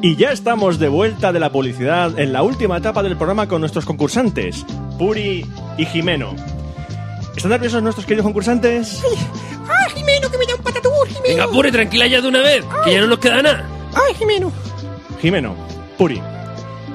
Y ya estamos de vuelta de la publicidad en la última etapa del programa con nuestros concursantes, Puri y Jimeno. ¿Están nerviosos nuestros queridos concursantes? ¡Ah, Jimeno, que me da un patatús, Jimeno! Venga, Puri, tranquila ya de una vez, que ya no nos queda nada. ¡Ay, Jimeno! Jimeno, Puri,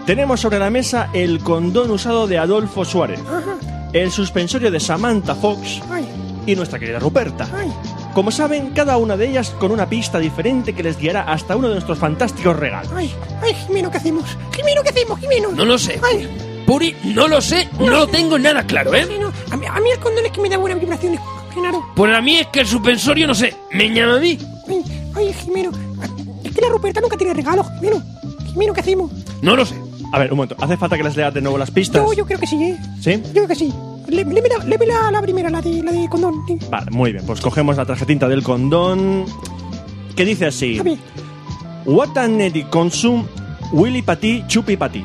tenemos sobre la mesa el condón usado de Adolfo Suárez, Ajá. el suspensorio de Samantha Fox ¡Ay, y nuestra querida Ruperta. ay! Como saben, cada una de ellas con una pista diferente que les guiará hasta uno de nuestros fantásticos regalos. ¡Ay, ay, Jimeno, ¿qué hacemos? Jimeno, ¿qué hacemos, Jimeno? No lo sé. ¡Ay, Puri, no lo sé, no lo tengo nada claro, ¿eh? Jimeno! A mí, a mí el condón es que me da buenas vibraciones, Genaro. Pues a mí es que el suspensorio, no sé, me llama a mí. ¡Ay, ay, Jimeno! Es que la Ruperta nunca tiene regalos, Jimeno. Jimeno, ¿qué hacemos? No lo sé. A ver, un momento, ¿hace falta que les leas de nuevo las pistas? Yo, yo creo que sí, ¿eh? ¿Sí? Yo creo que sí. Le, le, la, leme la, la primera, la de, la de condón. sí. Vale, muy bien, pues cogemos la tarjetita del condón. Que dice así: A ver. What an eddy consum Willy Patty Chupi Patty.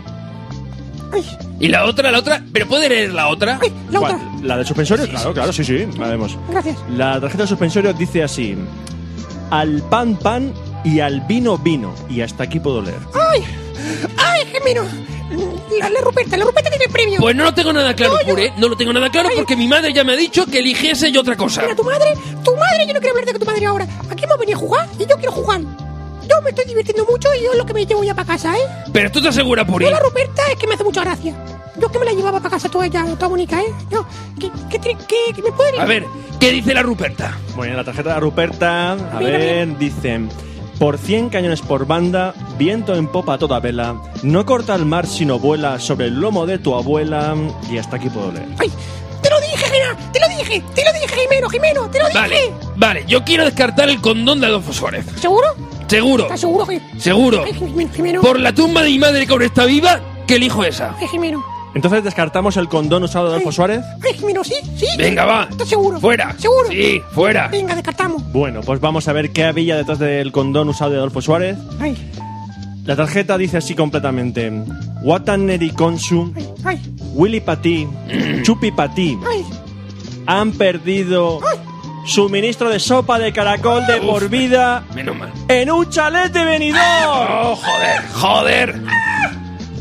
¡Ay, Y la otra, la otra, pero puede leer la otra. ay, la ¿Cuál? otra! ¿La del suspensorio? claro, claro, sí, sí, la vemos. Gracias. La tarjeta del suspensorio dice así: Al pan pan y al vino vino. Y hasta aquí puedo leer. ¡Ay! ¡Ay, Jimeno! La, la Ruperta, la Ruperta tiene premio. Pues no lo tengo nada claro, Puri, ¿eh? no lo tengo nada claro porque mi madre ya me ha dicho que eligiese yo otra cosa. Mira, tu madre, tu madre, yo no quiero hablar de tu madre ahora. Aquí hemos venido a jugar y yo quiero jugar. Yo me estoy divirtiendo mucho y yo es lo que me llevo ya para casa, ¿eh? Pero tú te aseguras, Puri. Yo la Ruperta es que me hace mucha gracia. Yo es que me la llevaba para casa toda ella, toda bonita, ¿eh? Yo, ¿qué, qué, tiene- qué- qué me puede A ver, ¿qué dice la Ruperta? Bueno, la tarjeta de Ruperta, a Mira, ver, dicen. Por 100 cañones por banda, viento en popa a toda vela, no corta el mar sino vuela sobre el lomo de tu abuela. Y hasta aquí puedo leer. ¡Ay! ¡Te lo dije, Gena! ¡Te lo dije! ¡Te lo dije, Jimeno, Jimeno! ¡Te lo dije! Vale, vale, yo quiero descartar el condón de Adolfo Suárez. ¿Seguro? Seguro, ¿Estás seguro, que seguro. ¡Ay, Jimeno! Jimeno. Por la tumba de mi madre que ahora está viva, que elijo esa. ¡Ay, Jimeno! Entonces descartamos el condón usado de Adolfo Ay. Suárez. ¡Ay, Jimeno, sí! ¡Sí! Venga, va. ¿Estás seguro? Fuera. ¿Seguro? Sí, fuera. Venga, descartamos. Bueno, pues vamos a ver qué había detrás del condón usado de Adolfo Suárez. ¡Ay! La tarjeta dice así completamente: Wataneri Consu, ¡Ay! ¡Ay! Willy Patí, Chupi Patí ¡Ay! han perdido suministro de sopa de caracol de por vida Menos mal. en un chalet de Benidorm. Oh, joder, joder.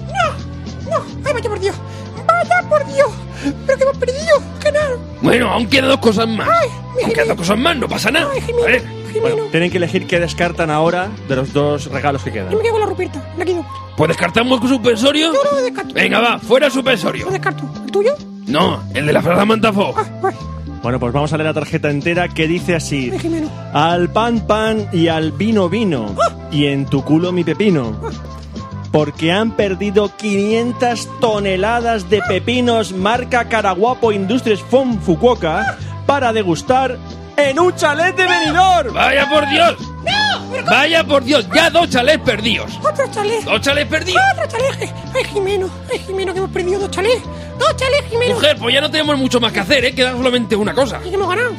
¡No! ¡Ay, vaya por Dios! ¡Vaya por Dios! ¡Pero que hemos perdido! ¡Genaro! Bueno, aún quedan dos cosas más. Ay, mi Aún quedan Jimeno. dos cosas más, no pasa nada. ¡Ay, A Jimeno! ver, Bueno, ¡Jimeno! tienen que elegir qué descartan ahora de los dos regalos que quedan. Yo me quedo con la Ruperta. La quedo. pues descartamos el suspensorio. Yo lo descarto. Venga, va, fuera el suspensorio. Lo descarto. ¿El tuyo? No, el de la frase mantafo. ¡Ah! ¡Ay! Bueno, pues vamos a leer la tarjeta entera que dice así: ¡Ay, Jimeno! Al pan pan y al vino vino, y en tu culo mi pepino. Porque han perdido 500 toneladas de pepinos marca Caraguapo Industries Fon Fukuoka para degustar en un chalet de Benidorm. Vaya por Dios. ¡No! ¡Pero Vaya por Dios, ya dos chalés perdidos. con otro chalet! Dos chalés perdidos. ¡Otro chalet! ¡Ay, Jimeno! ¡Ay, Jimeno, que hemos perdido dos chalés! ¡Dos chalés, Jimeno! Mujer, pues ya no tenemos mucho más que hacer, ¿eh? Queda solamente una cosa. ¡Y que hemos ganado!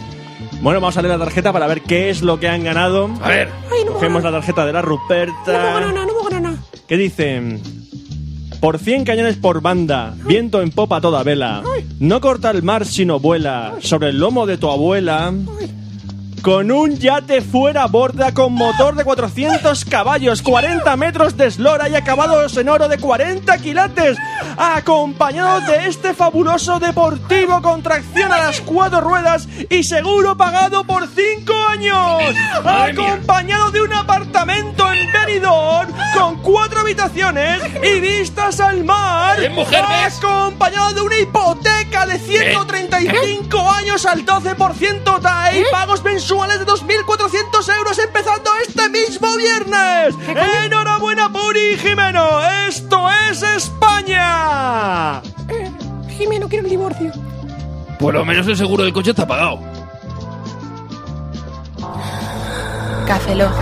Bueno, vamos a leer la tarjeta para ver qué es lo que han ganado. A ver, ¡Ay, no hemos Cogemos la ganado! tarjeta de la No hemos ganado Ruperta. nada, no hemos ganado nada. que dice? Por 100 cañones por banda, viento en popa a toda vela. No corta el mar sino vuela sobre el lomo de tu abuela. Con un yate fuera borda con motor de 400 caballos, 40 metros de eslora y acabados en oro de 40 quilates, acompañado de este fabuloso deportivo con tracción a las cuatro ruedas y seguro pagado por 5 años, Madre mía. acompañado de un apartamento en Benidorm con cuatro habitaciones y vistas al mar, Bien, mujer, ¿ves? acompañado de una hipoteca de 135 años al 12% TAE y pagos mensuales de 2.400 euros empezando este mismo viernes. Enhorabuena, Puri y Jimeno. Esto es España. Eh, Jimeno, quiero el divorcio. por lo menos el seguro del coche está pagado. Café Lock.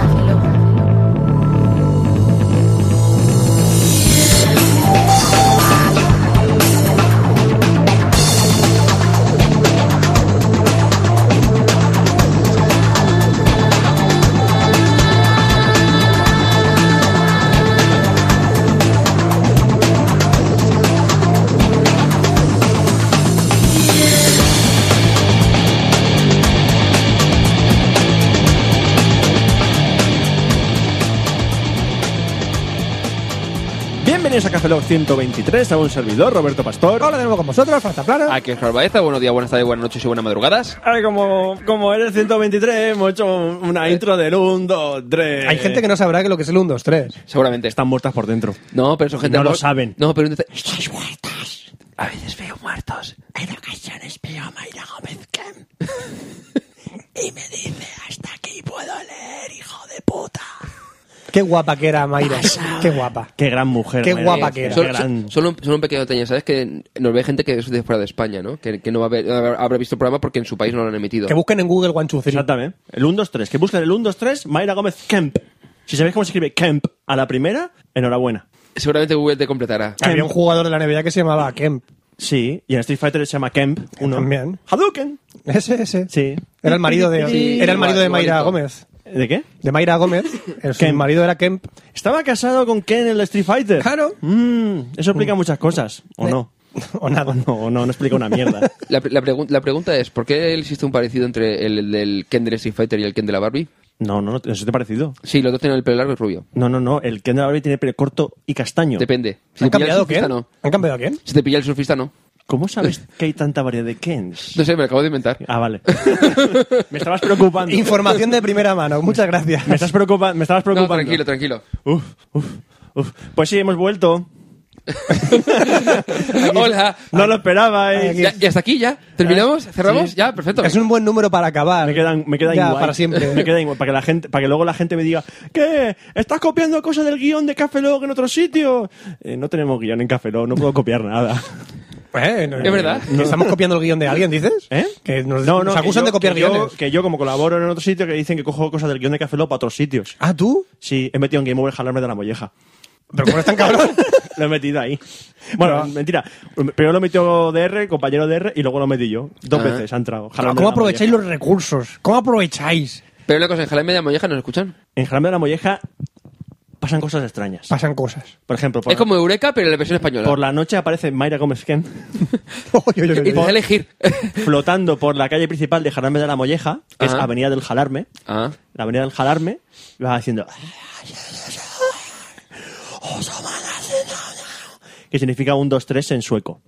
Bienvenidos a Café Lock 123, a un servidor, Roberto Pastor. Hola de nuevo con vosotros, Franza Plana. Aquí es Carlos Baeza, buenos días, buenas tardes, buenas noches y buenas madrugadas. Ay, como, como eres 123, hemos hecho una intro del 1, 2, 3. Hay gente que no sabrá que lo que es el 1, 2, 3. Seguramente. están muertas por dentro. No, pero son gente... No lo por- saben. No, pero... entonces- A veces veo muertos. En ocasiones veo a Mayra Gómez Kem. y me dice, hasta aquí puedo leer, hijo de puta. Qué guapa que era Mayra. Qué guapa. Qué gran mujer. Qué María guapa Gómez, que era. qué Solo, Son- gran- so- solo un, solo un pequeño detalle, ¿sabes? Que nos ve gente que es de fuera de España, ¿no? Que, que no va a ver- habrá visto el programa porque en su país no lo han emitido. Que busquen en Google One Two, Three. Exactamente. ¿eh? El 1, 2, 3. Que busquen el 1, 2, 3, Mayra Gómez Kemp. Si sabéis cómo se escribe Kemp a la primera, enhorabuena. Seguramente Google te completará. Había un jugador de la NBA que se llamaba Kemp. Sí, y en Street Fighter se llama Kemp. Uno. Eh, También. Hadouken. Ese, ese. Sí. Era el marido de, Sí, era el marido de igual, Mayra igualito. Gómez. ¿De qué? De Mayra Gómez. El su Kemp. marido era Kemp. Estaba casado con Ken en el Street Fighter. Claro. Eh, Mm, eso explica muchas cosas. ¿O no? O nada. No, o no, no explica una mierda. La, pre- la pregun- la pregunta es, ¿por qué existe un parecido entre el, el del Ken del Street Fighter y el Ken de la Barbie? No, no, no, eso te ha parecido. Sí, los dos tienen el pelo largo y rubio. No, no, no. El Ken de la Barbie tiene pelo corto y castaño. Depende. Si ¿Han te pilla el cambiado a surfista, Ken? no. ¿Han cambiado a Ken? Si te pilla el surfista, no. ¿Cómo sabes que hay tanta variedad de Kens? No sé, me lo acabo de inventar. Ah, vale. me estabas preocupando. Información de primera mano. Muchas gracias. me, estás preocupa- me estabas No, preocupando. tranquilo, tranquilo. Uf, uf, uf. Pues sí, hemos vuelto. Hola. No lo Aquí. esperabais. Ya- ¿Y hasta aquí ya? ¿Terminamos? ¿Ah? ¿Cerramos? Ya, perfecto. Es un buen número para acabar. Me quedan, me quedan Ya, igual. para siempre. Me queda igual. Para que, la gente, para que luego la gente me diga, ¿qué? ¿Estás copiando cosas del guión de Café Lock en otro sitio? Eh, no tenemos guión en Café Lock, no puedo copiar nada. Eh, no- Es verdad. ¿Que ¿Estamos copiando el guión de alguien, dices? ¿Eh? Que nos, nos acusan que yo- de copiar que yo- guiones. que yo, como colaboro en otro sitio, que dicen que cojo cosas del guión de Café Lock para otros sitios. Ah, ¿tú? Sí, he metido en Game Over jalarme de la molleja. Pero como eres tan cabrón. Lo he metido ahí. Bueno, mentira. Primero lo metió DR, compañero DR, y luego lo metí yo. Ah. Dos Ajá. veces ha entrado. jalarme de ¿Cómo la aprovecháis molleja. los recursos? ¿Cómo aprovecháis? Pero una cosa, en Jalea Media Molleja nos escuchan. En jalarme de la molleja pasan cosas extrañas. Pasan cosas. Por ejemplo, por, Es como Eureka, pero en la versión española. por la noche aparece Mayra Gómez Ken Oy, oy, oy, Y te oy. deja elegir. flotando por la calle principal de Jalarme de la Molleja, que es Ajá. Avenida del Jalarme. ah. La Avenida del Jalarme, y va haciendo. que significa un 2-3 en sueco.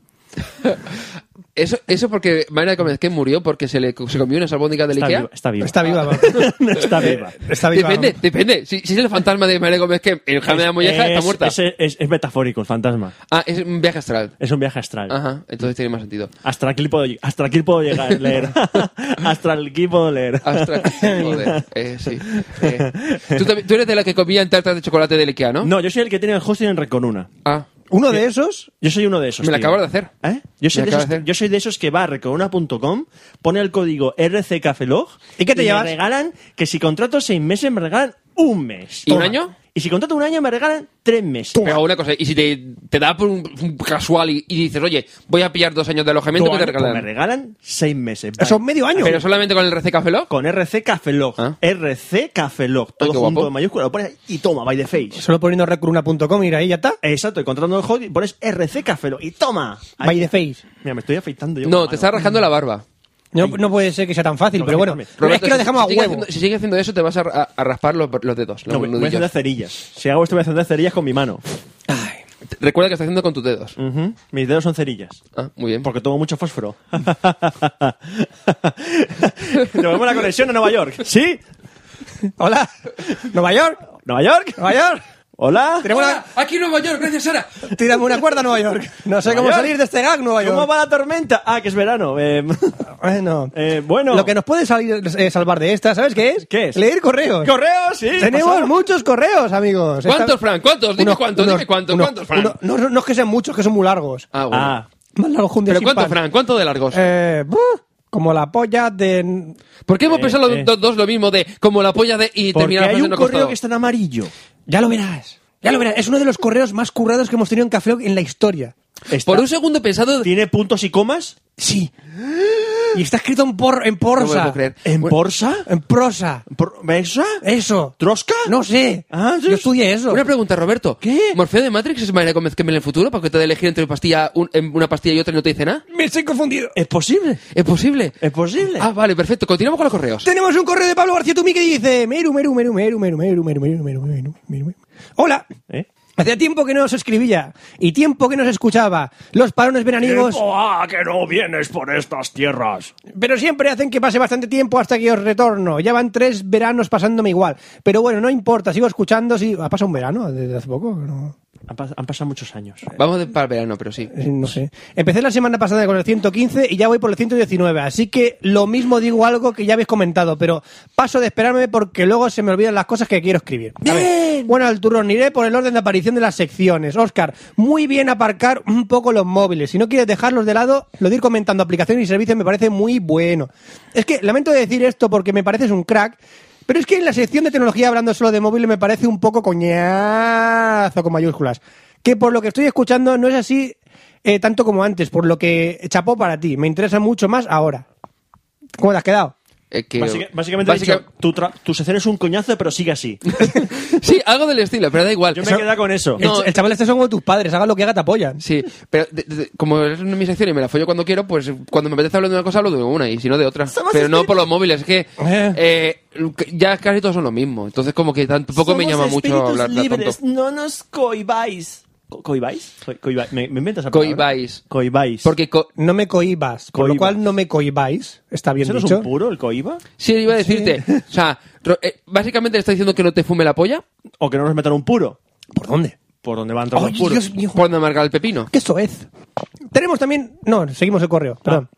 Eso, eso porque Mayra Gómez que murió porque se le se comió unas albóndigas del Está Ikea. viva. Está viva. Está viva, Eh, va. Está viva. Está viva. Depende, depende. Si, si es el fantasma de Mayra Gómez que en Jalea Media Molleja está Es- muerta. Es, es- es metafórico, el fantasma. Ah, es un viaje astral. Es un viaje astral. Ajá, entonces tiene más sentido. Hasta aquí puedo, lleg- hasta aquí puedo llegar, leer. hasta aquí puedo leer. Astral. Joder, eh, sí. Eh, Tú, también- tú eres de la que comían tartas de chocolate del Ikea, ¿no? No, yo soy el que tiene el hosting en Reconuna. Ah, Uno de esos. Yo soy uno de esos. Me la tío. acabas de hacer. ¿Eh? Yo soy, Me de la acabas esos, de hacer. yo soy de esos que va a recorona.com, pone el código RCCafelog ¿Y qué te llevas? me regalan que si contrato seis meses me regalan un mes. ¿Y un Toma. año? Y si contrato un año me regalan tres meses. Pues pero una cosa, y si te, te da por un, un casual y, y dices, oye, voy a pillar dos años de alojamiento, ¿qué te Pues me regalan? regalan seis meses. Eso es Vale. medio año. Pero solamente con el RC Café Lock? Con RCCafelog. Ah. RCCafelog. Todo Ay, qué junto guapo. en mayúscula. Lo pones ahí y toma, by the face. Solo poniendo recuruna.com ir ahí ya está. Exacto, y contratando el hosting pones RCCafelog y toma. Ahí. By the face. Mira, me estoy afeitando yo. con la No, mano. te estás rascando la barba. No, no puede ser que sea tan fácil, No, pero bueno. fíjame. es que lo si- dejamos a si sigue huevo. haciendo- si sigues haciendo eso, te vas a, ra- a raspar los, los dedos. los No, me- me voy a nudillos. hacer cerillas. Si hago esto, me voy a hacer cerillas con mi mano. Te- Recuerda que estás haciendo con tus dedos. Ujú. Mis dedos son cerillas. Ah, muy Pues bien. Porque tomo mucho fósforo. Nos vemos en la conexión a Nueva York. ¿Sí? Hola. Nueva York. ¿Nueva York? Nueva York. ¿Hola? Tenemos una- Aquí en Nueva York, gracias Sara. Tírame una cuerda, Nueva York. No sé ¿Nueva cómo York? salir de este gag, Nueva York. ¿Cómo va la tormenta? Ah, que es verano. Eh, Bueno. eh, bueno. Lo que nos puede salir, eh, salvar de esta, ¿sabes qué es? ¿Qué es? Leer correos. ¿Correos? Sí. Tenemos pasado. muchos correos, amigos. ¿Cuántos, Esta- Fran? ¿Cuántos? Dime Unos- cuántos, unos- dime cuántos, unos- ¿cuántos, Fran? uno- no, no- no es que sean muchos, que son muy largos. Ah, bueno. Ah, Más largos que un día ¿Pero sin cuánto, pan. Fran? ¿Cuánto de largos? Eh, buh, como la polla de... ¿Por qué hemos pensado los eh. dos- dos lo mismo de como la polla de y porque terminar la hay frase un no correo costado? que está en amarillo. Ya lo verás. Ya lo verás. Es uno de los correos más currados que hemos tenido en Café Lock en la historia. Está- Por un segundo he pensado ¿Tiene puntos y comas? Sí. Y está escrito en, por, en porsa. No me lo puedo creer. ¿En Bueno, Borsa? En prosa. ¿Por- ¿Versa? Eso. ¿Trosca? No sé. Ah, sí. Yo estudié eso. Una pregunta, Roberto. ¿Qué? ¿Morfeo de Matrix es Mayra Gómez Kemmel en el futuro? ¿Para que te dé a elegir entre pastilla, un- en una pastilla y otra y no te dice nada? Me estoy confundido. ¿Es posible? ¿Es posible? ¿Es posible? Ah, vale, perfecto. Continuamos con los correos. Tenemos un correo de Pablo García Tumí que dice... Meru, meru, meru, meru, meru, meru, meru, meru, meru, meru, meru, meru, meru. Hola. ¿Eh? Hacía tiempo que no os escribía y tiempo que no os escuchaba. Los parones veraniegos... ah, que no vienes por estas tierras! Pero siempre hacen que pase bastante tiempo hasta que os retorno. Ya van tres veranos pasándome igual. Pero bueno, no importa, sigo escuchando. Si... ¿Ha pasado un verano desde hace poco? No, Han, pas- han pasado muchos años. Vamos de- para el verano, pero sí. eh, no sé. Empecé la semana pasada con el 115 y ya voy por el 119. Así que lo mismo digo algo que ya habéis comentado, pero paso de esperarme porque luego se me olvidan las cosas que quiero escribir. A ver. Bueno, al turrón iré por el orden de aparición de las secciones. Oscar, muy bien aparcar un poco los móviles. Si no quieres dejarlos de lado, lo de ir comentando aplicaciones y servicios me parece muy bueno. Es que lamento decir esto porque me pareces un crack. Pero es que en la sección de tecnología hablando solo de móviles me parece un poco coñazo con mayúsculas. Que por lo que estoy escuchando no es así eh, tanto como antes, por lo que chapó para ti. Me interesa mucho más ahora. ¿Cómo te has quedado? Eh, que- Básica- básicamente, he básica- dicho, tu, tra- tu sección es un coñazo, pero sigue así. Sí, algo del estilo, pero da igual. Yo me he quedado con eso. No. El, el chaval este son como tus padres, haga lo que haga te apoyan. Sí, pero de- de- como es mi sección y me la follo cuando quiero, pues cuando me apetece hablar de una cosa hablo de una y si no de otra. Pero este- no por los móviles, es que eh, ya casi todos son lo mismo. Entonces como que tampoco me llama mucho hablar de tanto. no nos cohibáis. Co- ¿Cohibáis? Co- cohibáis. Me, me inventas esa palabra. Cohibáis. Cohibáis. Porque co- No me cohibas, con Cohibas. lo cual no me cohibáis, está bien ¿Eso no es dicho. un puro, el cohiba? sí iba a decirte, o sea, ro- eh, básicamente le está diciendo que no te fume la polla ¿O que no nos metan un puro? ¿Por dónde? ¿Por dónde van a entrar Ay, los puros? Dios mío. por no marcar el pepino. ¡Qué soez! Tenemos también... No, seguimos el correo, perdón.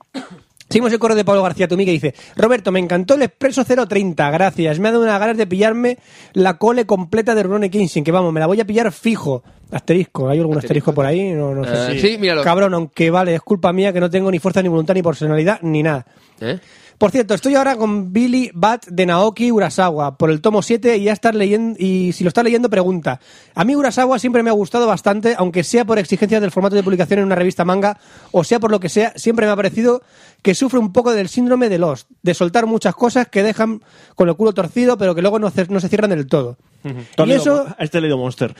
Seguimos el correo de Pablo García Tumí que dice Roberto, me encantó el Expreso 030, gracias. Me ha dado unas ganas de pillarme la cole completa de Ronnie Kingsing, que vamos, me la voy a pillar fijo. Asterisco, ¿hay algún asterisco, por ahí? No, no Ah, sé. sí, míralo. Cabrón, aunque vale, es culpa mía que no tengo ni fuerza, ni voluntad, ni personalidad, ni nada. ¿Eh? Por cierto, estoy ahora con Billy Bat de Naoki Urasawa por el tomo 7 y ya estás leyendo y si lo estás leyendo pregunta. A mí Urasawa siempre me ha gustado bastante, aunque sea por exigencias del formato de publicación en una revista manga o sea por lo que sea, siempre me ha parecido que sufre un poco del síndrome de Lost, de soltar muchas cosas que dejan con el culo torcido pero que luego no, cer- no se cierran del todo. Tú has Y leído eso Mon- Este he leído Monster.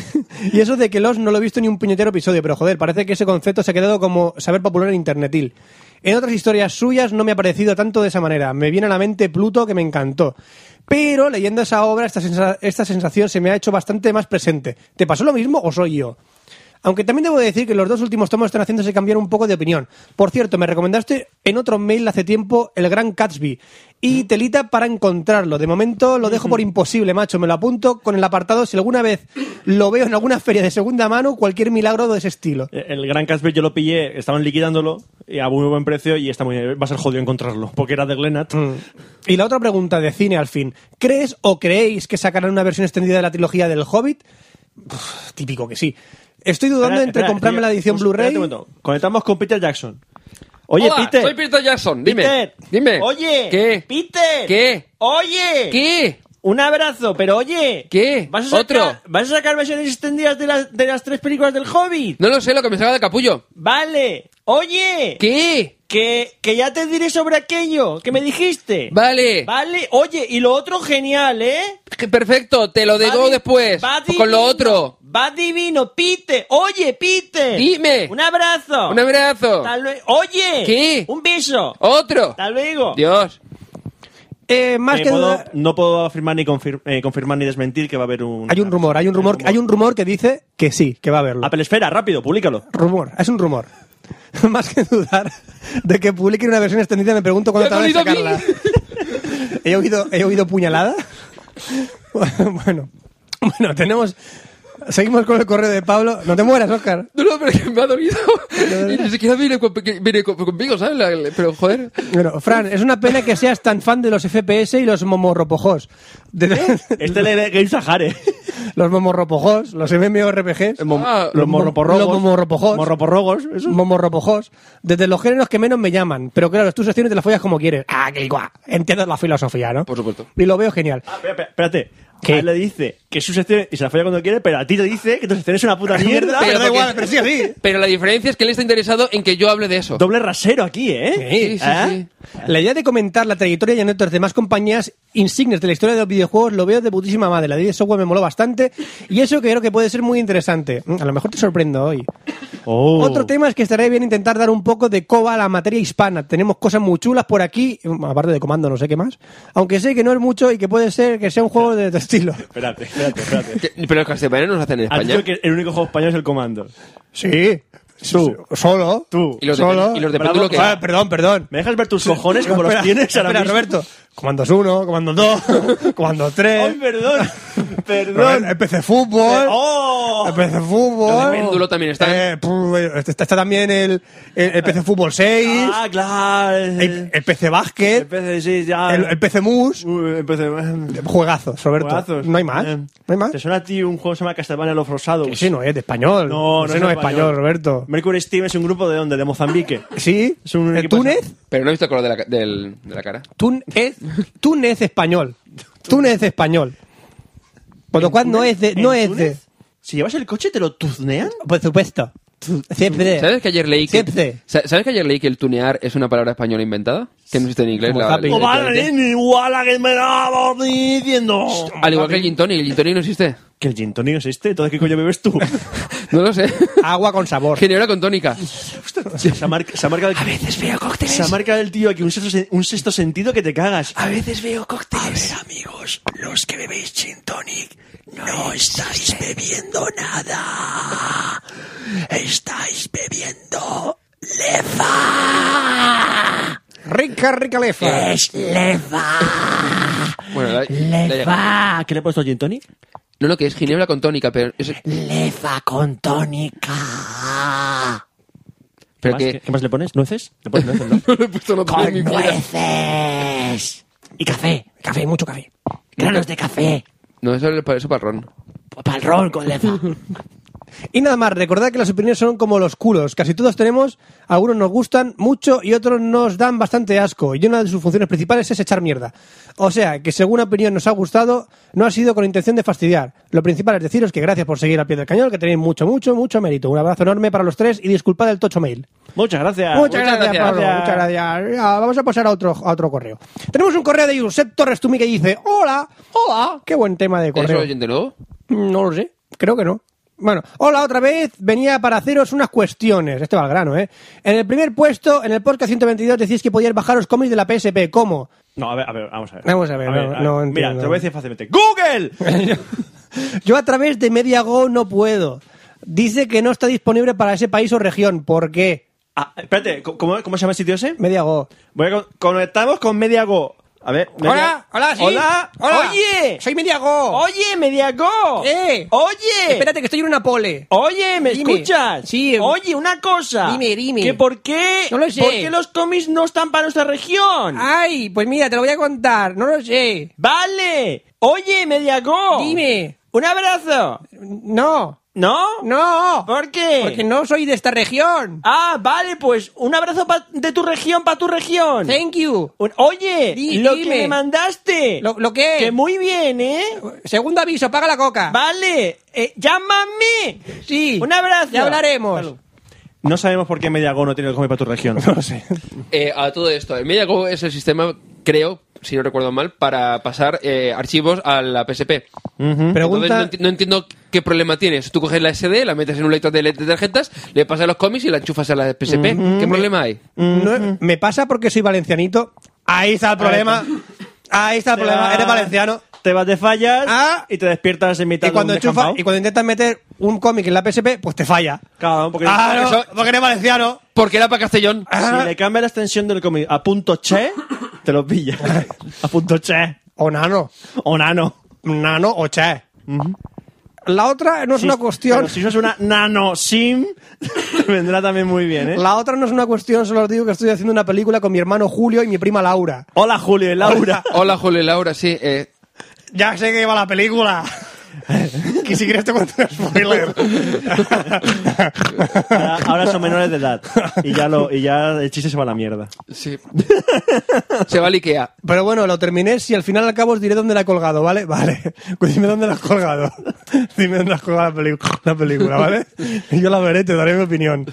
y eso de que los no lo he visto ni un puñetero episodio, pero joder, parece que ese concepto se ha quedado como saber popular en internetil. En otras historias suyas no me ha parecido tanto de esa manera. Me viene a la mente Pluto, que me encantó. Pero leyendo esa obra, esta, sensa- esta sensación se me ha hecho bastante más presente. ¿Te pasó lo mismo o soy yo? Aunque también debo decir que los dos últimos tomos están haciéndose cambiar un poco de opinión. Por cierto, me recomendaste en otro mail hace tiempo el gran Catsby Mm. y telita para encontrarlo. De momento lo dejo por imposible, macho. Me lo apunto con el apartado. Si alguna vez lo veo en alguna feria de segunda mano, cualquier milagro de ese estilo. Eh, El Gran Casper yo lo pillé, estaban liquidándolo y a muy buen precio y está muy, va a ser jodido encontrarlo, porque era de Glenat. Mm. Y la otra pregunta de cine al fin. ¿Crees o creéis que sacarán una versión extendida de la trilogía del Hobbit? Uf, típico que sí. Estoy dudando Espera, entre espera, comprarme espera, la edición un- Blu-ray. espérate un momento. Conectamos con Peter Jackson. Oye, Hola, Peter. soy Peter Jackson, dime. Peter. Dime. Oye. ¿Qué? Peter. ¿Qué? Oye. ¿Qué? Un abrazo, pero oye. ¿Qué? ¿Vas a sacar, ¿Otro? ¿Vas a sacar versiones extendidas de las, de las tres películas del Hobbit? No lo sé, lo que me salga de capullo. Vale. Oye. ¿Qué? Que, que ya te diré sobre aquello que me dijiste. Vale. Vale. Oye, y lo otro genial, ¿eh? Que Perfecto, te lo digo Va di- después. Pues va Con divino, lo otro. Va divino, Pite. Oye, Pite. Dime. Un abrazo. Un abrazo. Tal vez- Oye. ¿Qué? Oh. Un beso. Otro. Hasta luego. Dios. Eh, más Eh, que puedo- duda- no puedo afirmar ni confir- eh, confirmar ni desmentir que va a haber un. Hay un rumor, hay un rumor, hay un rumor que dice que sí, que va a haberlo. Apple Esfera, rápido, públicalo. Rumor, es un rumor. Más que dudar de que publiquen una versión extendida, me pregunto cuándo Me ha tardan en dolido a sacarla. ¿He oído, ¿He oído puñalada? bueno, bueno, tenemos. Seguimos con el correo de Pablo. No te mueras, Oscar. No, no, pero que me ha dolido. Y ni siquiera vine, con- que- vine con- conmigo, ¿sabes? La- la- Pero, joder. Bueno, Fran, es una pena que seas tan fan de los FPS y los momorropojos. De- ¿Eh? Este le Game Sahare. los momorropojos, los MMORPGs. Ah, Los morroporrogos. Los morroporrogos. Morroporrogos, eso. momorropojos, desde los géneros que menos me llaman. Pero claro, tus secciones te las follas como quieres. Ah, que igual. Entiendes la filosofía, ¿no? Por supuesto. Y lo veo genial. Ah, espera, espera, espérate. ¿Qué? A él le dice que su sección y se la falla cuando quiere, pero a ti te dice que tu sección es una puta mierda. Pero da igual, pero sí, así. Pero la diferencia es que él está interesado en que yo hable de eso. Doble rasero aquí, ¿eh? Sí, sí, ¿Ah? sí. La idea de comentar la trayectoria y anécdotas de más compañías insignes de la historia de los videojuegos lo veo de putísima madre. La de software me moló bastante y eso creo que puede ser muy interesante. Mm, A lo mejor te sorprendo hoy. Uh. Oh. Otro tema es que estaría bien intentar dar un poco de coba a la materia hispana. Tenemos cosas muy chulas por aquí, mm, aparte de comando, no sé qué más. Aunque sé que no es mucho y que puede ser que sea un juego de tu estilo. Espérate, espérate, espérate. Que- Pero los Castlevania no los hacen en Has España. dicho Ah, que el único juego español es el comando. Sí. Tú. Solo. Tú. Y los de, Solo. y los de Bravo. péndulo que... Ah, perdón, perdón. ¿Me dejas ver tus cojones como los Espera, tienes ahora espera, mismo? Roberto. Comandos 1, comandos 2, comandos 3. ¡Ay, perdón! ¡Perdón! Roberto, empecé fútbol. ¡Oh! El PC Fútbol. Los de péndulo también están. Eh, puf, está, está también el, el, el PC Fútbol 6. ¡Ah, claro! el, el PC Básquet. Empecé, sí, ya. El, el PC Mus. Uy, empecé. Juegazos, Roberto. Juegazos. No hay más. Eh, No hay más. ¿Te suena a ti un juego que se llama Castlevania Los Rosados? Ese no es de español. No, no, Ese no es español, Roberto. Mercury Steam es un grupo de dónde? De Mozambique. ¿Sí? Es un ¿De equipo- Túnez? Pero no he visto el color de la, ca- del- de la cara. Túnez, Túnez español. Túnez español. Por lo cual no es de... ¿En No es de Túnez? Si llevas el coche, ¿te lo tuznean? por supuesto. Siempre. ¿Sabes que ayer leí que... Siempre. sa- ¿Sabes que ayer leí que el tunear es una palabra española inventada? Que no existe en inglés. Como la- zapping. la- ¡O Como la- vale, Oh, igual a que me daba diciendo! Al igual que el gin tonic, el gin tonic no existe. ¿Que el gin tonic existe? ¿Entonces qué coño bebes tú? No lo sé. Agua con sabor. Ginebra con tónica. Se marca, se marca el, a veces veo cócteles. Se ha marcado el tío aquí un sexto, sen- un sexto sentido que te cagas. A veces veo cócteles. A ver, amigos, los que bebéis gin tonic no estáis bebiendo nada. Estáis bebiendo leva. Rica, rica lefa. Es leva. Bueno, la- la- Leva. ¿Qué le he puesto al gin tonic? no, no, que es ginebra con tónica, pero, es- Leva con tónica. pero ¿Qué, más, que... ¿Qué más le pones? ¿Nueces? ¿Le pones nueces, no? No lo he puesto en otro día en mi vida. nueces. Y café. Café, mucho café. Granos de café. No, eso es para eso para el ron. Palrón con lefa. Y nada más, recordad que las opiniones son como los culos. Casi todos tenemos, algunos nos gustan mucho y otros nos dan bastante asco. Y una de sus funciones principales es echar mierda. O sea, que según opinión nos ha gustado, no ha sido con intención de fastidiar. Lo principal es deciros que gracias por seguir al pie del cañón, que tenéis mucho, mucho, mucho mérito. Un abrazo enorme para los tres y disculpad el tocho mail. Muchas gracias. Muchas, gracias, gracias. Pablo. Gracias. Muchas gracias. Ya, vamos a pasar a otro, a otro correo. Tenemos un correo de Josep Torres Tumi que dice: Hola, hola. Qué buen tema de ¿Eso correo. Mm, es oyente nuevo? No lo sé, creo que no. Bueno, hola otra vez, venía para haceros unas cuestiones, este va al grano, ¿eh? En el primer puesto, en el podcast 122 decís que podíais bajaros cómics de la PSP, ¿cómo? No, a ver, a ver, vamos a ver. Vamos a ver, no, no Mira, entiendo. te lo voy a decir fácilmente. ¡Google! Yo a través de MediaGo no puedo. Dice que no está disponible para ese país o región, ¿por qué? Ah, espérate, ¿cómo- ¿cómo, cómo se llama el sitio ese? MediaGo. Voy a con- conectamos con Mediago. A ver, Media- Hola, Oye, Soy MediaGo. oye, Mediago. Eh. Oye, que estoy en una pole. Oye, ¿me Dime. escuchas? Sí. Oye, una cosa. Dime, dime. ¿Que por qué? No lo sé. ¿Por qué los cómics no están para nuestra región? Ay, pues mira, te lo voy a contar, no lo sé. Vale. Oye, Mediago. Un abrazo. No, ¿No? no. ¿Por qué? no soy de esta región. Ah, vale, pues un abrazo pa- de tu región para tu región. Thank you. Un- Oye, Di- lo dime. que me mandaste. ¿Lo, lo qué? Que muy bien, ¿eh? Segundo aviso, paga la coca. Vale, eh, llámame. Sí. Un abrazo. Ya hablaremos. Salud. No sabemos por qué Mediago no tiene el cómic para tu región. No sé. Eh, a todo esto, el MediaGo es el sistema, creo, si no recuerdo mal, para pasar eh, archivos a la PSP. Entonces, Pregunta. no, enti- no entiendo qué problema tienes. Tú coges la SD, la metes en un lector de, de tarjetas, le pasas los cómics y la enchufas a la PSP. ¿Qué problema hay? no- Mm-hmm. me pasa porque soy valencianito. Ahí está el problema. Ahí está el problema. Ah, pues Eres valenciano. Te vas de fallas Ah. y te despiertas en mitad Y cuando, de un enchufa- descampado. y cuando intentas meter un cómic en la PSP, pues te falla. Claro, porque Ah, porque no, Ah. so- porque eres valenciano. Porque era para Castellón. si le cambia la extensión del cómic a punto che, te lo pilla. a punto che O nano. o nano. Nano o che. La otra no es Sí, una cuestión. Pero si eso es una nano sim, te vendrá también muy bien, ¿eh? La otra no es una cuestión, solo os digo que estoy haciendo una película con mi hermano Julio y mi prima Laura. Hola, Julio y Laura. Hola, Julio y Laura, sí. eh, Ya sé que va la película. que si quieres te cuento un spoiler. Ahora, ahora son menores de edad. Y ya, lo, y ya el chiste se va a la mierda. sí. Se va a Ikea. Pero bueno, lo terminé. Si al final al cabo os diré dónde la he colgado, ¿vale? Vale. Pues dime dónde la has colgado. dime dónde has colgado la, pelicu- la película, ¿vale? Y yo la veré, te daré mi opinión.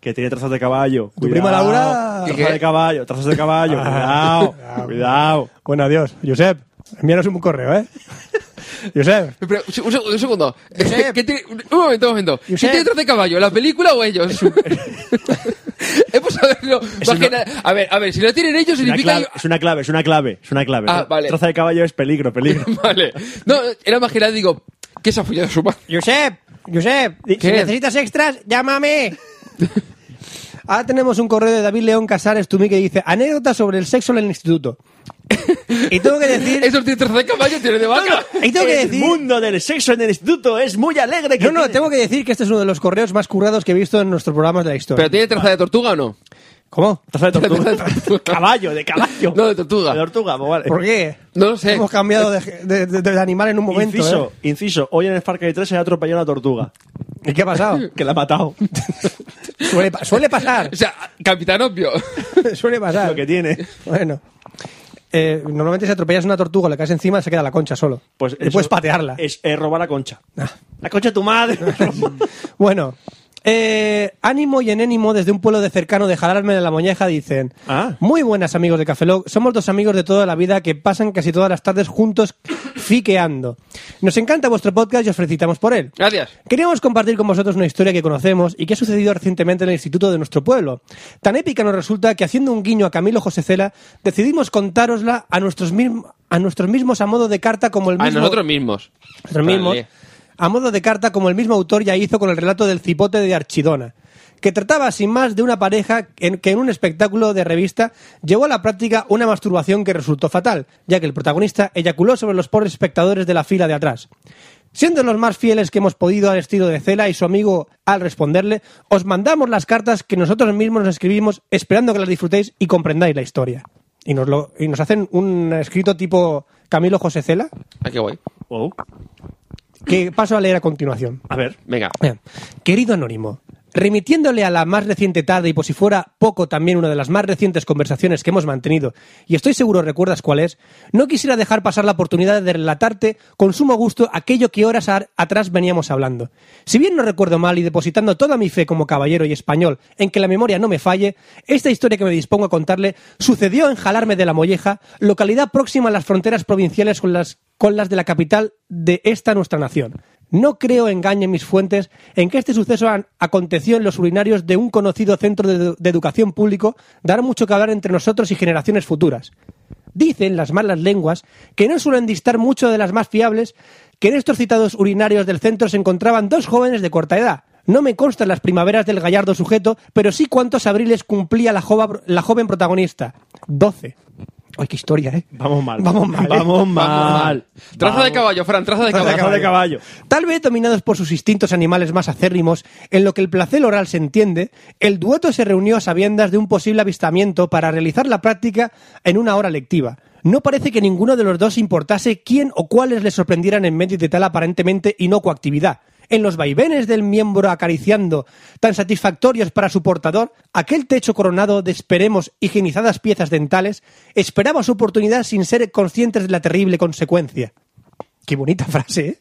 Que tiene trazos de caballo. Tu prima Laura- Trazos ¿Y qué? de caballo, trazos de caballo. Ah. cuidado, cuidado. Bueno, adiós. Josep, envíanos un correo, ¿eh? Josep. Pero, un, seg- un segundo. Josep. ¿Qué tiene- un momento, un momento. ¿Qué Josep. tiene detrás de caballo? ¿La película o ellos? Hemos saberlo. más que nada. A ver, a ver, si lo tienen ellos Es una, significa... clave, es una clave, es una clave, es una clave. Ah, vale. Traza de caballo es peligro, peligro. Vale. No, era más que nada, digo, ¿qué se ha follado su madre? Josep, Josep, si ¿Qué? necesitas extras, llámame. Ahora tenemos un correo de David León Casares Tumí que dice anécdota sobre el sexo en el instituto. y tengo que decir... Eso tiene traza de caballo, tiene de vaca. y tengo que el decir... mundo del sexo en el instituto es muy alegre. que No, no, tiene- tengo que decir que este es uno de los correos más currados que he visto en nuestros programas de la historia. ¿Pero tiene traza de tortuga o no? ¿Cómo? Traza de Traza de tortuga. tortuga. caballo, de caballo. No, de tortuga. De tortuga, pues vale. ¿Por qué? No lo sé. Hemos cambiado de, de- de- de animal en un momento. inciso, inciso. Hoy en el Far Cry 3 se ha atropellado una tortuga. ¿eh? ¿Y qué ha pasado? Que la ha matado. Suele, pa- suele pasar. O sea, capitán obvio. suele pasar. lo que tiene. Bueno. Eh, normalmente si atropellas una tortuga, le caes encima, se queda la concha solo. Pues y eso puedes patearla. Ah. Es, es robar la concha. La concha de tu madre. Bueno. eh, ánimo y enénimo desde un pueblo de cercano de jalarme de la moñeja dicen Ah. Muy buenas amigos de Cafelog, somos dos amigos de toda la vida que pasan casi todas las tardes juntos fiqueando. Nos encanta vuestro podcast y os felicitamos por él. Gracias. Queríamos compartir con vosotros una historia que conocemos y que ha sucedido recientemente en el instituto de nuestro pueblo. Tan épica nos resulta que haciendo un guiño a Camilo José Cela, decidimos contárosla a nuestros, mism- a nuestros mismos a modo de carta como el A mismo... nosotros mismos. nosotros mismos, Vale. a modo de carta como el mismo autor ya hizo con el relato del cipote de Archidona, que trataba sin más de una pareja en- que en un espectáculo de revista llevó a la práctica una masturbación que resultó fatal, ya que el protagonista eyaculó sobre los pobres espectadores de la fila de atrás. Siendo los más fieles que hemos podido al estilo de Cela y su amigo al responderle, os mandamos las cartas que nosotros mismos nos escribimos esperando que las disfrutéis y comprendáis la historia. Y nos, lo, y nos hacen un escrito tipo Camilo José Cela, Ah, qué guay. Wow. que paso a leer a continuación. Oh, A ver. Venga. Bien. Eh, Querido Anónimo, remitiéndole a la más reciente tarde y por si fuera poco también una de las más recientes conversaciones que hemos mantenido, y estoy seguro recuerdas cuál es, no quisiera dejar pasar la oportunidad de relatarte con sumo gusto aquello que horas ar- atrás veníamos hablando. Si bien no recuerdo mal y depositando toda mi fe como caballero y español en que la memoria no me falle, esta historia que me dispongo a contarle sucedió en Jalarme de la Molleja, localidad próxima a las fronteras provinciales con las con las de la capital de esta nuestra nación. No creo engañen mis fuentes en que este suceso an- aconteció en los urinarios de un conocido centro de, de educación público, dar mucho que hablar entre nosotros y generaciones futuras. Dicen las malas lenguas que no suelen distar mucho de las más fiables que en estos citados urinarios del centro se encontraban dos jóvenes de corta edad. No me constan las primaveras del gallardo sujeto, pero sí cuántos abriles cumplía la, jova- la joven protagonista. Doce. ¡Ay, qué historia, eh! Vamos mal. Vamos mal. ¿eh? Vamos mal. Traza de caballo, Fran, traza de Traza caballo. de caballo. Tal vez dominados por sus instintos animales más acérrimos, en lo que el placer oral se entiende, el dueto se reunió a sabiendas de un posible avistamiento para realizar la práctica en una hora lectiva. No parece que ninguno de los dos importase quién o cuáles le sorprendieran en medio de tal aparentemente inocua actividad. En los vaivenes del miembro acariciando, tan satisfactorios para su portador, aquel techo coronado de esperemos higienizadas piezas dentales esperaba su oportunidad sin ser conscientes de la terrible consecuencia. Qué bonita frase, ¿eh?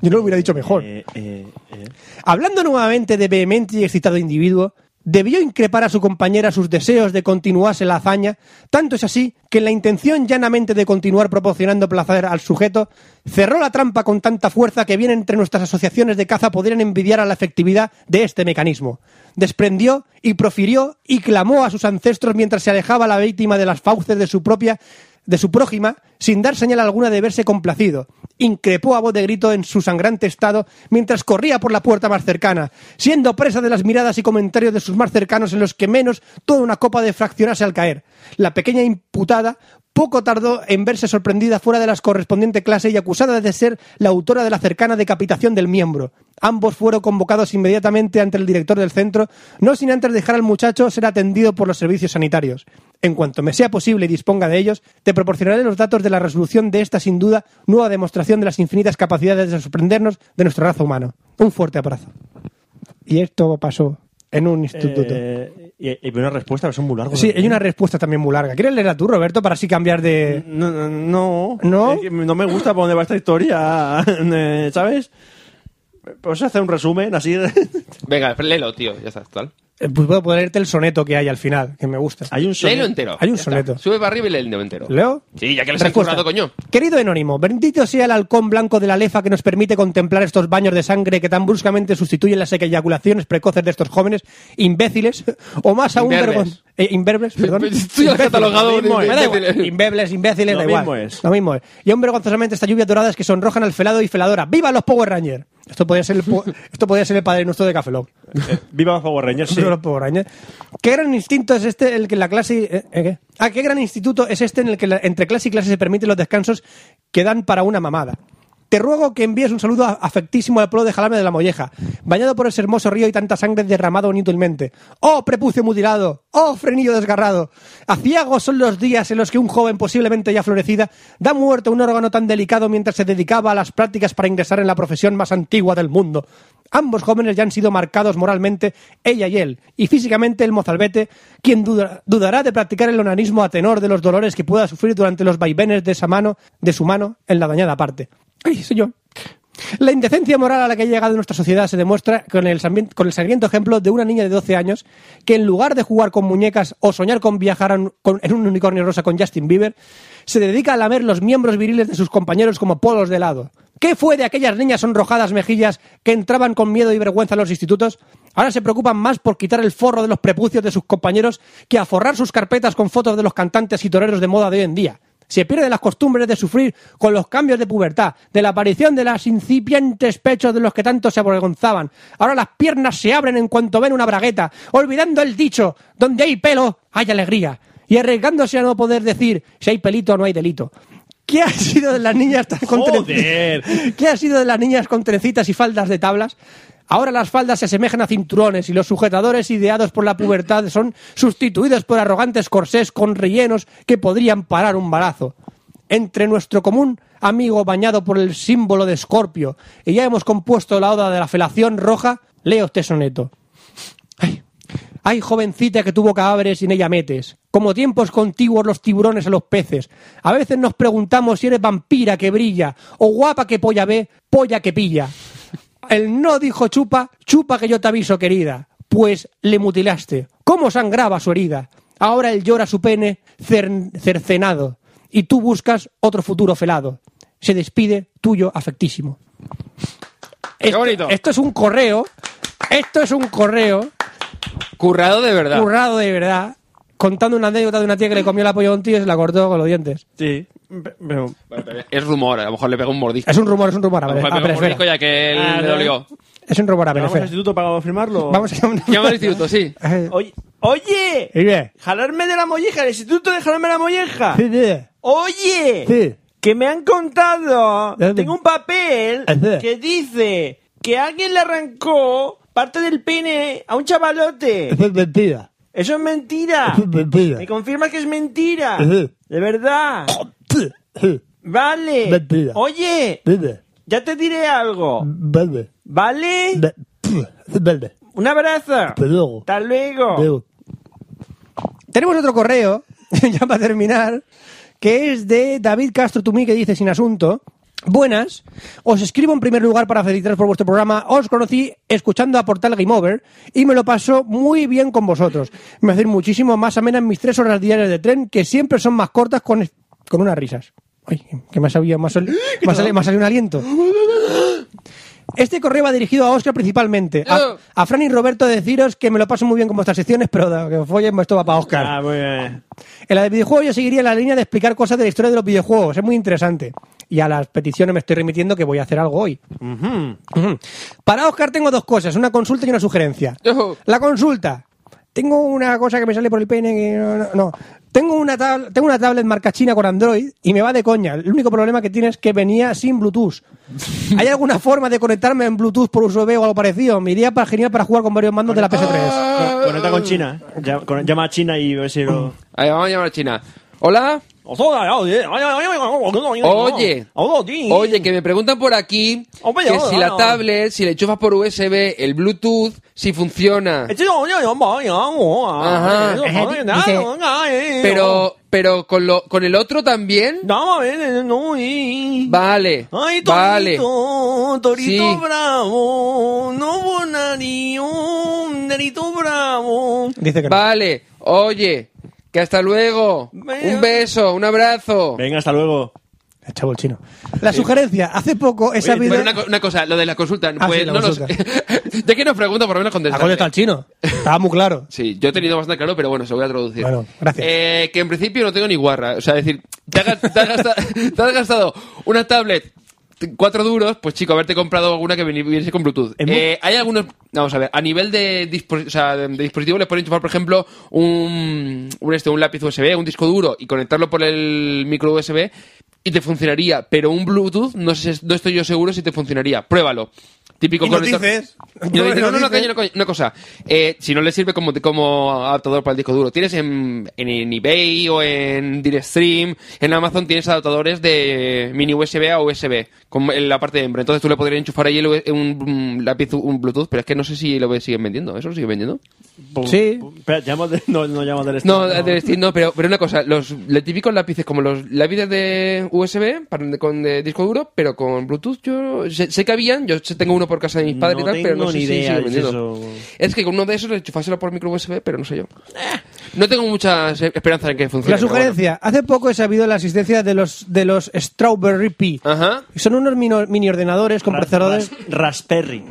Yo no lo hubiera dicho mejor. Eh, eh, eh. Hablando nuevamente de vehemente y excitado individuo, debió increpar a su compañera sus deseos de continuarse la hazaña, tanto es así que en la intención llanamente de continuar proporcionando placer al sujeto, cerró la trampa con tanta fuerza que bien entre nuestras asociaciones de caza podrían envidiar a la efectividad de este mecanismo. Desprendió y profirió y clamó a sus ancestros mientras se alejaba la víctima de las fauces de su propia de su prójima sin dar señal alguna de verse complacido. Increpó a voz de grito en su sangrante estado mientras corría por la puerta más cercana, siendo presa de las miradas y comentarios de sus más cercanos en los que menos toda una copa de fraccionarse al caer. La pequeña imputada poco tardó en verse sorprendida fuera de la correspondiente clase y acusada de ser la autora de la cercana decapitación del miembro. Ambos fueron convocados inmediatamente ante el director del centro, no sin antes dejar al muchacho ser atendido por los servicios sanitarios. En cuanto me sea posible y disponga de ellos, te proporcionaré los datos de la resolución de esta sin duda nueva demostración de las infinitas capacidades de sorprendernos de nuestro raza humano. Un fuerte abrazo. Y esto pasó en un instituto. Eh, y, y una respuesta, pero son muy largos. Sí, hay una respuesta también muy larga. ¿Quieres leerla tú, Roberto, para así cambiar de... No, no, no. ¿No? Es que no me gusta por dónde va esta historia, eh, ¿sabes? Pues hacer un resumen así. Venga, léelo, tío. Ya está, tal. eh, pues puedo ponerte el soneto que hay al final, que me gusta. Hay un Léelo sonido. entero. Hay un Ya está. soneto. Sube para arriba y léelo entero. ¿Leo? Sí, ya que les has Respuesta. currado, coño. Querido Enónimo, bendito sea el halcón blanco de la lefa que nos permite contemplar estos baños de sangre que tan bruscamente sustituyen las eyaculaciones precoces de estos jóvenes imbéciles, o más aún Imberbes. vergon- eh, imberbes, perdón. Tú ya has Imbéciles, catalogado lo mismo de es. Me da imbéciles. igual. Imbebles, imbéciles, Lo da mismo igual. es. Lo mismo es. Y aún vergonzosamente estas lluvias doradas que sonrojan al felado y feladora. ¡Viva los Power Rangers! Esto podría ser el, po- esto podría ser el padre nuestro de Café Lock. Eh, Viva los Power Rangers, sí. No lo puedo arañar. ¿Qué gran instinto es este el que la clase... eh, eh, ¿qué? Ah, ¿qué gran instituto es este en el que la- entre clase y clase se permiten los descansos que dan para una mamada? Te ruego que envíes un saludo a- afectísimo al pueblo de Jalame de la Molleja, bañado por ese hermoso río y tanta sangre derramada inútilmente. ¡Oh, prepucio mutilado! ¡Oh, frenillo desgarrado! Aciagos son los días en los que un joven posiblemente ya florecida da muerte a un órgano tan delicado mientras se dedicaba a las prácticas para ingresar en la profesión más antigua del mundo. Ambos jóvenes ya han sido marcados moralmente, ella y él, y físicamente el mozalbete, quien duda- dudará de practicar el onanismo a tenor de los dolores que pueda sufrir durante los vaivenes de esa mano, de su mano, en la dañada parte. ¡Ay, señor! La indecencia moral a la que ha llegado nuestra sociedad se demuestra con el, sangri- con el sangriento ejemplo de una niña de 12 años que en lugar de jugar con muñecas o soñar con viajar a un- con- en un unicornio rosa con Justin Bieber, se dedica a lamer los miembros viriles de sus compañeros como polos de helado. ¿Qué fue de aquellas niñas sonrojadas mejillas que entraban con miedo y vergüenza a los institutos? Ahora se preocupan más por quitar el forro de los prepucios de sus compañeros que a forrar sus carpetas con fotos de los cantantes y toreros de moda de hoy en día. Se pierden las costumbres de sufrir con los cambios de pubertad, de la aparición de las incipientes pechos de los que tanto se avergonzaban. Ahora las piernas se abren en cuanto ven una bragueta, olvidando el dicho, donde hay pelo, hay alegría, y arriesgándose a no poder decir, si hay pelito no hay delito. ¿Qué ha sido de las niñas tan con Joder. tren- ¿Qué ha sido de las niñas con trencitas y faldas de tablas? Ahora las faldas se asemejan a cinturones y los sujetadores ideados por la pubertad son sustituidos por arrogantes corsés con rellenos que podrían parar un balazo. Entre nuestro común amigo bañado por el símbolo de escorpio y ya hemos compuesto la oda de la felación roja, leo este soneto. Ay, jovencita que tuvo cadáveres y en ella metes. Como tiempos contiguos los tiburones a los peces. A veces nos preguntamos si eres vampira que brilla o guapa que polla ve, polla que pilla. El no dijo chupa, chupa que yo te aviso, querida. Pues le mutilaste. ¿Cómo sangraba su herida? Ahora él llora su pene cer- cercenado y tú buscas otro futuro felado. Se despide tuyo afectísimo. Esto- bonito. esto es un correo. Esto es un correo Currado de verdad. currado de verdad, contando una anécdota de una tía que le comió el apoyo a un tío y se la cortó con los dientes. Sí. Pe- Pero, Bueno, pero es rumor, a lo mejor le pega un mordisco. Es un rumor, es un rumor. A A lo ver, mejor ah, le pega pero un mordisco espera. ya que él Ah, le no. dolió. Es un rumor, a ver, ¿Vamos al espera. instituto para firmarlo? Vamos a una... Llama al instituto, sí. Eh, Oye, oye, ¿y qué? jalarme de la molleja, el instituto de jalarme de la molleja. Sí, sí. Oye, Sí. que me han contado, ¿Dónde? tengo un papel Ajá. que dice que alguien le arrancó parte del pene a un chavalote. es mentira. Eso es mentira. mentira. Me confirmas que es mentira. Ajá. De verdad. Vale. Mentira. Oye, ya te diré algo. ¿Vale? Un abrazo. Hasta luego. Tenemos otro correo, ya para terminar, que es de David Castro Tumí, que dice sin asunto. Buenas, os escribo en primer lugar para felicitaros por vuestro programa. Os conocí escuchando a Portal Game Over y me lo paso muy bien con vosotros. Me hacen muchísimo más amenas mis tres horas diarias de tren, que siempre son más cortas con, es- con unas risas. Ay, que me ha salido, me ha salido- me ha salido- me ha salido un aliento. Este correo va dirigido a Oscar principalmente. A, a Fran y Roberto deciros que me lo paso muy bien con vuestras secciones, pero da- que os follen, esto va para Oscar. Ah, muy bien. En la de videojuegos yo seguiría la línea de explicar cosas de la historia de los videojuegos. Es muy interesante. Y a las peticiones me estoy remitiendo que voy a hacer algo hoy. Ujú. Para Oscar tengo dos cosas, una consulta y una sugerencia. Ujú. La consulta. Tengo una cosa que me sale por el pene que no... no- no. Tengo una, tab- tengo una tablet marca china con Android y me va de coña. El único problema que tiene es que venía sin Bluetooth. ¿Hay alguna forma de conectarme en Bluetooth por USB o algo parecido? Me iría para, genial para jugar con varios mandos de la PS3. Con- Conecta con China. Ya- con- Llama a China y a ver si lo... Ahí, vamos a llamar a China. Hola. Oye, Oye, que me preguntan por aquí Hombre, que Oh, hola, si la hola. tablet, si le enchufas por USB, el Bluetooth, si funciona. Este Ajá. Pero, pero con, lo, con el otro también. Vale. Ay, torito, vale. torito Sí. bravo, no bonario, Dinerito Bravo. Dice que no. Vale, oye, que hasta luego. Un beso, un abrazo. Venga, hasta luego. El chavo el chino. La sugerencia, hace poco he Bueno, sabido... una, co- una cosa, lo de la consulta. Ah, pues sí, la no lo consulta. sé. ya que nos pregunta, por lo menos ¿Ha contestar. contestado el chino? Estaba muy claro. Sí, yo he tenido bastante claro, pero bueno, se lo voy a traducir. Bueno, gracias. Eh, que en principio no tengo ni guarra. O sea, decir, te has, gas- te has gasta- te has gastado una tablet, t- cuatro duros, pues chico, haberte comprado alguna que veni- viniese con Bluetooth. Es muy- Eh, hay algunos, vamos a ver, a nivel de, dispo- o sea, de, de dispositivo le pueden enchufar, por ejemplo, un, un, este, un lápiz USB, un disco duro y conectarlo por el micro USB y te funcionaría. Pero un Bluetooth, no, sé, no estoy yo seguro si te funcionaría. Pruébalo. Típico Y no conector- dices. Y no No, dices, no no, no, no, dices. coño, no, coño, una cosa, eh, si no le sirve como, como adaptador para el disco duro, tienes en, en, en eBay o en DirectStream, en Amazon tienes adaptadores de mini USB a USB, como en la parte de hembra. Entonces tú le podrías enchufar ahí el U- un, un lápiz, un Bluetooth, pero es que no sé si lo siguen vendiendo. ¿Eso lo siguen vendiendo? Pum, Sí. pum. Espera, llamo de- no, no llamo del No, estudio, de- de- no, pero, pero una cosa, los, los típicos lápices como los lápices de USB para- de- con de disco duro, pero con Bluetooth yo sé, sé que habían, yo sé- tengo uno por casa de mis padres No y tal, pero no tengo sé ni si idea siguen de vendiendo. eso. Eh. Es que con uno de esos enchufáselo por micro USB, pero no sé yo. No tengo mucha eh, esperanza en que funcione. La sugerencia, hace poco he sabido la existencia de los, de los Strawberry Pi. pero bueno. Ajá. Son unos mini, mini ordenadores con Ra- procesadores ras- Raspberry.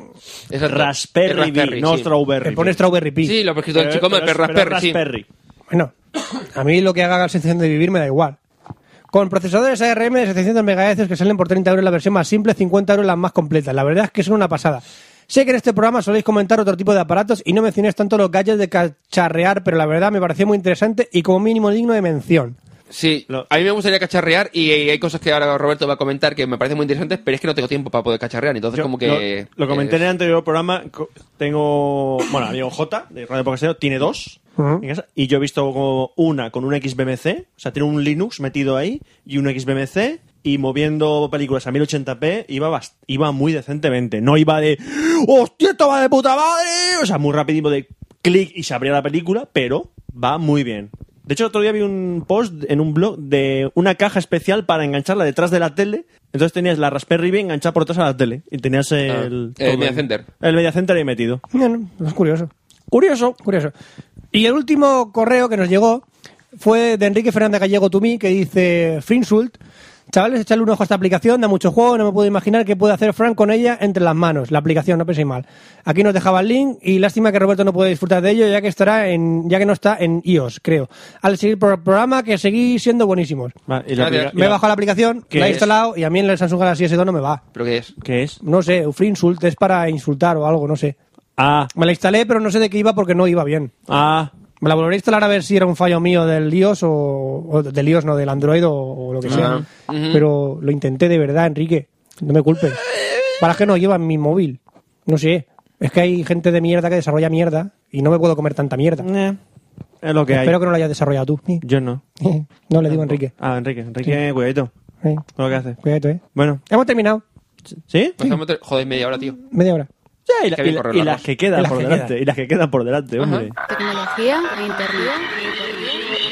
Exacto. Raspberry, El Raspberry, Pi, no sí. que Strawberry. pone Pi. Strawberry Pi. Sí, lo ha escrito el chico, Pero- pero, pero Raspberry, sí. Raspberry. Bueno, a mí lo que haga la sensación de vivir me da igual. Con procesadores ARM de 700 MHz que salen por 30 euros la versión más simple, 50 euros las más completas. La verdad es que son una pasada. Sé que en este programa soléis comentar otro tipo de aparatos y no mencionéis tanto los gadgets de cacharrear, pero la verdad me pareció muy interesante y como mínimo digno de mención. Sí, Lo- a mí me gustaría cacharrear y eh, hay cosas que ahora Roberto va a comentar que me parecen muy interesantes, pero es que no tengo tiempo para poder cacharrear, entonces Yo como que... lo, lo comenté eh, en el anterior programa. co- Tengo. Bueno, amigo J de Radio Podcastero tiene dos Ujú. en casa, y yo he visto como una con un XBMC, o sea, tiene un Linux metido ahí y un XBMC y moviendo películas a 1080p iba, bast- iba muy decentemente. No iba de. ¡Hostia, esto va de puta madre! O sea, muy rapidito de clic y se abría la película, pero va muy bien. De hecho, otro día vi un post en un blog de una caja especial para engancharla detrás de la tele. Entonces tenías la Raspberry Pi enganchada por detrás a la tele. Y tenías el... Ah, el todo Media Center. El Media Center ahí metido. Bueno, es curioso. Curioso. Curioso. Y el último correo que nos llegó fue de Enrique Fernández Gallego Tumí, que dice Frinsult. Chavales, echarle un ojo a esta aplicación, da mucho juego, no me puedo imaginar qué puede hacer Frank con ella entre las manos. La aplicación, no penséis mal. Aquí nos dejaba el link y lástima que Roberto no puede disfrutar de ello ya que estará en, ya que no está en iOS, creo. Al seguir por el programa que seguís siendo buenísimos. Va, y la Gracias. aplica- y Me he la- bajado la aplicación, ¿Qué la he es? instalado y a mí en el Samsung Galaxy S2 no me va. ¿Pero qué es? ¿Qué es? No sé, Frinsult es para insultar o algo, no sé. Ah, Me la instalé, pero no sé de qué iba porque no iba bien. ah. Me la volveré a instalar a ver si era un fallo mío del iOS o, o del iOS, no, del Android o, o lo que sea. Pero lo intenté de verdad, Enrique. No me culpes. Para que no llevan mi móvil. No sé. Es que hay gente de mierda que desarrolla mierda y no me puedo comer tanta mierda. Mm. eh, es lo que hay. Espero que no lo hayas desarrollado tú. Yo no. No le digo a Enrique. Ah, Enrique. Enrique, cuidadito con lo que hace. Cuidado, eh. Bueno, Hemos terminado. ¿sí? Pasamos otro- Joder, media hora, tío. Media hora. Ya, y, la- Que hay que y la- correr y largos. las que quedan Y las por que delante. quedan. Y las que quedan por delante, hombre. Tecnología e internet.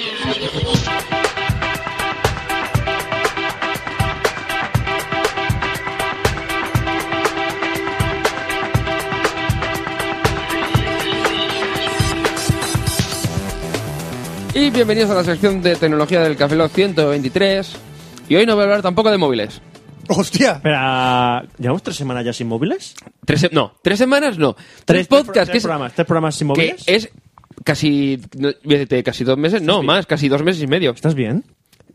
Y bienvenidos a la sección de tecnología del Café Lock 123. Y hoy no voy a hablar tampoco de móviles. ¡Hostia! Espera, ¿llevamos tres semanas ya sin móviles? Tres, se- no, tres semanas no. Tres, pro- podcasts, tres que es- programas, tres programas sin que, móviles. es, casi, no, fíjate, casi dos meses, no, más, casi dos meses y medio. ¿Estás bien?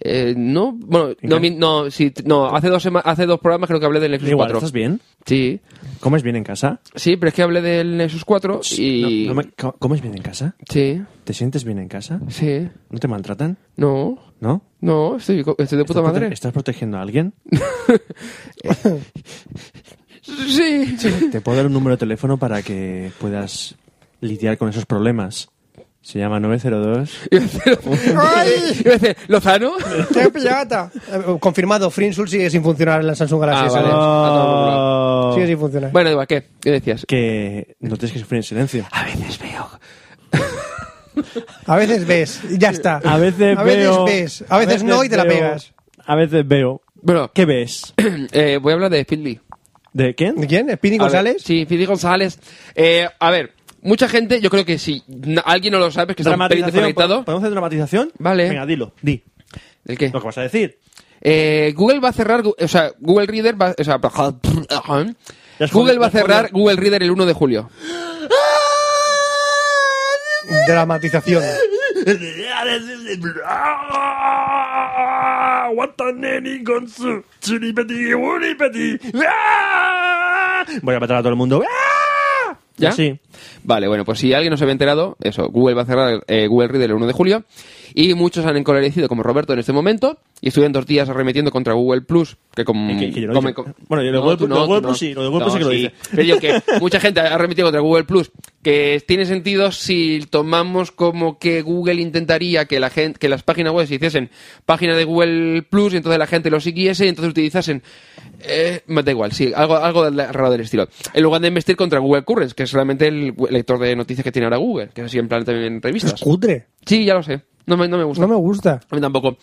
Eh, no, bueno, Venga. no, mi- no, sí, t- no, hace dos, sema- hace dos programas creo que hablé del Nexus Igual, 4. ¿estás bien? Sí, ¿Comes bien en casa? sí, pero es que hablé del Nexus 4 y... No- no me- co- ¿Comes bien en casa? Sí, ¿Te sientes bien en casa? sí, ¿No te maltratan? no, ¿No? no, estoy, co- estoy de puta ¿Estás prote- madre. ¿Estás protegiendo a alguien? Sí, Te puedo dar un número de teléfono para que puedas lidiar con esos problemas. Se llama 902. ¡Ay! Iba a decir, ¿Lozano? ¡Qué pirata! Eh, Confirmado, Frinsult sigue sin funcionar en la Samsung Galaxy Ah, S2. vale. Oh. Sigue sin funcionar. bueno, da igual, ¿qué? ¿Qué decías? Que no tienes que sufrir en silencio. A veces veo. A veces ves, y ya está. A veces, a veces veo- ves, a veces, no y te la veo- pegas. A veces veo. Bueno, ¿Qué ves? eh, voy a hablar de Speedly. ¿De quién? ¿De quién? ¿Speedy A ver, González? Sí, Speedy González. Eh, a ver, mucha gente, yo creo que si n- alguien no lo sabe, es que está un pelín Dramatización. desconectado. ¿Podemos hacer dramatización? Vale. Venga, dilo. Di. ¿El qué? Lo que vas a decir. Eh, Google va a cerrar, gu- o sea, Google Reader va, o sea, Ya es Google jodido, va a ya es cerrar jodido. Google Reader el 1 de julio. Dramatización. Voy a matar a todo el mundo. Pues ¿Ya? Sí. Vale, bueno, pues si alguien no se había enterado, eso, Google va a cerrar eh, Google Reader el 1 de julio y muchos han encolerido como Roberto en este momento y estuvieron dos días arremetiendo contra Google Plus, que como... Eh, que- que yo no como- he dicho. como- Bueno, yo lo de Google tú Plus- lo de tú Google Plus sí, lo de Google Plus sí que lo dice. Pero digo que mucha gente ha arremetido contra Google Plus, que tiene sentido si tomamos como que Google intentaría que la gente, que las páginas web se hiciesen página de Google Plus y entonces la gente lo siguiese y entonces utilizasen eh, me da igual, sí, algo, algo del- raro del estilo. En lugar de investir contra Google Currents, que es realmente el we- lector de noticias que tiene ahora Google, que es así en plan también en revistas. Es cutre. Sí, ya lo sé. No me, no me gusta. No me gusta. A mí tampoco.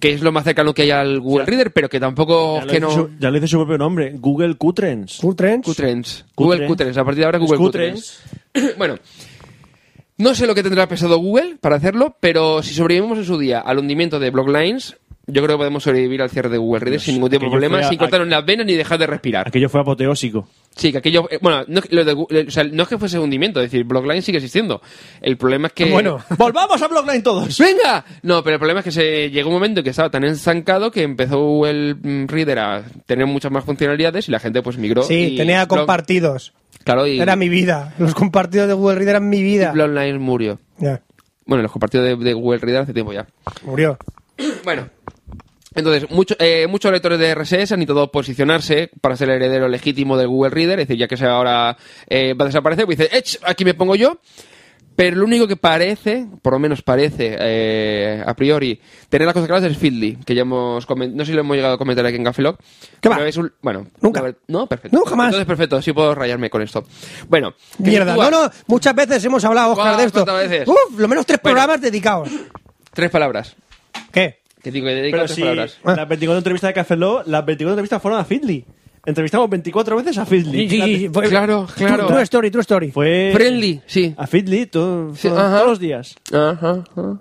Que es lo más cercano que hay al Google Reader, pero que tampoco. Ya lo que dice no... su- ya le dice su propio nombre. Google Cutrens. Cutre. Cutrens. Google Cutrens. A partir de ahora Google Cutrens. bueno. No sé lo que tendrá pesado Google para hacerlo, pero si sobrevivimos en su día al hundimiento de Blocklines, yo creo que podemos sobrevivir al cierre de Google Pues Reader sin ningún tipo de aquello problema, fue a- sin cortarnos las venas ni dejar de respirar. Aquello fue apoteósico. Sí, que aquello. eh, Bueno, no, es que lo de Gu- eh, o sea, no es que fuese hundimiento, es decir, Blockline sigue existiendo. El problema es que. Pues Bueno. ¡Volvamos a Blockline todos! ¡Venga! No, pero el problema es que se llegó un momento en que estaba tan ensancado que empezó el mm, Reader a tener muchas más funcionalidades y la gente pues migró. Sí, y tenía Blog- compartidos. Claro, y. Era mi vida. Los compartidos de Google Reader eran mi vida. Blockline murió. Ya, Bueno, los compartidos de, de Google Reader hace tiempo ya. murió. Bueno. Entonces, mucho- eh, muchos lectores de RSS han intentado posicionarse para ser el heredero legítimo del Google Reader, es decir, ya que sea ahora eh, va a desaparecer, pues dice, "Ech, aquí me pongo yo. Pero lo único que parece, por lo menos parece, eh, a priori, tener las cosas claras es Fieldly, que ya hemos comen- no sé si lo hemos llegado a comentar aquí en Café Lock. ¿Qué va? pero es un- bueno, Nunca. la ver- no, perfecto. No, jamás. Entonces, perfecto, sí puedo rayarme con esto. Bueno. que Mierda. sitúa No, no, muchas veces hemos hablado, Oscar, Guau, de esto. ¿cuántas veces? Uf, lo menos tres Bueno. programas dedicados. Tres palabras. ¿Qué? Que digo, que dedico Pero tres si palabras. las 24 entrevistas de Café Lock, las 24 entrevistas fueron a Fidley. Entrevistamos 24 veces a Fidley. fue- Claro, Pues claro. True, true story, true story. Fue Friendly, sí. a Fidley todo- Sí, todo- ajá. todos los días. Ajá, ajá.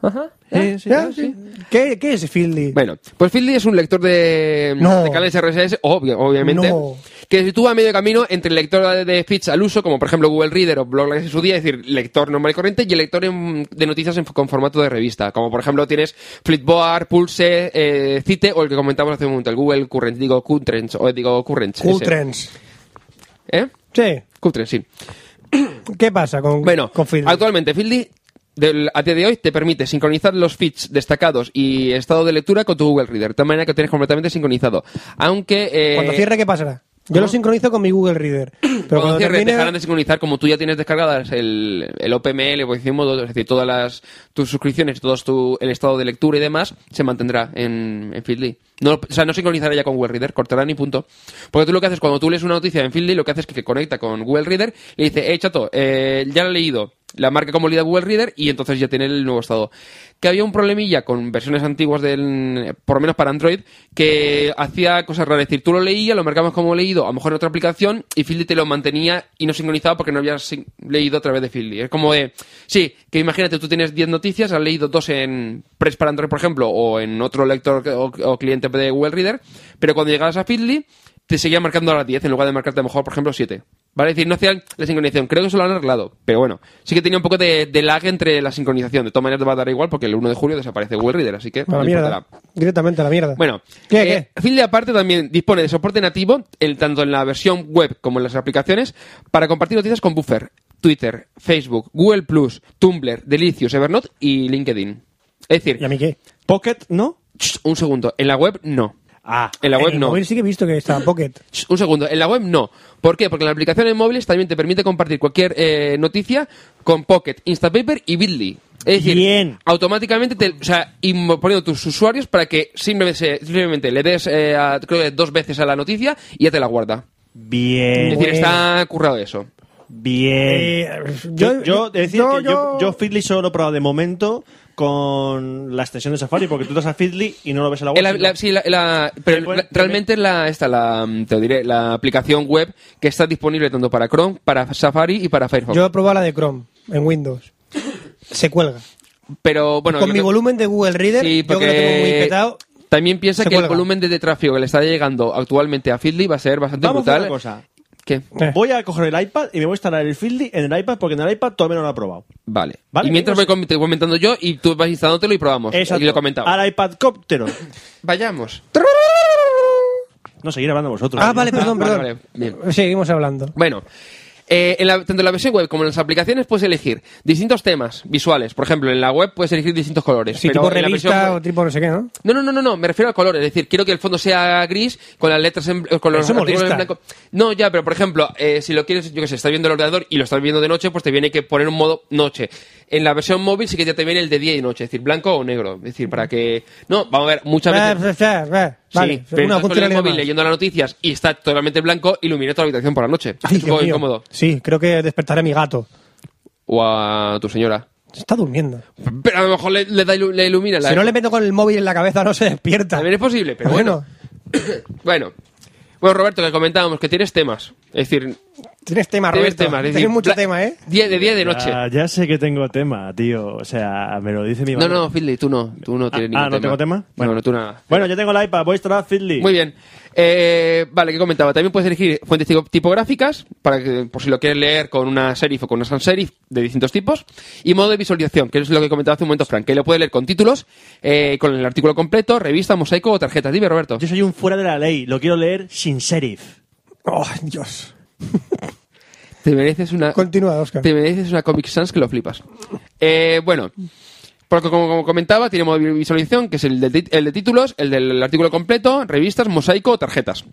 Ajá. Sí, sí, ¿Ya? sí. ¿Qué, qué es Fieldly? Bueno, pues Fieldly es un lector de, No. de canales RSS, obvio, obviamente, No. que se sitúa a medio camino entre el lector de speech al uso, como por ejemplo Google Reader o Bloglines en su día, es decir, lector normal y corriente, y el lector en- de noticias en- con formato de revista, como por ejemplo tienes Flipboard, Pulse, eh, Cite o el que comentamos hace un momento, el Google Current, digo Currents, o digo Currents. ese. Cutrens. ¿Eh? Sí. Currents, sí. ¿Qué pasa con, Bueno, con Fieldly? actualmente Fieldly del, a día de hoy te permite sincronizar los feeds destacados y estado de lectura con tu Google Reader, de tal manera que lo tienes completamente sincronizado. Aunque eh, Cuando cierre, ¿qué pasará? Yo ¿cómo? lo sincronizo con mi Google Reader. Pero cuando cuando, cierre, termine- dejarán de sincronizar como tú ya tienes descargadas el, el OPML, pues decimos, todo- es decir, todas las, tus suscripciones, todo tu, el estado de lectura y demás, se mantendrá en, en Feedly. No, o sea, no sincronizará ya con Google Reader, cortarán y punto. Porque tú lo que haces cuando tú lees una noticia en Feedly, lo que haces es que, conecta con Google Reader, le dice, eh, chato, eh, ya la he leído, la marca como leída Google Reader y entonces ya tiene el nuevo estado. Que había un problemilla con versiones antiguas del, por lo menos para Android, que hacía cosas raras. Es decir, tú lo leías, lo marcabas como leído, a lo mejor en otra aplicación, y Fieldy te lo mantenía y no sincronizaba porque no habías sin- leído a través de Fieldy. Es como de, sí, que imagínate, tú tienes 10 noticias, has leído dos en Press para Android, por ejemplo, o en otro lector que- o, o cliente de Google Reader, pero cuando llegabas a Fieldy, te seguía marcando a las 10 en lugar de marcarte a lo mejor, por ejemplo, 7. ¿Vale? Es decir, no hacían la sincronización. Creo que eso lo han arreglado. Pero bueno, sí que tenía un poco de, de lag entre la sincronización. De todas maneras, te va a dar igual porque el 1 de julio desaparece Google Reader, así que A la no mierda. importará. Directamente a la mierda. Bueno, ¿Qué, eh, qué? Fieldly aparte también dispone de soporte nativo, en- tanto en la versión web como en las aplicaciones, para compartir noticias con Buffer, Twitter, Facebook, Google Plus, Tumblr, Delicious, Evernote y LinkedIn. Es decir, ¿Y a mí qué? Pocket, ¿no? sh, un segundo, en la web no. Ah. En la En web el pues no. móvil sí que he visto que estaba en Pocket. Sh, Un segundo, en la web no. ¿Por qué? Porque la aplicación en móviles también te permite compartir cualquier eh, noticia con Pocket, Instapaper y Bitly. Es decir, Bien. automáticamente, te, o sea, y mo- poniendo tus usuarios para que simplemente, simplemente le des, eh, a- creo que dos veces a la noticia y ya te la guarda. Bien. Es decir, está currado eso. Bien. Eh, Yo, yo, he de decir yo- que yo, yo Fiddly solo lo he probado de momento con la extensión de Safari, porque tú te vas a Feedly y no lo ves en la web. Eh, la- sino- la- sí, la- la- pero Después- la- realmente es la, esta, la, mm, te lo diré, la aplicación web que está disponible tanto para Chrome, para Safari y para Firefox. Yo he probado la de Chrome en Windows. Se cuelga. pero bueno, Con yo mi creo- volumen de Google Reader, sí, yo que lo tengo muy petado. También piensa se que el cuelga. volumen de, de tráfico que le está llegando actualmente a Feedly va a ser bastante Vamos a brutal. hacer una cosa. ¿Qué? Eh. Voy a coger el iPad y me voy a instalar el Feedly en el iPad porque en el iPad todavía no lo he probado. Vale. Vale, Y mientras voy pues- com- te voy comentando yo y tú vas instalándotelo y probamos. Exacto. Y lo comentamos. Al iPad cóptero. Vayamos. No, seguir hablando vosotros. Ah, vale, perdón, Vale, perdón. vale, bien. Seguimos hablando. Bueno, eh, en la- tanto en la versión web como en las aplicaciones puedes elegir distintos temas visuales. Por ejemplo, en la web puedes elegir distintos colores. Sí, pero tipo en la revista versión o web- tipo no sé qué, ¿no? No, no, no, no, no, me refiero al color. Es decir, quiero que el fondo sea gris con las letras en, con los Eso artículos en molesta. blanco. No, ya, pero por ejemplo, eh, si lo quieres, yo que sé, estás viendo el ordenador y lo estás viendo de noche, pues te viene que poner un modo noche. En la versión móvil sí que ya te viene el de día y noche, es decir, blanco o negro. Es decir, para que. No, vamos a ver, muchas Ah, veces. pues, ah, ah, Sí, Vale, pero una estás con el funcionalidad móvil más. leyendo las noticias y está totalmente blanco, ilumina tu habitación por la noche. Ay, es un Dios poco mío. incómodo. Sí, creo que despertaré a mi gato. O a tu señora. Se está durmiendo. Pero a lo mejor le, le da ilu- le ilumina la. Si no le meto con el móvil en la cabeza, no se despierta. También es posible, pero bueno. Bueno. Bueno, Roberto, que comentábamos que tienes temas. Es decir, Tienes tema, tienes Roberto. temas. es Tienes decir, mucho bla- tema, ¿eh? día- de día y de noche. Ya, Ah, ya sé que tengo tema, tío. O sea, me lo dice mi No, madre. no, Philly, tú no. Tú no Ah, tienes ah, ningún ¿no tengo tema? Bueno, Bueno. no, tú nada. Bueno, ya tengo el iPad. Voy a instalar Feedly. Muy bien. Eh, vale, que comentaba. También puedes elegir fuentes tipo- tipográficas, para que, por si lo quieres leer con una serif o con una sans serif de distintos tipos. Y modo de visualización, que es lo que comentaba hace un momento Frank, que lo puedes leer con títulos, eh, con el artículo completo, revista, mosaico o tarjetas. Dime, Roberto. Yo soy un fuera de la ley. Lo quiero leer sin serif. Oh, Dios. Te mereces una. Continúa, Oscar. Te mereces una Comic Sans que lo flipas. Eh, bueno, porque como, como comentaba, tiene modo de visualización, que es el de, tit- el de títulos, el del artículo completo, revistas, mosaico o tarjetas.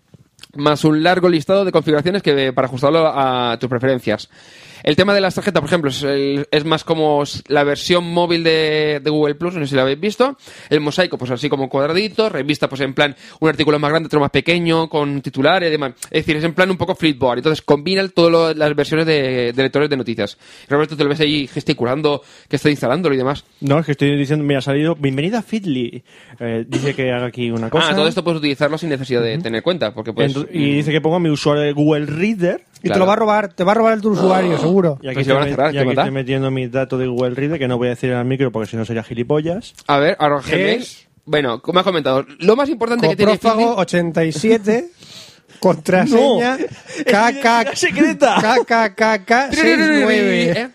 Más un largo listado de configuraciones que para ajustarlo a tus preferencias. El tema de las tarjetas, por ejemplo, es, el- es más como s- la versión móvil de, de Google Plus, no sé si la habéis visto. El mosaico, pues así como cuadradito, revista, pues en plan un artículo más grande, otro más pequeño, con titulares y demás. Es decir, es en plan un poco flipboard. Entonces combina todas las versiones de, de lectores de noticias. Roberto, te lo ves ahí gesticulando, que está instalándolo y demás. No, es que estoy diciendo, me ha salido. Bienvenida a Feedly. Eh, dice que haga aquí una cosa. Ah, todo esto puedes utilizarlo sin necesidad de tener cuenta, porque pues... Entonces- y dice que pongo mi usuario de Google Reader. Y te claro. lo va a robar, te va a robar tu usuario, seguro. Y aquí, Pues si estoy, lo van a met- cerrar, y ¿qué aquí mata? estoy metiendo mis datos de Google Reader, que no voy a decir al micro porque si no sería gilipollas. A ver, ahora Gmail. Bueno, como has comentado, lo más importante que tiene... Fitbit- Coprófago 87 contraseña No. Es KK identidad secreta. KKKK 69. ¿Eh?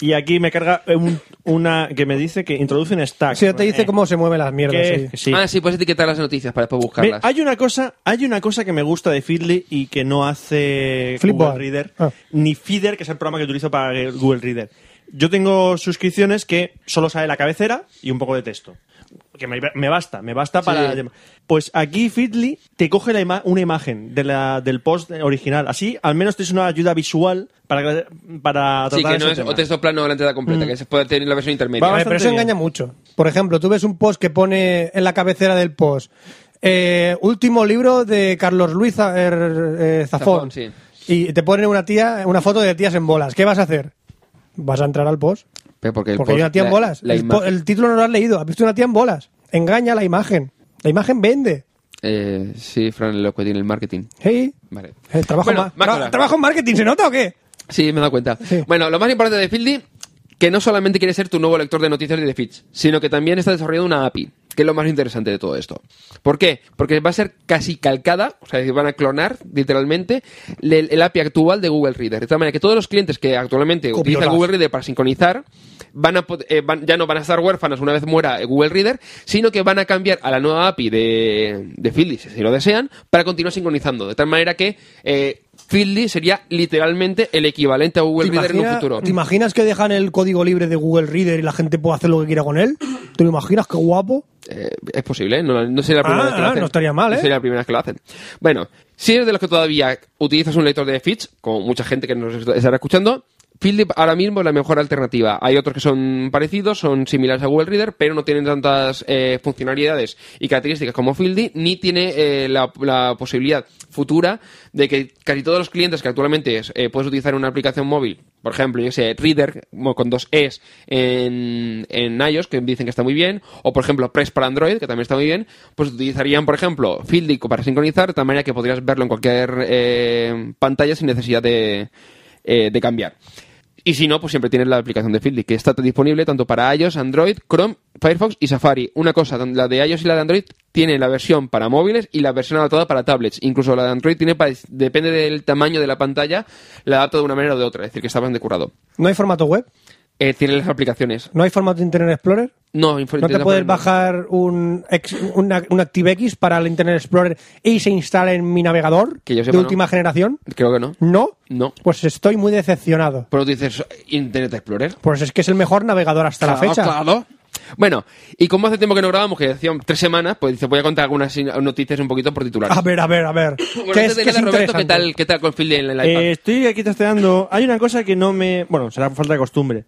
Y aquí me carga eh, un- una que me dice que introduce un stack. Si no te dice Eh, cómo se mueven las mierdas. que- sí. sí. Ah, sí, puedes etiquetar las noticias para después Ve, buscarlas. hay una cosa, hay una cosa que me gusta de Feedly y que no hace Flipboard. Google Reader, Ah. ni Feeder, que es el programa que utilizo para Google Reader. Yo tengo suscripciones que solo sale la cabecera y un poco de texto. Que me, me basta, me basta para... Pues aquí Feedly te coge la ima- una imagen de la, del post original. Así al menos tienes una ayuda visual para, para tratar Sí, que no ese es tema. o texto plano o la entrada completa, que se puede tener la versión intermedia. A Va ver, Eh, pero eso bastante engaña bien. mucho. Por ejemplo, tú ves un post que pone en la cabecera del post eh, último libro de Carlos Luis Za- er, eh, Zafón, Zafón. sí. Y te ponen una tía, una foto de tías en bolas. ¿Qué vas a hacer? ¿Vas a entrar al post? Pero porque el Porque post- hay una tía la- en bolas. la el, po- imagen- el título no lo has leído. Has visto una tía en bolas. Engaña la imagen. La imagen vende. Eh, sí, Fran, lo que tiene el marketing. Hey. Vale. Eh, trabajo, Bueno, en ma- Mácora. tra- trabajo en marketing, ¿se nota o qué? Sí, me he dado cuenta. Sí. Bueno, lo más importante de Fieldy, que no solamente quiere ser tu nuevo lector de noticias y de feeds, sino que también está desarrollando una API, que es lo más interesante de todo esto. ¿Por qué? Porque va a ser casi calcada, o sea, que van a clonar, literalmente, el, el API actual de Google Reader. De tal manera que todos los clientes que actualmente Copiolas. utilizan Google Reader para sincronizar, van a pod- eh, van- ya no van a estar huérfanos una vez muera Google Reader, sino que van a cambiar a la nueva API de, de Feedly, si así lo desean, para continuar sincronizando. De tal manera que eh, Feedly sería literalmente el equivalente a Google Reader en un imagina- futuro. te imaginas que dejan el código libre de Google Reader y la gente puede hacer lo que quiera con él? ¿Te lo imaginas? ¡Qué guapo! Eh, es posible, ¿eh? no, no sería la primera Ah, vez que lo ah, hacen. no estaría mal, ¿eh? sería la primera vez que lo hacen. Bueno, si eres de los que todavía utilizas un lector de feeds, como mucha gente que nos estará escuchando, Philip ahora mismo es la mejor alternativa. Hay otros que son parecidos, son similares a Google Reader, pero no tienen tantas eh, funcionalidades y características como Fieldy, ni tiene eh, la, la posibilidad futura de que casi todos los clientes que actualmente eh, puedes utilizar una aplicación móvil, por ejemplo, yo sé, Reader mo- con dos es en, en iOS, que dicen que está muy bien, o por ejemplo Press para Android, que también está muy bien, pues utilizarían, por ejemplo, Fieldy para sincronizar, de tal manera que podrías verlo en cualquier eh, pantalla sin necesidad de, eh, de cambiar. Y si no, pues siempre tienes la aplicación de Fiddly, que está disponible tanto para iOS, Android, Chrome, Firefox y Safari. Una cosa, tan- la de iOS y la de Android tiene la versión para móviles y la versión adaptada para tablets. Incluso la de Android tiene, para- depende del tamaño de la pantalla, la adapta de una manera o de otra. Es decir, que está bastante currado. ¿No hay formato web? Eh, tiene las aplicaciones. ¿No hay formato Internet Explorer? No, ¿No te puedes bajar un, ex- una- un ActiveX para el Internet Explorer y se instala en mi navegador Que yo sepa, de no. última generación? Creo que no. ¿No? No. Pues estoy muy decepcionado. Pero tú dices Internet Explorer. Ah, Pues es que es el mejor navegador hasta la Claro, fecha. claro. Bueno, y como hace tiempo que no grabamos, que decían tres semanas, pues dice, voy a contar algunas sin- noticias un poquito por titular. A ver, a ver, a ver. Bueno, ¿Qué antes es, de qué es nada, Roberto, ¿qué interesante? tal, qué tal con Field en el iPad? Eh, estoy aquí testeando. Hay una cosa que no me. Bueno, será falta de costumbre.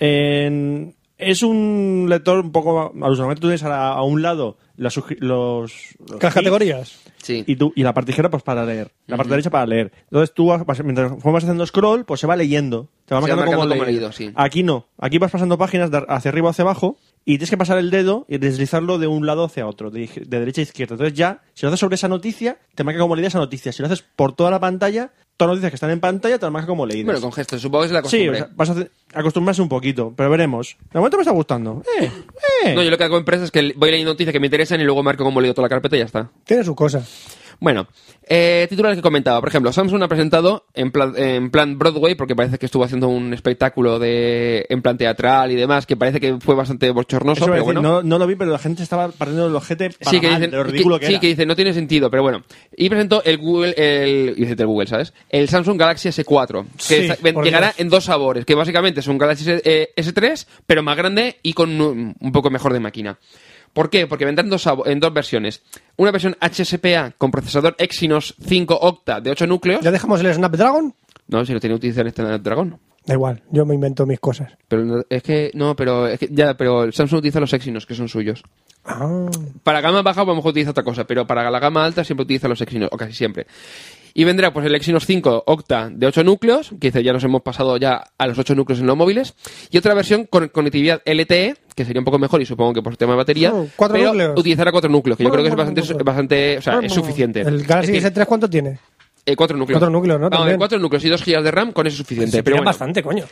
En- es un lector un poco. Alucinante, tú tienes a, la- a un lado las sugi- los, los ¿Las categorías? sí. y, tú- y la parte izquierda, pues para leer. La parte derecha, para leer. Entonces tú, vas- vas- mientras vas haciendo scroll, pues se va leyendo. Te va Se va marcando, como, marcando como leído. leído, sí. Aquí no. Aquí vas pasando páginas de hacia arriba o hacia abajo y tienes que pasar el dedo y deslizarlo de un lado hacia otro, de, de derecha a izquierda. Entonces ya, si lo haces sobre esa noticia, te marca como leída esa noticia. Si lo haces por toda la pantalla, todas las noticias que están en pantalla te las marca como leídas. Bueno, con gestos, supongo que es la sí, o costumbre. sea, vas a hacer- acostumbrarse un poquito, pero veremos. De momento me está gustando. Eh, eh. No, yo lo que hago en empresas es que voy leyendo noticias que me interesan y luego marco como leo toda la carpeta y ya está. Tiene su cosa. Bueno, eh, titulares que comentaba. Por ejemplo, Samsung ha presentado en plan, en plan Broadway, porque parece que estuvo haciendo un espectáculo de en plan teatral y demás, que parece que fue bastante Eso bochornoso, iba a pero decir, no, bueno. no lo vi, pero la gente estaba partiendo el ojete para Sí, que mal, dicen, de lo ridículo que, sí, era. que dicen, no tiene sentido, pero bueno. Y presentó el Google, el, y dice el Google, ¿sabes? El Samsung Galaxy S4, que Sí, está- ven- por llegará Dios. en dos sabores, que básicamente es un Galaxy eh, S3, pero más grande y con un, un poco mejor de máquina. ¿Por qué? Porque vendrán dos sabo- en dos versiones. Una versión HSPA con procesador Exynos 5 Octa de 8 núcleos. ¿Ya dejamos el Snapdragon? No, si lo tiene que utilizar este dragón. Da igual, yo me invento mis cosas. Pero no- es que, no, pero, es que, ya, pero el Samsung utiliza los Exynos, que son suyos. Ah, Para gama baja pues, a lo mejor utiliza otra cosa, pero para la gama alta siempre utiliza los Exynos, o casi siempre. Y vendrá pues el Exynos 5 Octa de 8 núcleos, que dice ya nos hemos pasado ya a los 8 núcleos en los móviles, y otra versión con conectividad LTE, que sería un poco mejor y supongo que por tema de batería, Oh, cuatro pero núcleos. utilizará 4 núcleos, que yo creo Bueno, que es bueno, bastante, bueno. bastante o sea, es suficiente. ¿El Galaxy Es decir, S3 cuánto tiene? eh, cuatro núcleos. Cuatro núcleos, ¿no? Vamos, También. cuatro núcleos y 2 GB de RAM, con eso es suficiente. Sí, pero tiene bueno. bastante, coño.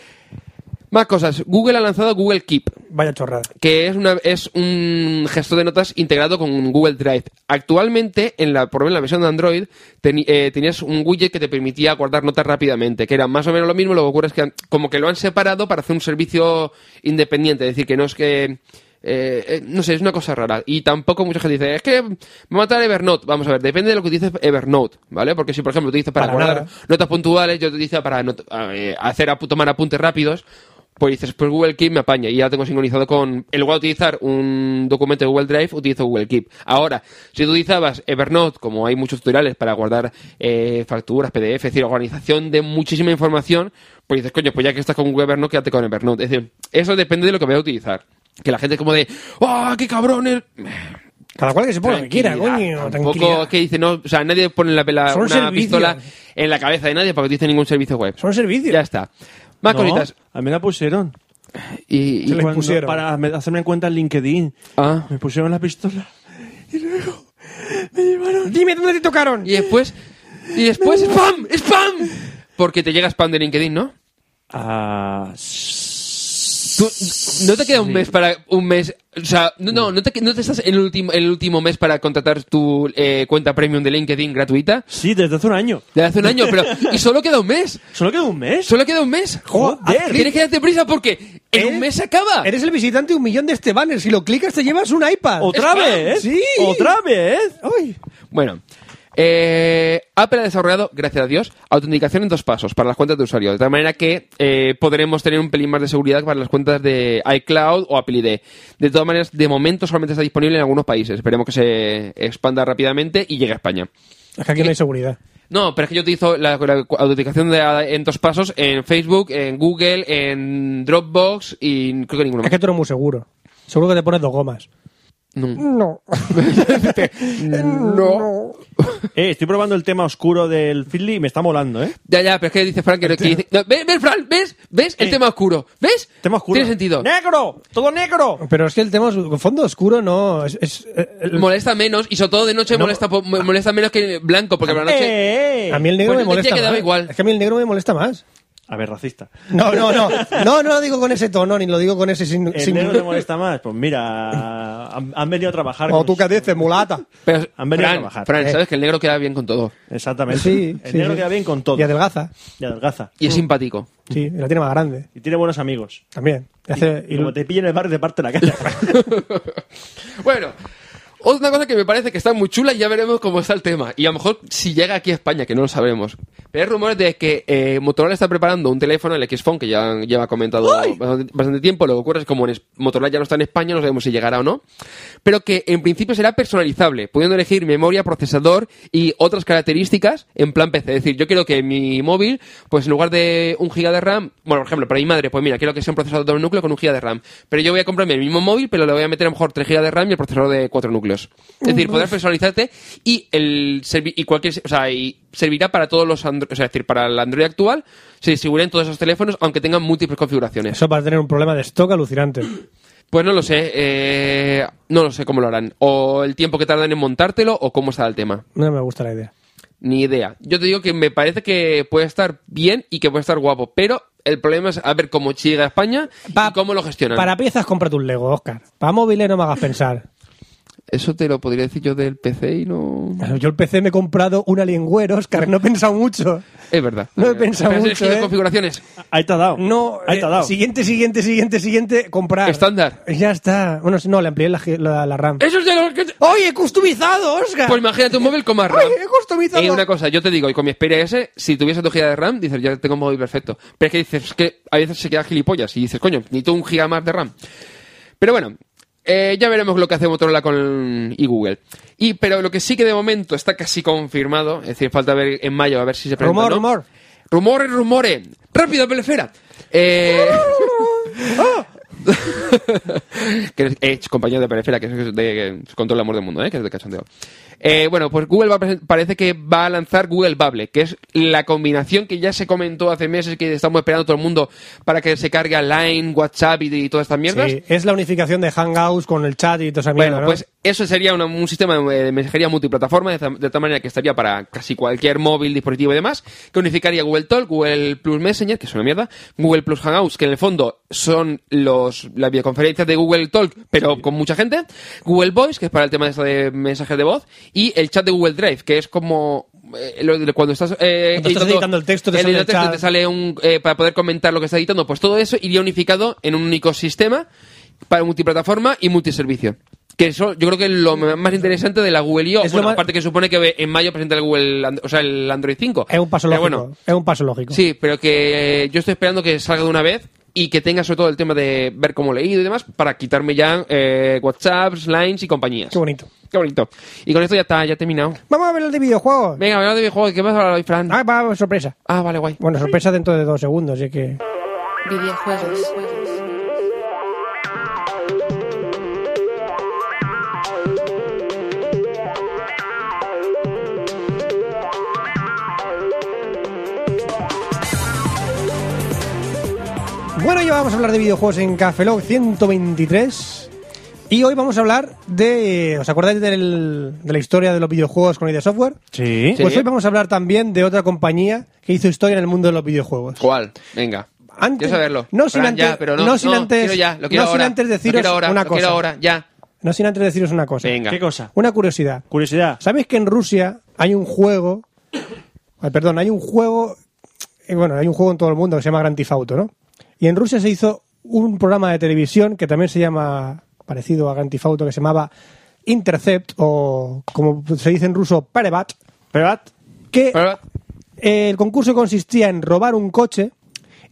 Más cosas. Google ha lanzado Google Keep Vaya chorrada. que es, una, es un gestor de notas integrado con Google Drive. Actualmente, en la, por lo menos en la versión de Android, teni- eh, tenías un widget que te permitía guardar notas rápidamente, que era más o menos lo mismo, lo que ocurre es que han- como que lo han separado para hacer un servicio independiente, es decir, que no es que... eh, eh, no sé, es una cosa rara. Y tampoco mucha gente dice, es que va a matar Evernote. Vamos a ver, depende de lo que utilices Evernote, ¿vale? Porque si, por ejemplo, utilizas para, Para guardar nada. notas puntuales, yo utilizo para not- a- eh, hacer a tomar apuntes rápidos. Pues dices, pues Google Keep me apaña y ya lo tengo sincronizado con... En lugar de utilizar un documento de Google Drive, utilizo Google Keep. Ahora, si tú utilizabas Evernote, como hay muchos tutoriales para guardar eh, facturas, PDF, es decir, organización de muchísima información, pues dices, coño, pues ya que estás con Google Evernote, quédate con Evernote. Es decir, eso depende de lo que vayas a utilizar. Que la gente es como de, ¡ah, qué cabrones! Cada cual que se ponga lo que quiera, Tranquilidad. coño. Tampoco Tranquilidad. es que dice, no, o sea, nadie pone la, la- Son una servicios. pistola en la cabeza de nadie para que utilice ningún servicio web. Son servicios. Ya está. Más No, cositas. A mí la pusieron. Y, y- Se les Cuando- pusieron. Para me- hacerme en cuenta en LinkedIn. Ah. Me pusieron la pistola. Dime dónde te tocaron. y después, y después, ¡spam! ¡spam! Porque te llega spam de LinkedIn, ¿no? Ah, Tú- ¿No te queda un mes para un mes? O sea, no, no, no te, que- no te estás en el último, el último mes para contratar tu eh, cuenta premium de LinkedIn gratuita. sí, desde hace un año. De hace un año, pero. Y solo queda un mes. Solo queda un mes. Solo queda un mes. Joder. Tienes que darte prisa porque en ¿Eh? un mes se acaba. Eres el visitante un millón de este banner. Si lo clicas, te llevas un iPad. ¿Otra ¡Spam! vez? Sí. ¿Otra vez? Ay. Bueno, eh, Apple ha desarrollado, gracias a Dios, autenticación en dos pasos para las cuentas de usuario. De tal manera que eh, podremos tener un pelín más de seguridad para las cuentas de iCloud o Apple ID. De todas maneras, de momento solamente está disponible en algunos países. Esperemos que se expanda rápidamente y llegue a España. Es que aquí no hay seguridad. No, pero es que yo utilizo la, la autenticación de, en dos pasos en Facebook, en Google, en Dropbox y creo que ninguno Es más. que tú eres muy seguro. Seguro que te pones dos gomas. No. No. no. Eh, estoy probando el tema oscuro del Fiddly y me está molando, ¿eh? Ya, ya, pero es que dice Frank que, que dice... no, ¿ves, ves, Fran? ¿Ves? ¿Ves? El ¿Qué? tema oscuro. ¿Ves? Tema oscuro. Tiene sentido. ¡Negro! ¡Todo negro! Pero es que el tema os- fondo oscuro no es, es- eh, el- Molesta menos y sobre todo de noche molesta, po- molesta menos que blanco porque por la noche... ¡Eh! a mí el negro Pues me yo decía molesta que daba más. igual. Es que a mí el negro me molesta más. A ver, racista. No, no, no. No, no lo digo con ese tono ni lo digo con ese sin, ¿El sin- negro te molesta más? Pues mira, han, han venido a trabajar. O con tú que nosotros. dices, mulata. Pero, Han venido a Fran, trabajar. Fran, Eh. sabes que el negro queda bien con todo. Exactamente. Sí, el sí, negro sí. queda bien con todo. Y adelgaza. Y adelgaza. Y es simpático. Sí, y la tiene más grande Y tiene buenos amigos. también. Y hace- y Y como te pillen en el bar, te parte la cara. Bueno, otra cosa que me parece que está muy chula y ya veremos cómo está el tema. Y a lo mejor si llega aquí a España, que no lo sabremos. Pero hay rumores de que eh, Motorola está preparando un teléfono, el X-Phone, que ya lleva comentado bastante, bastante tiempo. Lo que ocurre es que como en es- Motorola ya no está en España, no sabemos si llegará o no. Pero que en principio será personalizable, pudiendo elegir memoria, procesador y otras características en plan PC. Es decir, yo quiero que mi móvil, pues en lugar de un giga de RAM, bueno, por ejemplo, para mi madre, pues mira, quiero que sea un procesador de un núcleo con un giga de RAM. Pero yo voy a comprarme el mismo móvil, pero le voy a meter a lo mejor 3 gigas de RAM y el procesador de cuatro núcleos. Es decir, podrás personalizarte y el servi- y cualquier, o sea, y servirá para todos los Android, o sea, es decir, para el Android actual se distribuirá en todos esos teléfonos aunque tengan múltiples configuraciones. Eso va a tener un problema de stock alucinante. Pues no lo sé, eh, no lo sé cómo lo harán. O el tiempo que tardan en montártelo o cómo está el tema. No me gusta la idea. Ni idea. Yo te digo que me parece que puede estar bien y que puede estar guapo, pero el problema es a ver cómo llega a España Pa- y cómo lo gestionan. Para piezas cómprate un Lego, Oscar. Para móviles no me hagas pensar. Eso te lo podría decir yo del PC y no... Yo el PC me he comprado un Alienware, Oscar. No he pensado mucho. Es verdad. No he pensado Pero has mucho, elegido ¿eh? configuraciones. Ahí te ha Ah, dado. No, Ahí eh, te ha dado. siguiente, siguiente, siguiente, siguiente, comprar. Estándar. Ya está. Bueno, si no, le amplié la, gi- la- la RAM. Eso es de los que... ¡Oye, he customizado, Oscar! Pues imagínate un móvil con más RAM. ¡Oye, he customizado! Y Eh, una cosa, yo te digo, y con mi Xperia S, si tuviese tu giga de RAM, dices, ya tengo un móvil perfecto. Pero es que dices, es que a veces se queda gilipollas y dices, coño, necesito un giga más de RAM. Pero bueno, eh, ya veremos lo que hace Motorola con y Google. Y, pero lo que sí que de momento está casi confirmado, es decir, falta ver en mayo a ver si se presenta. Rumor, o no. rumor. Rumores, rumores. Rápido, pelefera. Eh... que es eh, compañero de Perifera, que es de, con todo el amor del mundo, ¿eh? que es de cachondeo. Eh, bueno, pues Google va a presen- parece que va a lanzar Google Bubble, que es la combinación que ya se comentó hace meses que estamos esperando todo el mundo para que se cargue Line, WhatsApp y, y todas estas mierdas. Sí, es la unificación de Hangouts con el chat y toda esa mierda, Bueno, ¿no? pues eso sería una- un sistema de mensajería multiplataforma, de, ta- de tal manera que estaría para casi cualquier móvil, dispositivo y demás, que unificaría Google Talk, Google Plus Messenger, que es una mierda, Google Plus Hangouts, que en el fondo son los, las videoconferencias de Google Talk, pero con mucha gente, Google Voice, que es para el tema de, esto de mensajes de voz, y el chat de Google Drive, que es como... eh, lo de cuando estás, eh, Cuando estás editando el texto, te sale el editando chat. te sale un eh, para poder comentar lo que está editando pues todo eso iría unificado en un único sistema para multiplataforma y multiservicio que eso yo creo que es lo ma- más interesante de la Google IO Es lo bueno, más- aparte que supone que en mayo presenta el Google And- o sea el Android 5 Es un paso Pero lógico. bueno Es un paso lógico. sí pero que yo estoy esperando que salga de una vez y que tenga sobre todo el tema de ver cómo he leído y demás para quitarme ya eh, WhatsApps, Lines y compañías Qué bonito. Qué bonito y con esto ya está ya he terminado Vamos a ver el de videojuegos. venga hablando de videojuegos ¿qué vas a hablar hoy Fran? Ah, va, sorpresa. ah vale guay Bueno, sorpresa dentro de dos segundos, así que... Videojuegos. Bueno, ya vamos a hablar de videojuegos en Café Lock 123. Y hoy vamos a hablar de... ¿Os acordáis del- de la historia de los videojuegos con ID Software? Sí. Pues Sí. hoy vamos a hablar también de otra compañía que hizo historia en el mundo de los videojuegos. ¿Cuál? Venga. Antes- quiero saberlo. no sin Fran, antes- ya, pero no, no sin antes- quiero ya, no lo quiero sin ahora, antes lo deciros quiero ahora, una lo quiero cosa. ahora, ya. No sin antes deciros una cosa. Venga. ¿Qué cosa? Una curiosidad. Curiosidad. ¿Sabéis que en Rusia hay un juego? ay, Perdón, hay un juego. eh, Bueno, hay un juego en todo el mundo que se llama Grand Theft Auto, ¿no? Y en Rusia se hizo un programa de televisión que también se llama parecido a Grand Theft Auto, que se llamaba Intercept o como se dice en ruso Perebat, Pero, Bat, que Pero- eh, el concurso consistía en robar un coche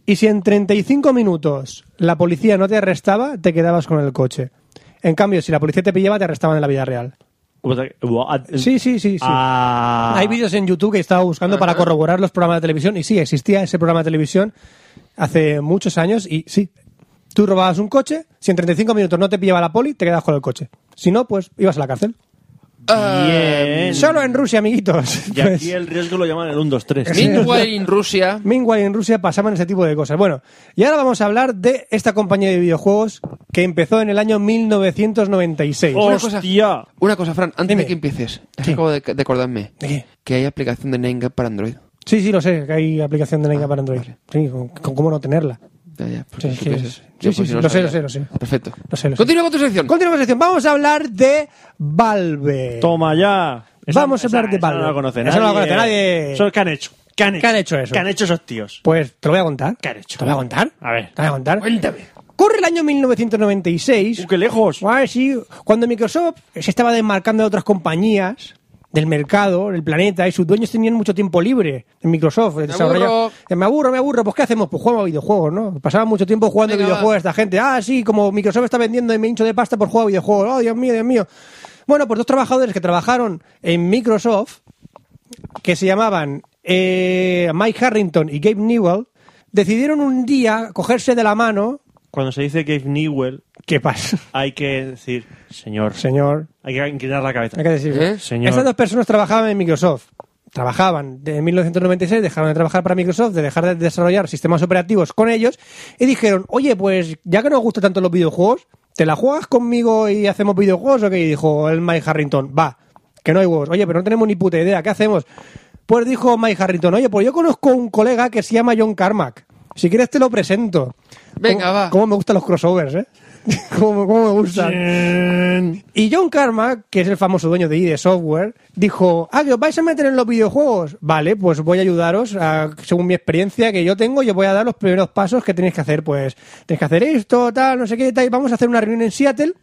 y si en 35 minutos la policía no te arrestaba, te quedabas con el coche. En cambio, si la policía te pillaba, te arrestaban en la vida real. Sí, sí, sí. sí. Ah. Hay vídeos en YouTube que estaba buscando para corroborar los programas de televisión y sí, existía ese programa de televisión hace muchos años y sí, tú robabas un coche, si en 35 minutos no te pillaba la poli, te quedabas con el coche. Si no, pues ibas a la cárcel. Bien. Solo en Rusia, amiguitos. Y Pues, aquí el riesgo lo llaman el 1, 2, 3. Meanwhile in Rusia. Meanwhile, en Rusia pasaban ese tipo de cosas. Bueno, y ahora vamos a hablar de esta compañía de videojuegos que empezó en el año 1996. Oh. Una cosa. ¡Hostia! Una cosa, Fran, antes Dime. de que empieces, es que acabo de, de acordarme ¿De qué? que hay aplicación de Nine Gag para Android. Sí, sí, lo sé, que hay aplicación de Ah, Lenga para Android. Sí, con, con cómo no tenerla. Ya, ya, pues Sí, tú sí, qué sí. es. Sí, Yo, sí, pues, sí, no lo sé, sabía. lo sé, lo sé. Perfecto. Lo sé, lo sé. Continúa con tu sección. Continuamos sección. Vamos a hablar de Valve. Toma ya. Vamos a hablar de esa No Valve. la conoce Esa nadie. no la conoce nadie. Eso es que han hecho. ¿Qué han hecho? ¿Qué han hecho eso? ¿Qué han hecho esos tíos? Pues te lo voy a contar. ¿Qué han hecho? ¿Te lo voy a contar? A ver. Te lo voy a contar. Cuéntame. Corre el año 1996. Uh, ¡Qué lejos! Ah, sí, cuando Microsoft se estaba desmarcando de otras compañías del mercado, del planeta, y sus dueños tenían mucho tiempo libre en Microsoft. Me aburro. Me aburro, me aburro. Pues ¿qué hacemos? Pues jugamos a videojuegos, ¿no? Pasaban mucho tiempo jugando a Venga, videojuegos va. esta gente. Ah, sí, como Microsoft está vendiendo y me hincho de pasta por jugar a videojuegos. Oh, Dios mío, Dios mío. Bueno, pues dos trabajadores que trabajaron en Microsoft, que se llamaban eh, Mike Harrington y Gabe Newell, decidieron un día cogerse de la mano. Cuando se dice Gabe Newell, ¿Qué pasa, hay que decir, señor, señor? hay que inclinar la cabeza. Hay que decir, ¿Eh? Señor. Estas dos personas trabajaban en Microsoft. Trabajaban de 1996, dejaron de trabajar para Microsoft, de dejar de desarrollar sistemas operativos con ellos y dijeron, oye, pues ya que nos gustan tanto los videojuegos, ¿te la juegas conmigo y hacemos videojuegos o qué? Y dijo el Mike Harrington, va, que no hay huevos. Oye, pero no tenemos ni puta idea, ¿qué hacemos? Pues dijo Mike Harrington, oye, pues yo conozco un colega que se llama John Carmack. Si quieres te lo presento. Venga, ¿Cómo- va. ¿Cómo me gustan los crossovers, eh? ¿Cómo, cómo me gustan? Y John Carmack, que es el famoso dueño de ID Software, dijo, ah, que os vais a meter en los videojuegos. Vale, pues voy a ayudaros, a- según mi experiencia que yo tengo, yo voy a dar los primeros pasos que tenéis que hacer. Pues tenéis que hacer esto, tal, no sé qué, tal, y vamos a hacer una reunión en Seattle.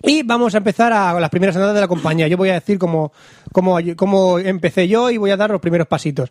Y vamos a empezar a con las primeras andadas de la compañía. Yo voy a decir cómo, cómo, cómo empecé yo y voy a dar los primeros pasitos.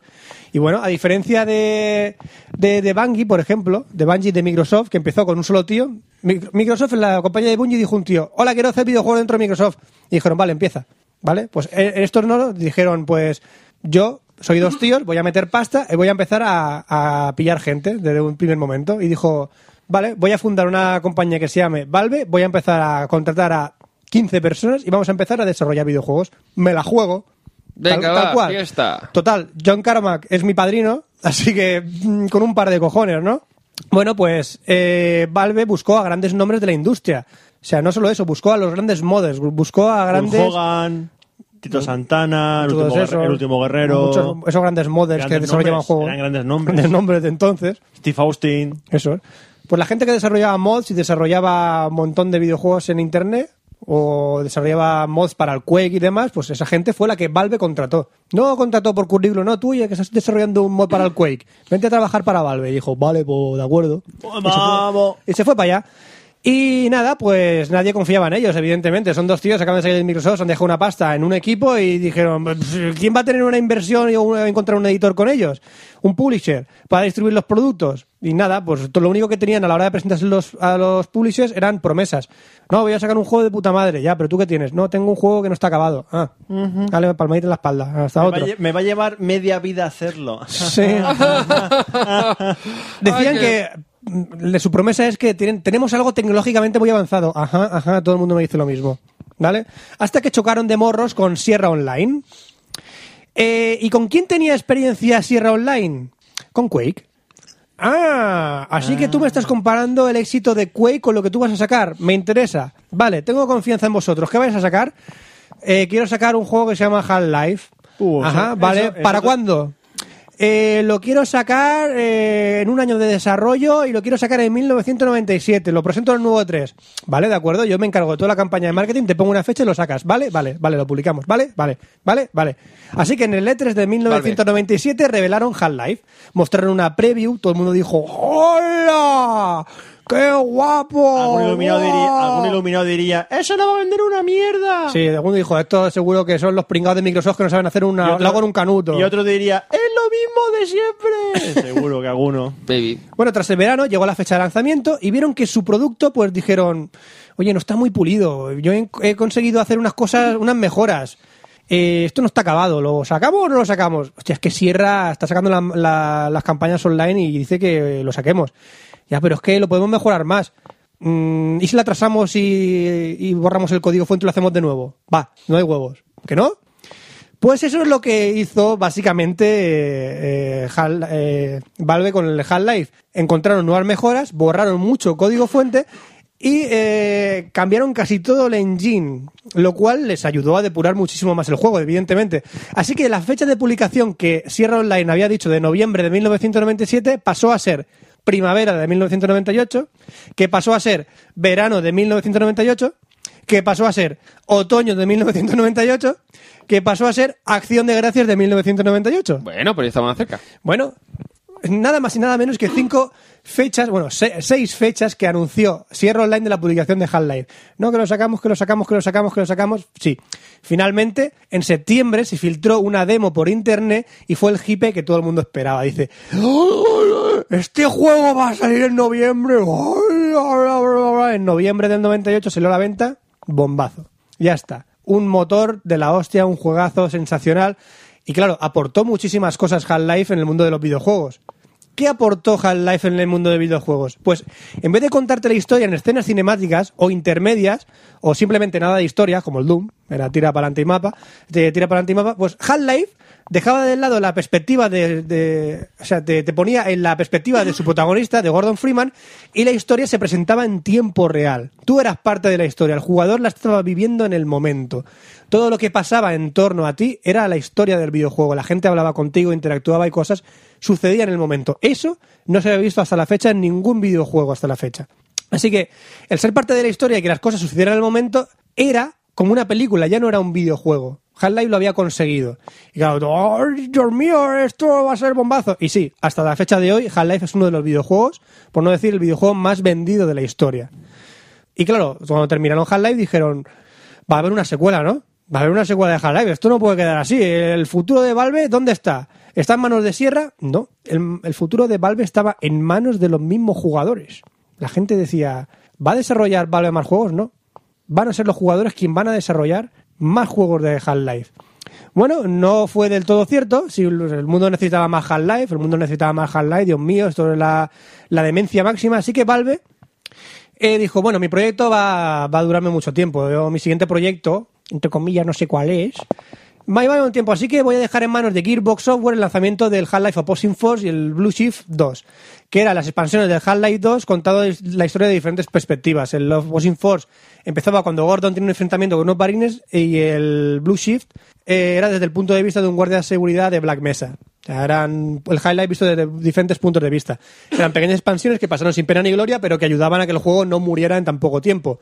Y bueno, a diferencia de, de, de Bungie, por ejemplo, de Bungie de Microsoft, que empezó con un solo tío, Mic- Microsoft en la compañía de Bungie dijo un tío, hola, quiero hacer videojuegos dentro de Microsoft. Y dijeron, vale, empieza. ¿Vale? Pues eh, estos no dijeron, pues yo soy dos tíos, voy a meter pasta y voy a empezar a, a pillar gente desde un primer momento. Y dijo, vale, voy a fundar una compañía que se llame Valve, voy a empezar a contratar a 15 personas y vamos a empezar a desarrollar videojuegos. Me la juego. Venga, va, fiesta. Total, John Carmack es mi padrino, así que mm, con un par de cojones, ¿no? Bueno, pues eh, Valve buscó a grandes nombres de la industria. O sea, no solo eso, buscó a los grandes modders, bu- buscó a Hulk grandes... Hogan, Tito Santana, el todos último, esos, guerre- el último guerrero, muchos- esos grandes modders Grandes que desarrollaban nombres, juegos. eran grandes nombres. Grandes nombres de entonces. Steve Austin. Eso es. Pues la gente que desarrollaba mods y desarrollaba un montón de videojuegos en internet o desarrollaba mods para el Quake y demás, pues esa gente fue la que Valve contrató. No contrató por currículo, no, tú oye, que estás desarrollando un mod para el Quake. Vente a trabajar para Valve. Y dijo, vale, pues de acuerdo. Y se fue- Vamos. Y se fue para allá. Y nada, pues nadie confiaba en ellos, evidentemente. Son dos tíos, acaban de salir de Microsoft, han dejado una pasta en un equipo y dijeron, "Pff, ¿quién va a tener una inversión y una- encontrar un editor con ellos? Un publisher para distribuir los productos. Y nada, pues to- lo único que tenían a la hora de presentarse los- a los publishers eran promesas. No, voy a sacar un juego de puta madre, ya, pero ¿tú qué tienes? No, tengo un juego que no está acabado. Ah, dale palmadita en la espalda, hasta Me va, otro. a lle- me va a llevar media vida hacerlo. Sí. Decían que mm, de su promesa es que tienen- tenemos algo tecnológicamente muy avanzado. Ajá, ajá, todo el mundo me dice lo mismo. ¿Vale? Hasta que chocaron de morros con Sierra Online. Eh, ¿Y con quién tenía experiencia Sierra Online? Con Quake. Ah, así que tú me estás comparando el éxito de Quake con lo que tú vas a sacar. Me interesa. Vale, tengo confianza en vosotros. ¿Qué vais a sacar? Eh, quiero sacar un juego que se llama Half-Life. Uh, Ajá, eso- vale. eso- ¿Para eso- cuándo? Eh, lo quiero sacar eh, en un año de desarrollo y lo quiero sacar en 1997. Lo presento en el nuevo 3. Vale, de acuerdo. Yo me encargo de toda la campaña de marketing, te pongo una fecha y lo sacas. Vale, vale, vale, lo publicamos. Vale, vale, vale, vale. Así que en el E3 de 1997 revelaron Half-Life. Mostraron una preview, todo el mundo dijo: ¡Hola! ¡Qué guapo! Algún iluminado, ¡Guau! diría, algún iluminado diría, eso no va a vender una mierda. Sí, alguno dijo, esto seguro que son los pringados de Microsoft que no saben hacer Y una, otro- lago en un canuto. Y otro diría, es lo mismo de siempre. Seguro que alguno. Baby. Bueno, tras el verano llegó la fecha de lanzamiento y vieron que su producto, pues dijeron, oye, no está muy pulido. Yo he, he conseguido hacer unas cosas, unas mejoras. Eh, esto no está acabado. ¿Lo sacamos o no lo sacamos? Hostia, es que Sierra está sacando la- la- las campañas online y dice que lo saquemos. Ya, pero es que lo podemos mejorar más. Mm, ¿Y si la atrasamos y, y borramos el código fuente y lo hacemos de nuevo? Va, no hay huevos. ¿Que no? Pues eso es lo que hizo básicamente eh, eh, Hal- eh, Valve con el Half-Life. Encontraron nuevas mejoras, borraron mucho código fuente y eh, cambiaron casi todo el engine, lo cual les ayudó a depurar muchísimo más el juego, evidentemente. Así que la fecha de publicación que Sierra Online había dicho de noviembre de 1997 pasó a ser primavera de 1998, que pasó a ser verano de 1998 que pasó a ser otoño de 1998, que pasó a ser acción de gracias de 1998. Bueno, pero ya estamos más cerca. Bueno, nada más y nada menos que cinco fechas, bueno, se- seis fechas que anunció Sierra Online de la publicación de Half-Life. No, que lo sacamos, que lo sacamos, que lo sacamos, que lo sacamos. Sí. Finalmente, en septiembre se filtró una demo por internet y fue el hipe que todo el mundo esperaba. Dice, este juego va a salir en noviembre. En noviembre del 98 salió a la venta. Bombazo. Ya está. Un motor de la hostia, un juegazo sensacional. Y claro, aportó muchísimas cosas Half-Life en el mundo de los videojuegos. ¿Qué aportó Half-Life en el mundo de videojuegos? Pues en vez de contarte la historia en escenas cinemáticas o intermedias o simplemente nada de historia, como el Doom, era tira para adelante y mapa, te tira para adelante y mapa, pues Half-Life dejaba de lado la perspectiva de, de- o sea, te, te ponía en la perspectiva de su protagonista, de Gordon Freeman, y la historia se presentaba en tiempo real. Tú eras parte de la historia, el jugador la estaba viviendo en el momento. Todo lo que pasaba en torno a ti era la historia del videojuego. La gente hablaba contigo, interactuaba y cosas sucedía en el momento. Eso no se había visto hasta la fecha en ningún videojuego hasta la fecha. Así que el ser parte de la historia y que las cosas sucedieran en el momento era como una película, ya no era un videojuego. Half-Life lo había conseguido. Y claro, ¡Oh, Dios mío, esto va a ser bombazo. Y sí, hasta la fecha de hoy, Half-Life es uno de los videojuegos, por no decir el videojuego más vendido de la historia. Y claro, cuando terminaron Half-Life dijeron, va a haber una secuela, ¿no? Va a haber una secuela de Half-Life, esto no puede quedar así. ¿El futuro de Valve dónde está? ¿Está en manos de Sierra? No, el, el futuro de Valve estaba en manos de los mismos jugadores. La gente decía, ¿va a desarrollar Valve más juegos? No. Van a ser los jugadores quienes van a desarrollar más juegos de Half-Life. Bueno, no fue del todo cierto. Si el mundo necesitaba más Half-Life, el mundo necesitaba más Half-Life, Dios mío, esto es la, la demencia máxima. Así que Valve eh, dijo, bueno, mi proyecto va, va a durarme mucho tiempo. Yo, mi siguiente proyecto, entre comillas, no sé cuál es, va a llevar un tiempo. Así que voy a dejar en manos de Gearbox Software el lanzamiento del Half-Life Opposing Force y el Blue Shift 2, que eran las expansiones del Half-Life 2 contado de- la historia de diferentes perspectivas. El Opposing Force empezaba cuando Gordon tiene un enfrentamiento con unos barines y el Blue Shift eh, era desde el punto de vista de un guardia de seguridad de Black Mesa. O sea, eran el highlight visto desde diferentes puntos de vista. Eran pequeñas expansiones que pasaron sin pena ni gloria, pero que ayudaban a que el juego no muriera en tan poco tiempo.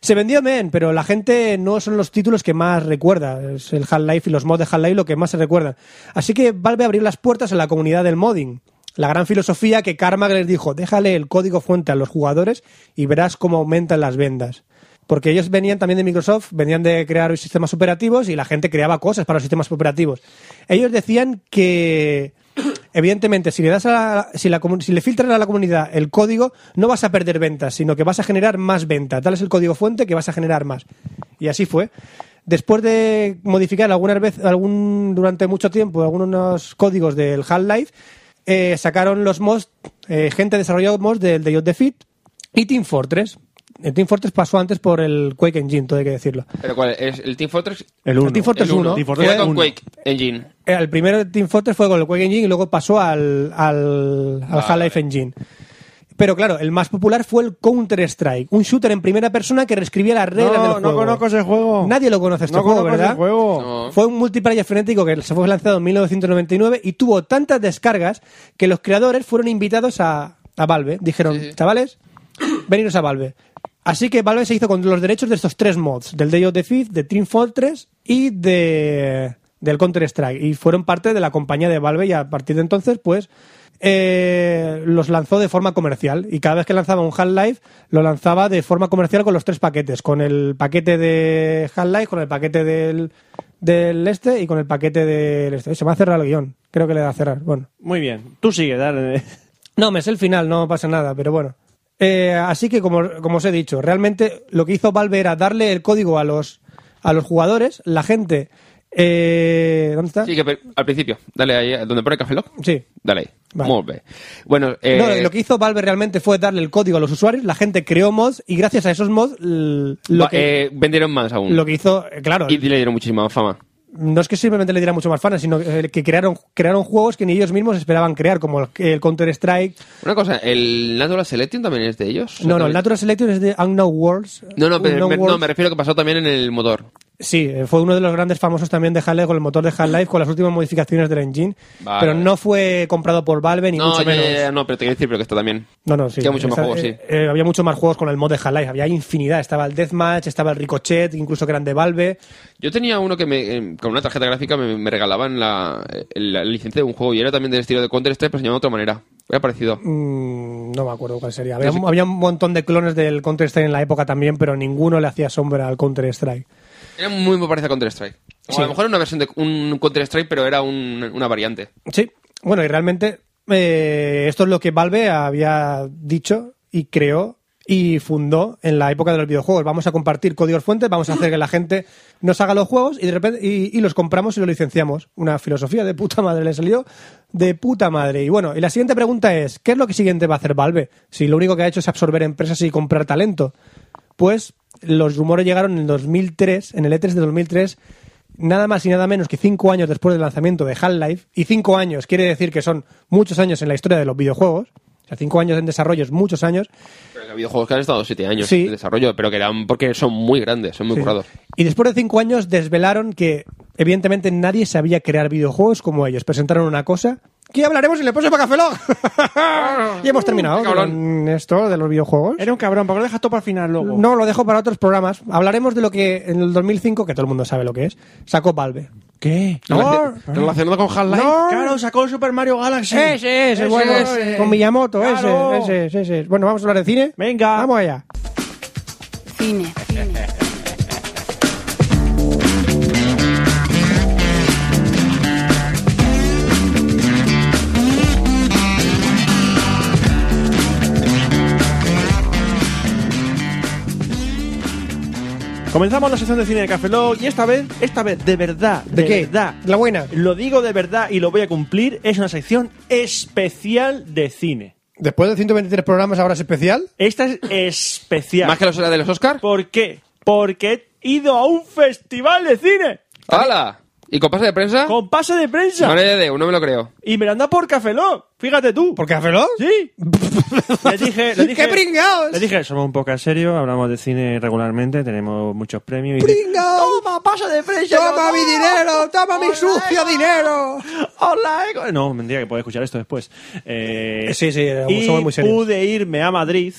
Se vendió men, pero la gente no son los títulos que más recuerda. Es el Half-Life y los mods de Half-Life lo que más se recuerdan. Así que Valve abrió las puertas a la comunidad del modding. La gran filosofía que Carmack les dijo, déjale el código fuente a los jugadores y verás cómo aumentan las vendas. Porque ellos venían también de Microsoft, venían de crear sistemas operativos y la gente creaba cosas para los sistemas operativos. Ellos decían que, evidentemente, si le, das a la- si, la comu- si le filtras a la comunidad el código, no vas a perder ventas, sino que vas a generar más ventas. Tal es el código fuente que vas a generar más. Y así fue. Después de modificar algunas veces, algún, durante mucho tiempo, algunos códigos del Half-Life, eh, sacaron los mods, eh, gente desarrolló mods del Day of Defeat y Team Fortress. El Team Fortress pasó antes por el Quake Engine, todo hay que decirlo. ¿Pero cuál es? ¿El Team Fortress? El uno. El Team Fortress el uno. 1. Team Fortress Era con uno. Quake Engine. Eh, El primer Team Fortress fue con el Quake Engine y luego pasó al, al, al Half-Life Engine. Pero claro, el más popular fue el Counter-Strike, un shooter en primera persona que reescribía las reglas del No, juego. no conozco ese juego. Nadie lo conoce este no juego, conozco ¿verdad? ese juego. No. Fue un multiplayer frenético que se fue lanzado en 1999 y tuvo tantas descargas que los creadores fueron invitados a, a Valve. Dijeron, chavales, veniros a Valve. Así que Valve se hizo con los derechos de estos tres mods, del Day of Defeat, de Team Fortress y de del Counter Strike. Y fueron parte de la compañía de Valve y a partir de entonces, pues, eh, los lanzó de forma comercial y cada vez que lanzaba un Half-Life lo lanzaba de forma comercial con los tres paquetes, con el paquete de Half-Life, con el paquete del, del este y con el paquete del este. Uy, Se me ha cerrado el guión, creo que le da a cerrar. Bueno. Muy bien. Tú sigue, dale. No, me sé el final, no pasa nada, pero bueno. Eh, así que, como, como os he dicho, realmente lo que hizo Valve era darle el código a los, a los jugadores, la gente... eh, ¿Dónde está? Sí, que per- al principio. Dale ahí, eh, donde pone Café Lock. Sí. Dale ahí. Vale. Muy bien. Bueno, eh, No, lo que hizo Valve realmente fue darle el código a los usuarios, la gente creó mods y gracias a esos mods l- lo va- que, eh, vendieron más aún. lo que hizo, eh, claro, Y le dieron muchísima fama. no es que simplemente le diera mucho más fans, sino eh, que crearon, crearon juegos que ni ellos mismos esperaban crear, como el, Counter Strike. Una cosa, ¿el Natural Selection también es de ellos? No, no, el También- Natural Selection es de Unknown Worlds. No, no, pero Unknown me, no, Worlds. me refiero a que pasó también en el motor. Sí, eh, fue uno de los grandes famosos también de Half-Life, con el motor de Half-Life, con las últimas modificaciones del engine, Vale. pero no fue comprado por Valve ni no, mucho ya, menos. ya, ya, no, pero te quiero decir, pero que esto también. No, no, sí. Que hay muchos más Esta- juegos, eh, sí. eh, había muchos más juegos con el mod de Half-Life. Había infinidad. Estaba el Deathmatch, estaba el Ricochet, incluso que eran de Valve. Yo tenía uno que me, em, con una tarjeta gráfica me, me regalaban la, el- la licencia de un juego y era también del estilo de Counter-Strike, pero se llamaba de otra manera. Era parecido. Mm, no me acuerdo cuál sería. Había, había un montón de clones del Counter-Strike en la época también, pero ninguno le hacía sombra al Counter-Strike. Era muy, muy parecido a Counter-Strike. O a lo mejor era una versión de un Counter-Strike, pero era un- una variante. Sí. Bueno, y realmente eh, esto es lo que Valve había dicho y creó y fundó en la época de los videojuegos. Vamos a compartir códigos fuentes, vamos a hacer que la gente nos haga los juegos y de repente y, y los compramos y los licenciamos. Una filosofía de puta madre le salió de puta madre. Y bueno, y la siguiente pregunta es, ¿qué es lo que siguiente va a hacer Valve? Si lo único que ha hecho es absorber empresas y comprar talento. Pues los rumores llegaron en el 2003, en el E3 de 2003, nada más y nada menos que cinco años después del lanzamiento de Half-Life. Y cinco años quiere decir que son muchos años en la historia de los videojuegos. O sea, cinco años en desarrollo es muchos años. Pero había videojuegos que han estado siete años Sí. de desarrollo, pero que eran porque son muy grandes, son muy Sí. currados. Y después de cinco años desvelaron que, evidentemente, nadie sabía crear videojuegos como ellos. Presentaron una cosa que hablaremos en el próximo Café Lock. y hemos terminado Qué cabrón. con esto de los videojuegos. Era un cabrón, ¿por qué lo dejas todo para el final luego? No, lo dejo para otros programas. Hablaremos de lo que en el 2005, que todo el mundo sabe lo que es, sacó Valve. ¿Qué? Relacion- Relacionado con Half-Life. Claro, sacó el Super Mario Galaxy. Ese, ese, bueno, ese. con Miyamoto, Claro. ese, ese, ese. Bueno, vamos a hablar de cine. Venga. Vamos allá. Cine. Comenzamos la sección de cine de Café Lock y esta vez, esta vez, de verdad, de, ¿De qué? verdad, La buena. lo digo de verdad y lo voy a cumplir, es una sección especial de cine. Después de 123 programas, ahora es especial. Esta es especial. Más que los de los Oscar. ¿Por qué? Porque he ido a un festival de cine ¡Hala! ¿Y con pase de prensa? con pase de prensa No, no, no me lo creo. y me la han dado por Café Lock, fíjate tú. ¿Por qué Lock? Sí. le dije, le dije, ¡Qué pringaos! Le dije, somos un poco serios, hablamos de cine regularmente, tenemos muchos premios. Y ¡Pringaos! Toma, pasa de prensa. ¡Toma mi dinero! ¡Toma mi sucio dinero! Hola, Ego. No, mentira, que puedes escuchar esto después. Eh, Eh, sí, sí, somos y muy serios. pude irme a Madrid,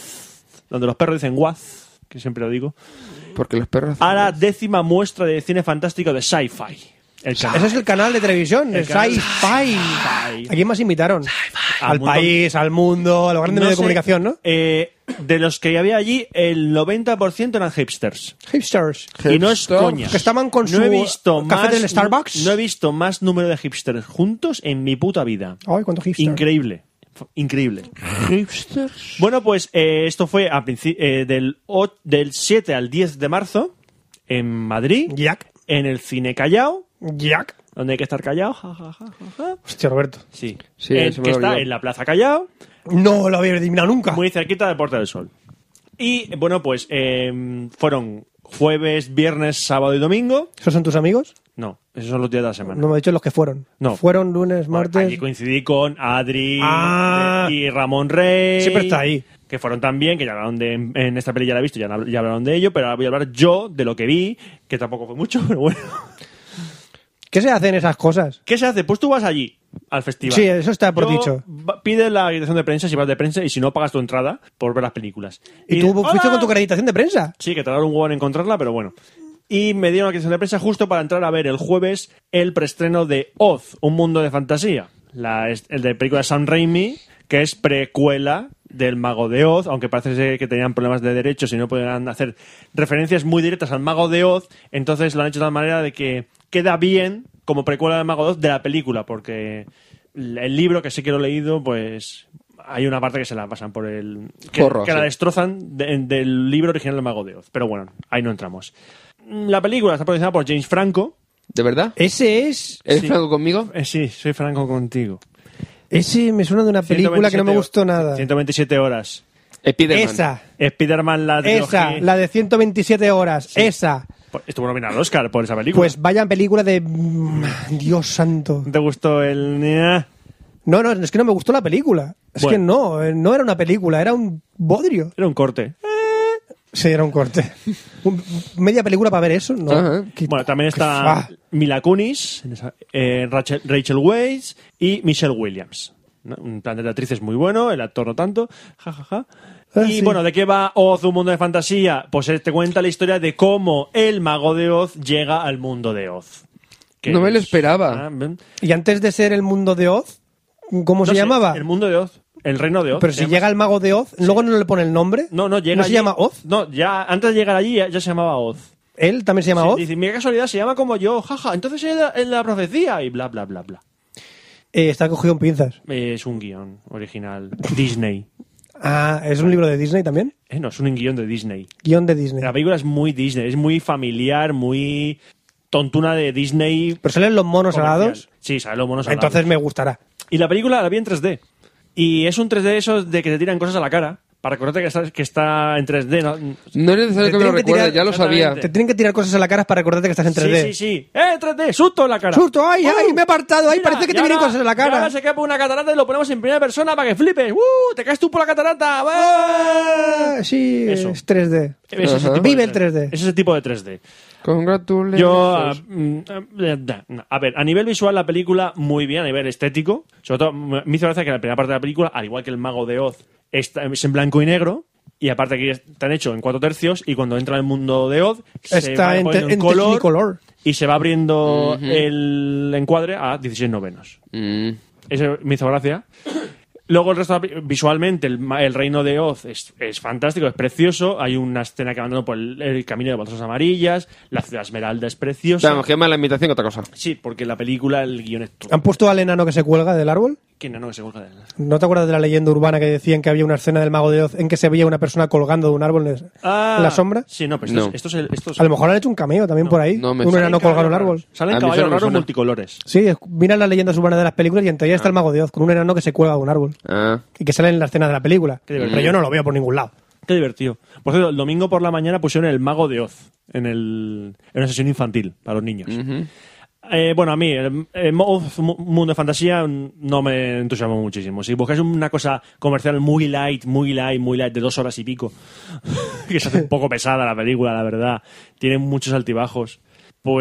donde los perros dicen guaz, que siempre lo digo, Porque los perros. a la décima muestra de cine fantástico de sci-fi. El canal. Ese es el canal de televisión, de El canal Sci-Fi. Sci-Fi. ¿A quién más invitaron? Al Al mundo. país, al mundo, a los No grandes medios de sé, comunicación, ¿no? eh, de los que había allí, el 90% eran hipsters. Hipsters. Y no es Hipsters. coña. Que estaban con no he su visto café más, del Starbucks. No he visto más número de hipsters juntos en mi puta vida. Ay, cuánto hipster. Increíble. F- Increíble. Bueno, pues eh, esto fue a princi- eh, del, o- del 7 al 10 de marzo en Madrid, Jack. en el Cine Callao, Jack. donde hay que estar callado. ja, ja, ja, ja, ja. Hostia, Roberto. Sí, Sí, En- se me que lo está olvidó. en la Plaza Callao, No lo había adivinado nunca. muy cerquita de Puerta del Sol. Y bueno, pues eh, fueron jueves, viernes, sábado y domingo. ¿Esos son tus amigos? No, esos son los días de la semana. No me he dicho los que fueron. No. Fueron lunes, martes. Allí coincidí con Adri Ah. eh, y Ramón Rey. Siempre está ahí. Que fueron también, que ya hablaron de. En esta peli ya la he visto, ya, ya hablaron de ello, pero ahora voy a hablar yo de lo que vi, que tampoco fue mucho, pero bueno. ¿Qué se hacen esas cosas? ¿Qué se hace? Pues tú vas allí, al festival. Sí, eso está por Yo- dicho. va- Pide la dirección de prensa si vas de prensa y si no, pagas tu entrada por ver las películas. ¿Y tú dices, fuiste "Hola". con tu acreditación de prensa? Sí, que tardaron un huevo en encontrarla, pero bueno. Y me dieron la creación de prensa justo para entrar a ver el jueves el preestreno de Oz, un mundo de fantasía. la, es- el de película de Sam Raimi, que es precuela del Mago de Oz, aunque parece ser que tenían problemas de derechos y no podían hacer referencias muy directas al Mago de Oz, entonces lo han hecho de tal manera de que queda bien como precuela del Mago de Oz de la película, porque el libro que sí que lo he leído, pues hay una parte que se la pasan por el... que, Porro, que la sí. destrozan de- del libro original del Mago de Oz, pero bueno, ahí no entramos. La película está protagonizada por James Franco. ¿De verdad? Ese es. ¿Eres Sí. franco conmigo? Eh, sí, soy franco contigo. Ese me suena de una película que no me 127 gustó nada. 127 horas. Spiderman. Esa, Spider-Man, la esa, trilogía- la de 127 horas, esa. Estuvo nominado al Oscar por esa película. Pues vaya película de. mm, Dios santo. ¿No ¿Te gustó el... Nah. No, no, es que no me gustó la película. Es Bueno. que no, eh, no era una película, era un bodrio. Era un corte. Sí, era un corte. Un- media película para ver eso, ¿no? Ajá. Qué- Bueno, también qué está fa- Mila Kunis, en esa- eh, Rachel, Rachel Weisz y Michelle Williams. ¿no? Un plan de actrices muy bueno, el actor no tanto. Ja, ja, ja. Ah, y sí. bueno, ¿de qué va Oz, un mundo de fantasía? Pues eh, te cuenta la historia de cómo el mago de Oz llega al mundo de Oz. Que No me lo es- esperaba. Ah, ven. Y antes de ser el mundo de Oz, ¿cómo No se sé, llamaba? El mundo de Oz. El reino de Oz. Pero se si llama llega el mago de Oz, luego no le pone el nombre. No, no, llega ¿No allí- se llama Oz? No, ya antes de llegar allí ya, ya se llamaba Oz. Él también se llama Sí, Oz. Dice, mira casualidad, se llama como yo, jaja. Entonces es la, es la profecía y bla, bla, bla, bla. Eh, está cogido en pinzas. Eh, Es un guión original. Disney. Ah, ¿es un libro de Disney también? Eh, no, es un guión de Disney. Guión de Disney. La película es muy Disney, es muy familiar, muy tontuna de Disney. Pero salen los monos comercial. alados, Sí, sale los monos alados. entonces me gustará. Y la película la vi en 3D. Y es un 3D esos de que te tiran cosas a la cara para acordarte que está, que está en 3D. ¿no? No es necesario que me lo Te tienen que tirar- recuerde, ya lo sabía. Te tienen que tirar cosas a la cara para recordarte que estás en 3D. Sí, sí, sí. ¡Eh, 3D! ¡Susto en la cara! Susto, ay, ay, me he apartado, ay, Mira, parece que y te vienen ahora- cosas en la y cara. Ahora se queda por una catarata y lo ponemos en primera persona para que flipes. ¡Uh! ¡Te caes tú por la catarata! ¡Bah! Ah, sí, Eso. es 3D. Es ese Ajá. tipo de Vive el 3D. Es ese tipo de 3D. Congratulations. Yo, a, mm, a- a ver, a nivel visual la película muy bien, a nivel estético. Sobre todo me me hizo gracia que la primera parte de la película, al igual que el Mago de Oz, está- es en blanco y negro. Y aparte aquí están hechos en cuatro tercios y cuando entra en el mundo de Oz se va Está en, poniendo te- en en color Technicolor. y se va abriendo el encuadre a 16 novenos. Mm. Eso me hizo gracia. Luego el resto, visualmente, el, ma- el reino de Oz es, es fantástico, es precioso. Hay una escena que van andando por el, el camino de baldosas amarillas. La ciudad esmeralda es preciosa. Vamos, que es más la invitación que otra cosa. Sí, porque la película, el guion es todo. ¿Han puesto al enano que se cuelga del árbol? Que no, no, que se cuelga de la- ¿No te acuerdas de la leyenda urbana que decían que había una escena del Mago de Oz en que se veía una persona colgando de un árbol en Ah, la sombra? Sí, no, pero esto, No. Es, esto es el- esto es- A lo mejor han hecho un cameo también por ahí. no me un suena. enano colgado en un árbol. Salen A mí caballos solo me raros suena. multicolores. Sí, es- mira las leyendas urbanas de las películas y entre ellas está el Mago de Oz con un enano que se cuelga de un árbol Ah. y que sale en la escena de la película. Qué divertido. Pero yo no lo veo por ningún lado. Qué divertido. Por cierto, el domingo por la mañana pusieron el mago de Oz en, el, en una sesión infantil para los niños. Eh, bueno, a mí, el, el mo- mu- mundo de fantasía mm, no me entusiasmó muchísimo. Si buscáis una cosa comercial muy light, muy light, muy light, de dos horas y pico, que se hace un poco pesada la película, la verdad, tiene muchos altibajos,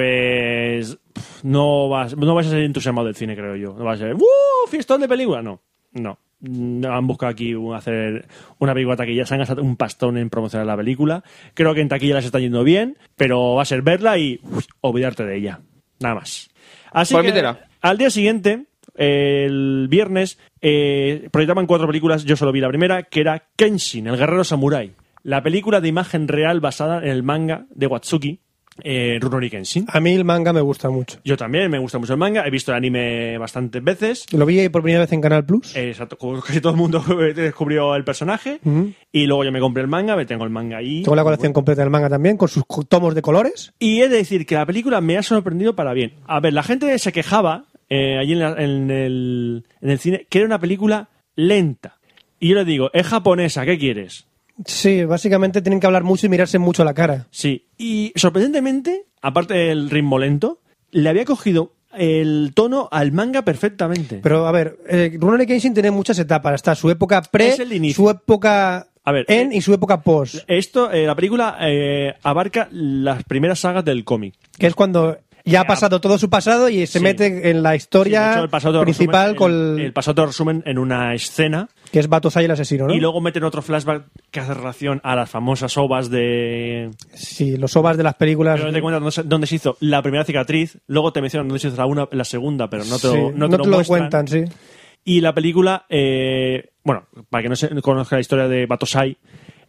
pues pff, no vas, no vas a ser entusiasmado del cine, creo yo. No vas a ser, ¡uh! ¡Fiestón de película! No, no. No, Han buscado aquí un- hacer una película taquilla, se han gastado un pastón en promocionar la película. Creo que en taquilla las está yendo bien, pero va a ser verla y uff, olvidarte de ella. Nada más. Así Pues que mítela. al día siguiente, eh, el viernes, eh, proyectaban cuatro películas. Yo solo vi la primera, que era Kenshin, el guerrero samurái. La película de imagen real basada en el manga de Watsuki, eh, Runori Kenshin. A mí el manga me gusta mucho. Yo también me gusta mucho el manga, he visto el anime bastantes veces. Lo vi por primera vez en Canal Plus. Eh, Exacto, como casi todo el mundo descubrió el personaje. Ujú. Y luego yo me compré el manga, me tengo el manga ahí. Tengo la colección completa del manga también, con sus co- tomos de colores. Y he de decir que la película me ha sorprendido para bien. A ver, la gente se quejaba eh, allí en, la- en el, en el cine que era una película lenta. Y yo le digo, es japonesa, ¿qué quieres? Sí, básicamente tienen que hablar mucho y mirarse mucho a la cara. Sí. Y sorprendentemente, aparte del ritmo lento, le había cogido el tono al manga perfectamente. Pero a ver, eh, Rurouni Kenshin tiene muchas etapas. Está su época pre, Es el inicio. su época A ver, en eh, y su época post. Esto, eh, la película eh, abarca las primeras sagas del cómic. que es cuando ya ha pasado todo su pasado y se Sí. mete en la Sí, de historia hecho, el pasado te lo principal resumen- con el, el pasado te lo resumen en una escena que es Batosai el asesino, ¿no? y luego meten otro flashback que hace relación a las famosas ovas de Sí, los ovas de las películas. Pero te cuentan dónde se, dónde se hizo la primera cicatriz, luego te mencionan dónde se hizo la, una, la segunda, pero no te, Sí, lo, no te lo lo muestran. cuentan, sí. Y la película, eh, bueno, para que no se conozca la historia de Batosai,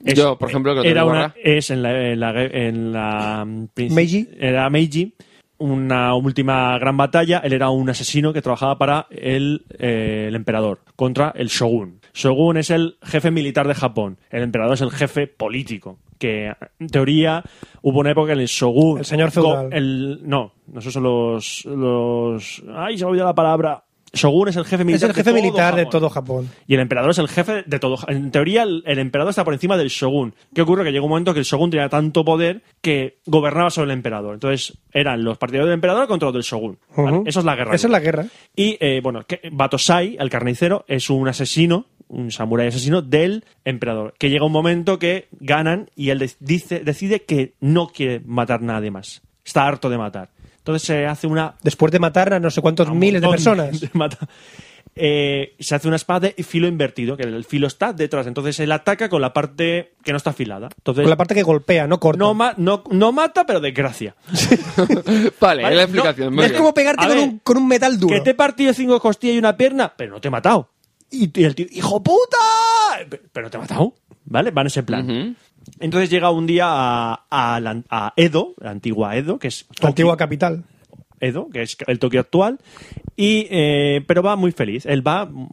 es- Yo, por ejemplo, que lo tengo era en una, barra. es en la, en la- en la- mm, princi- Meiji. Era Meiji, una última gran batalla. Él era un asesino que trabajaba para el, eh, el emperador, contra el shogun. Shogun es el jefe militar de Japón. El emperador es el jefe político. Que en teoría hubo una época en el shogun. El señor feudal. go- el- no, esos son los, los. Ay, se me olvidó la palabra. Shogun es el jefe Es militar. el jefe de todo militar de Japón. todo Japón. Y el emperador es el jefe de todo. En teoría, el, el emperador está por encima del shogun. ¿Qué ocurre? Que llegó un momento que el shogun tenía tanto poder que gobernaba sobre el emperador. Entonces, eran los partidarios del emperador contra los del shogun. ¿vale? Ujú. Eso es la guerra. Esa es la guerra. Y, eh, bueno, que- Batosai, el carnicero, es un asesino, un samurái asesino del emperador. Que llega un momento que ganan y él de- dice, decide que no quiere matar a nadie más. Está harto de matar. Entonces se hace una Después de matar a no sé cuántos a un miles de montón personas. de mata- Eh, se hace una espada de filo invertido, que el filo está detrás. Entonces él ataca con la parte que no está afilada. Entonces, Con la parte que golpea, no corta. no, ma- no, no mata, pero desgracia. Vale, es no, la explicación. muy es bien. como pegarte A con ver, un, con un metal duro. Que te he partido cinco costillas y una pierna, pero no te he matado. Y, y el tío, ¡hijo puta! Pe- Pero no te he matado. ¿Vale? Van ese plan. Ujú. Entonces llega un día a, a la- a Edo, la antigua Edo, que es La antigua capital. Edo, que es el Tokio actual, y, eh, pero va muy feliz. Él va, mm,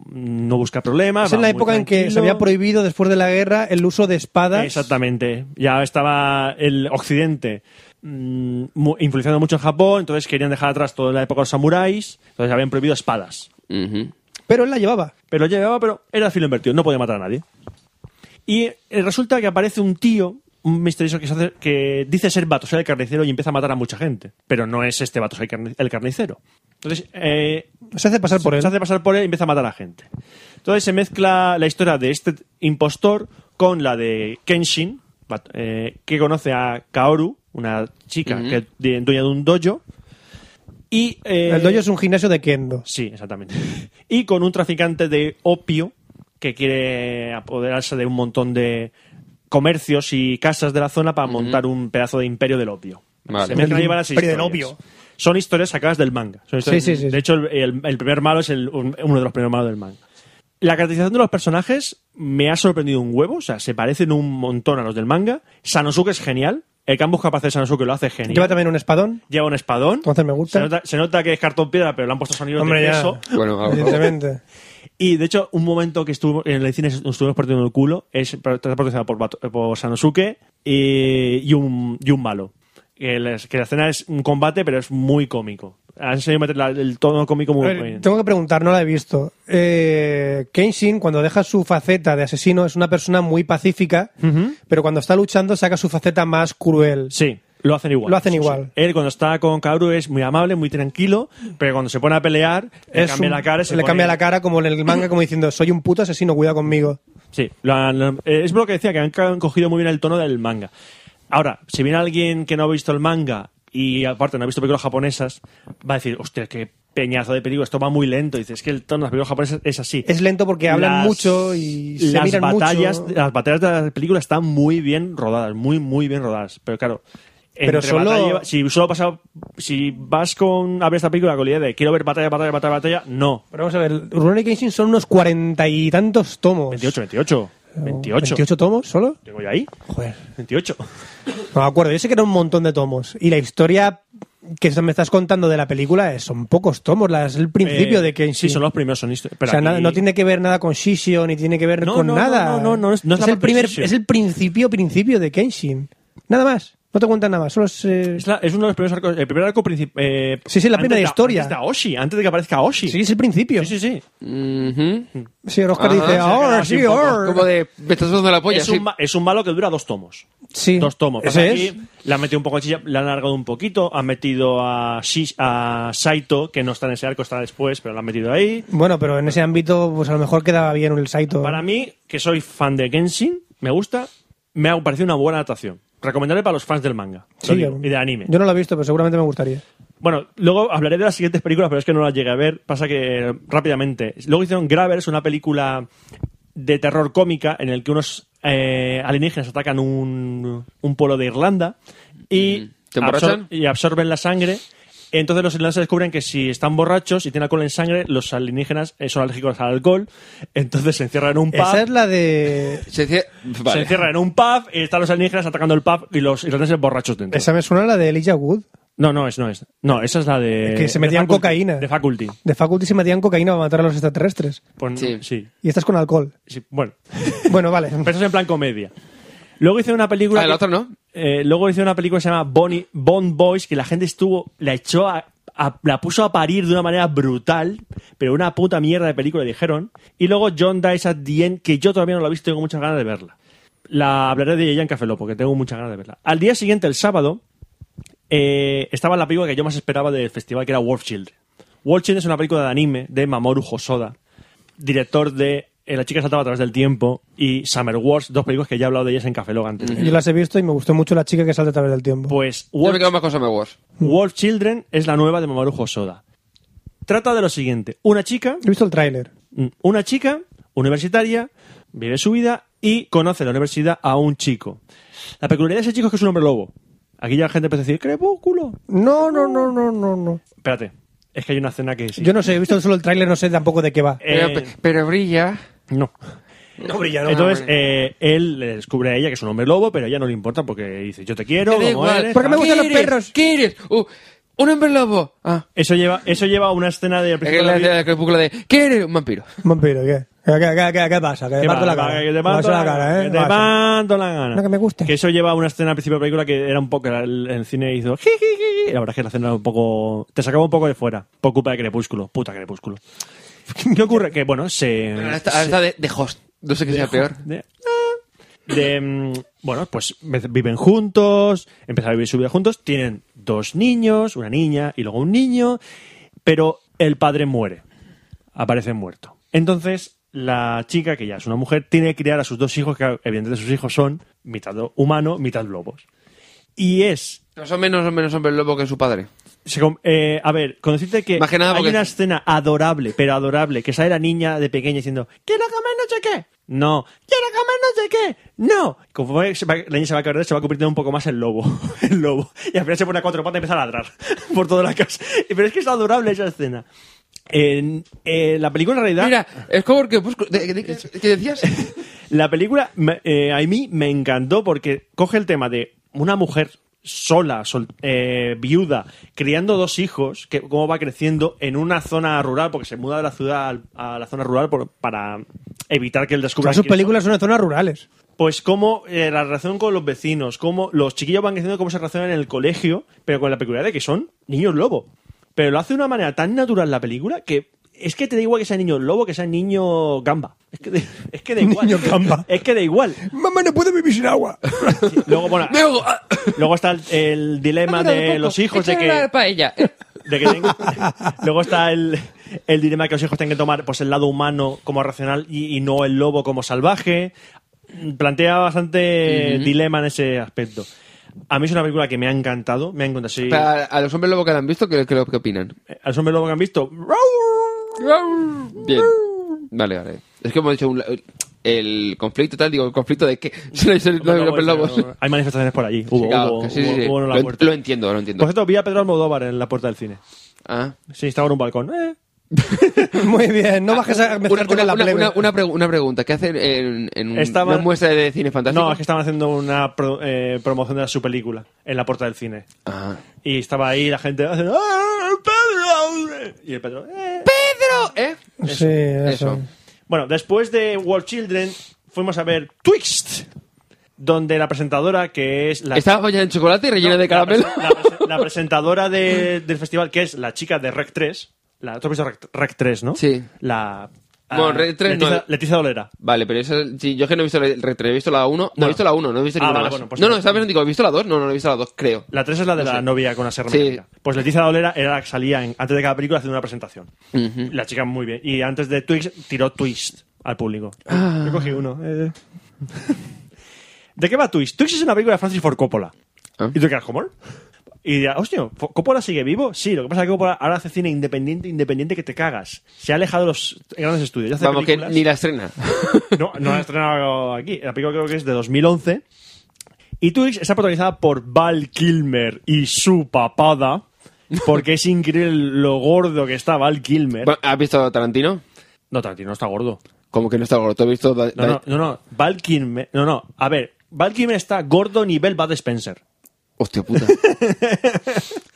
no busca problemas. Es Ah, en va la muy época en que se tranquilo. había prohibido después de la guerra el uso de espadas. Exactamente. Ya estaba el occidente mm, mu- influenciando mucho en Japón, entonces querían dejar atrás toda la época de los samuráis, entonces habían prohibido espadas. Ujú. Pero él la llevaba. Pero llevaba, pero era filo invertido, no podía matar a nadie. Y eh, resulta que aparece un tío, un misterioso que, se hace- que dice ser Batosai el carnicero y empieza a matar a mucha gente. Pero no es este Batosai carni- el carnicero. Entonces, eh, Se hace pasar por él. se hace pasar por él y empieza a matar a la gente. Entonces se mezcla la historia de este impostor con la de Kenshin, bat- eh, que conoce a Kaoru, una chica que es de- dueña de un dojo. Y, eh, El dojo es un gimnasio de kendo. Sí, exactamente. Y con un traficante de opio que quiere apoderarse de un montón de comercios y casas de la zona para montar un pedazo de imperio del opio. Vale. Se mezclan El ahí varias imperio del historias. opio. Son historias sacadas del manga. Son historias- Sí, sí, sí, sí. De hecho, el, el- el primer malo es el- un- uno de los primeros malos del manga. La caracterización de los personajes me ha sorprendido un huevo. O sea, se parecen un montón a los del manga. Sanosuke es genial. El campus capaz de Sanosuke lo hace genial. Lleva también un espadón. Lleva un espadón. Entonces me gusta. Se nota, se nota que es cartón piedra, pero le han puesto sonidos Hombre, de ya. peso. Bueno, a- Evidentemente. Y de hecho, un momento que estuvo en el cine nos estuvimos partiendo el culo es protagonizado por, Bat- por Sanosuke y, y un, y un malo. Que la, que la escena es un combate, pero es muy cómico. Han sabido meter la- el tono cómico A muy ver, bien. tengo que preguntar, no la he visto. Eh, Kenshin, cuando deja su faceta de asesino, es una persona muy pacífica, pero cuando está luchando saca su faceta más cruel. Sí, lo hacen igual. Lo hacen Sí, igual. sí. Él cuando está con Kaoru es muy amable, muy tranquilo, pero cuando se pone a pelear, le Es cambia un- la cara. y se le pone- cambia la cara como en el manga, como diciendo, soy un puto asesino, cuida conmigo. Sí, lo han- lo- eh, es lo que decía, que han ca- han cogido muy bien el tono del manga. Ahora, si viene alguien que no ha visto el manga y aparte no ha visto películas japonesas, va a decir, hostia, qué peñazo de película, esto va muy lento. Y dices, es que el tono de las películas japonesas es así. Es lento porque hablan Las- mucho y se las miran batallas, mucho. Las batallas de la película están muy bien rodadas, muy, muy bien rodadas. Pero claro, Pero entre solo- batalla- si solo pasa, si vas con a ver esta película con la idea de quiero ver batalla, batalla, batalla, batalla, no. Pero vamos a ver, Rurouni Kenshin son unos cuarenta y tantos tomos. 28, 28, 28. ¿28 tomos solo? Tengo yo ahí, Joder. 28. No me acuerdo, yo sé que era un montón de tomos. Y la historia que me estás contando de la película es- son pocos tomos, la- es el principio Eh, de Kenshin. Sí, son los primeros son histo- o pero sea, aquí- nada- no tiene que ver nada con Shishio ni tiene que ver No, con no, no, nada. no, no, no, es- no es es, la el primer, parte de Shishio. es el principio, principio de Kenshin. Nada más. No te cuentan nada más. Solo es, eh, Es, la- es uno de los primeros arcos. El primer arco principal. Sí, sí, la primera historia. Antes de Aoshi, antes de que aparezca Aoshi. sí, es el principio. sí, sí. sí. Ujú. Sí, Ajá. Oscar Se dice, ha quedado ahora así sí, un poco ahora. Como de, me estás dando la polla, Es, sí. un, ma- es un malo que dura dos tomos. Sí. Dos tomos. Pasa Ese aquí, es. La han metido un poco de chilla, la han alargado un poquito. Han metido a, Shish- a Saito, que no está en ese arco, está después, pero la han metido ahí. Bueno, pero en ese ámbito, pues a lo mejor quedaba bien el Saito. Para mí, que soy fan de Genshin, me gusta, me ha parecido una buena adaptación. Recomendable para los fans del manga lo Sí, digo, y de anime. Yo no lo he visto, pero seguramente me gustaría. Bueno, luego hablaré de las siguientes películas, pero es que no las llegué a ver. Pasa que eh, rápidamente. Luego hicieron Gravers, una película de terror cómica en el que unos eh, alienígenas atacan un, un pueblo de Irlanda y, Mm. ¿Te emborrachan? y absorben la sangre Entonces los enlaces descubren que si están borrachos y tienen alcohol en sangre, los alienígenas eh, son alérgicos al alcohol. Entonces se encierran en un pub. Esa es la de... Se cier- Se vale. encierran en un pub y están los alienígenas atacando el pub y los irlandeses borrachos dentro. Esa me suena a la de Elijah Wood. No, no, es, no es. No, esa es la de. Que Eh, de se metían Faculty- cocaína. De faculty. De Faculty se metían cocaína para matar a los extraterrestres. Pues, Sí. sí. sí. Y estás con alcohol. Bueno, Bueno, vale. pero eso es en plan comedia. Luego hice una película. Ah, que- la otra no. Eh, luego hice una película que se llama Bonnie, Bond Boys, que la gente estuvo. La echó a- a- la puso a parir de una manera brutal, pero una puta mierda de película, dijeron. Y luego John Dies at the End, que yo todavía no la he visto, tengo muchas ganas de verla. La hablaré de ella en Café Lock, porque tengo muchas ganas de verla. Al día siguiente, el sábado, eh, estaba la película que yo más esperaba del festival, que era Wolf Children. Wolf Children es una película de anime de Mamoru Hosoda, director de eh, La chica saltaba a través del tiempo y Summer Wars, dos películas que ya he hablado de ellas en Café Lock antes. Yo las he visto y me gustó mucho la chica que salta a través del tiempo. Pues Yo Wolf, me quedo más con Summer Wars. Wolf Children es la nueva de Mamoru Hosoda. Trata de lo siguiente, una chica He visto el tráiler. Mm, una chica universitaria vive su vida y conoce en la universidad a un chico. La peculiaridad de ese chico es que es un hombre lobo. Aquí ya la gente empieza a decir, crepúsculo. No, no, no, no, no, no. Espérate, es que hay una escena que sí. Yo no sé, he visto solo el tráiler, no sé tampoco de qué va. Eh, Pero, pero brilla. no. No brilla, Entonces, eh, él le descubre a ella que es un hombre lobo, pero a ella no le importa porque dice, yo te quiero, Me como da igual. eres, Porque me tal. gustan los ¿Qué eres? perros. ¿Qué eres? Uh, un hombre lobo. Ah. Eso lleva, eso lleva a una escena de... al Es Pues que principio la de la de la crepúscula de. ¿Qué eres? Un vampiro. Vampiro, ¿qué? ¿Qué, qué, qué, qué- qué pasa? Que te Que parto va, la va, cara. que te Me parto parto la cara, gana, ¿eh? que te Vas. parto la gana. No, que me gusta. Que eso lleva a una escena al principio de la película que era un poco. El, el cine hizo. "Ji, ji, ji, ji". La verdad es que la escena era un poco. Te sacaba un poco de fuera. Por culpa de Crepúsculo. Puta Crepúsculo. ¿Qué ocurre? Que bueno, se. Ahora está, ahora está de, de host. No sé qué sea peor. De, de, mm, bueno, pues viven juntos, empiezan a vivir su vida juntos, tienen dos niños, una niña y luego un niño, pero el padre muere, aparece muerto. Entonces, la chica, que ya es una mujer, tiene que criar a sus dos hijos, que evidentemente sus hijos son mitad humano, mitad lobos. Y es No son menos o menos hombre lobo que su padre. se com- eh, a ver, con decirte que Más que nada hay porque- una escena adorable, pero adorable, que sale la niña de pequeña diciendo, quiero comer no sé qué. No, quiero comer no sé qué. No. Como ve, se va- la niña se va a caer, se va a convertir un poco más en lobo. el lobo. Y al final se pone a cuatro patas y empieza a ladrar por toda la casa. Pero es que es adorable esa escena. En, eh, la película en realidad... Mira, es como el crepúsculo. de- de- de- ¿Qué decías? La película me- eh, a mí me encantó porque coge el tema de una mujer sola, sol- eh, viuda, criando dos hijos, que cómo va creciendo en una zona rural, porque se muda de la ciudad al- a la zona rural por- para evitar que él O descubra sea, sus quién son. películas son en zonas rurales. Pues cómo eh, la relación con los vecinos, cómo los chiquillos van creciendo, cómo se relacionan en el colegio, pero con la peculiaridad de que son niños lobo. Pero lo hace de una manera tan natural la película que es que te da igual que sea niño lobo que sea niño gamba. Es que, de- es que da igual. Niño gamba. Es que da igual. Mamá, no puedo vivir sin agua. Luego, bueno, Me ahogo. Ah. luego está el, el dilema Espera un de poco. los hijos de Échale que, una paella. de que tengan- luego está el, el dilema de que los hijos tienen que tomar pues el lado humano como racional y, y no el lobo como salvaje. Plantea bastante dilema en ese aspecto. A mí es una película que me ha encantado, me ha encantado. Sí, Eh, Pero a, a los hombres lobo que la han visto, ¿qué, qué, lo- qué opinan? al hombre lobo que han visto. Bien. Vale, vale. Es que hemos dicho un- el conflicto tal, digo, el conflicto de que si no hay los hombres lobos. pues, eh, Hay manifestaciones por allí. Hubo, Sí, claro, hubo- que sí, sí, hubo- sí. hubo uno en la Pues, Lo, en- puerta. lo entiendo, lo entiendo. Por cierto, vi a Pedro Almodóvar en la puerta del cine. Ah. Sí, estaba en un balcón. Eh. Muy bien, no bajes a Una, mezclarte una- con la una- plebe. una- una pregu- una pregunta, ¿qué hacen en, en un- Estaba- una muestra de cine fantástico? No, es que estaban haciendo una pro- eh, promoción de su película en la puerta del cine. Ah. Y estaba ahí la gente haciendo ¡Ah, Pedro! Y el Pedro... "Eh". Pero, ¿eh? Sí, eso. eso. Bueno, después de World Children fuimos a ver Twixt, donde la presentadora, que es la... Estaba bañada en chocolate y rellena de caramelo. La, prese- la presentadora de- del festival, que es la chica de Rec 3. La, ¿Tú has visto Rec, Rec 3, no? Sí. La... Bueno, Rec 3 no. Leticia, Leticia Dolera. Vale, pero eso, sí, yo es que no he visto la el retre, he visto la 1, no Bueno. he visto la 1, no he visto Ah, ninguna vale, más. bueno, pues no, no, entonces- estaba pensando, digo, ¿he visto la 2? No, no, no he visto la 2, creo. La 3 es la de No la sé. novia con la serra Sí. mecánica. Pues Leticia Dolera era la que salía en- antes de cada película haciendo una presentación. Ujú. La chica muy bien. Y antes de Twist, tiró Twist al público. Ah. Yo cogí uno. eh. ¿De qué va Twist? Twist es una película de Francis Ford Coppola. Ah. ¿Y tú qué ¿Cómo? Y dirás, hostia, ¿Fo- ¿Coppola sigue vivo? Sí, lo que pasa es que Coppola ahora hace cine independiente, independiente que te cagas. Se ha alejado de los grandes estudios. Ya hace Vamos, que películas. ni la estrena. No, no la han estrenado aquí. La película creo que es de 2011. Y Twix está protagonizada por Val Kilmer y su papada, porque es increíble lo gordo que está Val Kilmer. Bueno, ¿Has visto Tarantino? No, Tarantino está gordo. Como que no está gordo. ¿Tú has visto Da- No, no, Da- no, no. Val Kilmer. No, no. A ver, Val Kilmer está gordo nivel Bad Spencer. Hostia puta.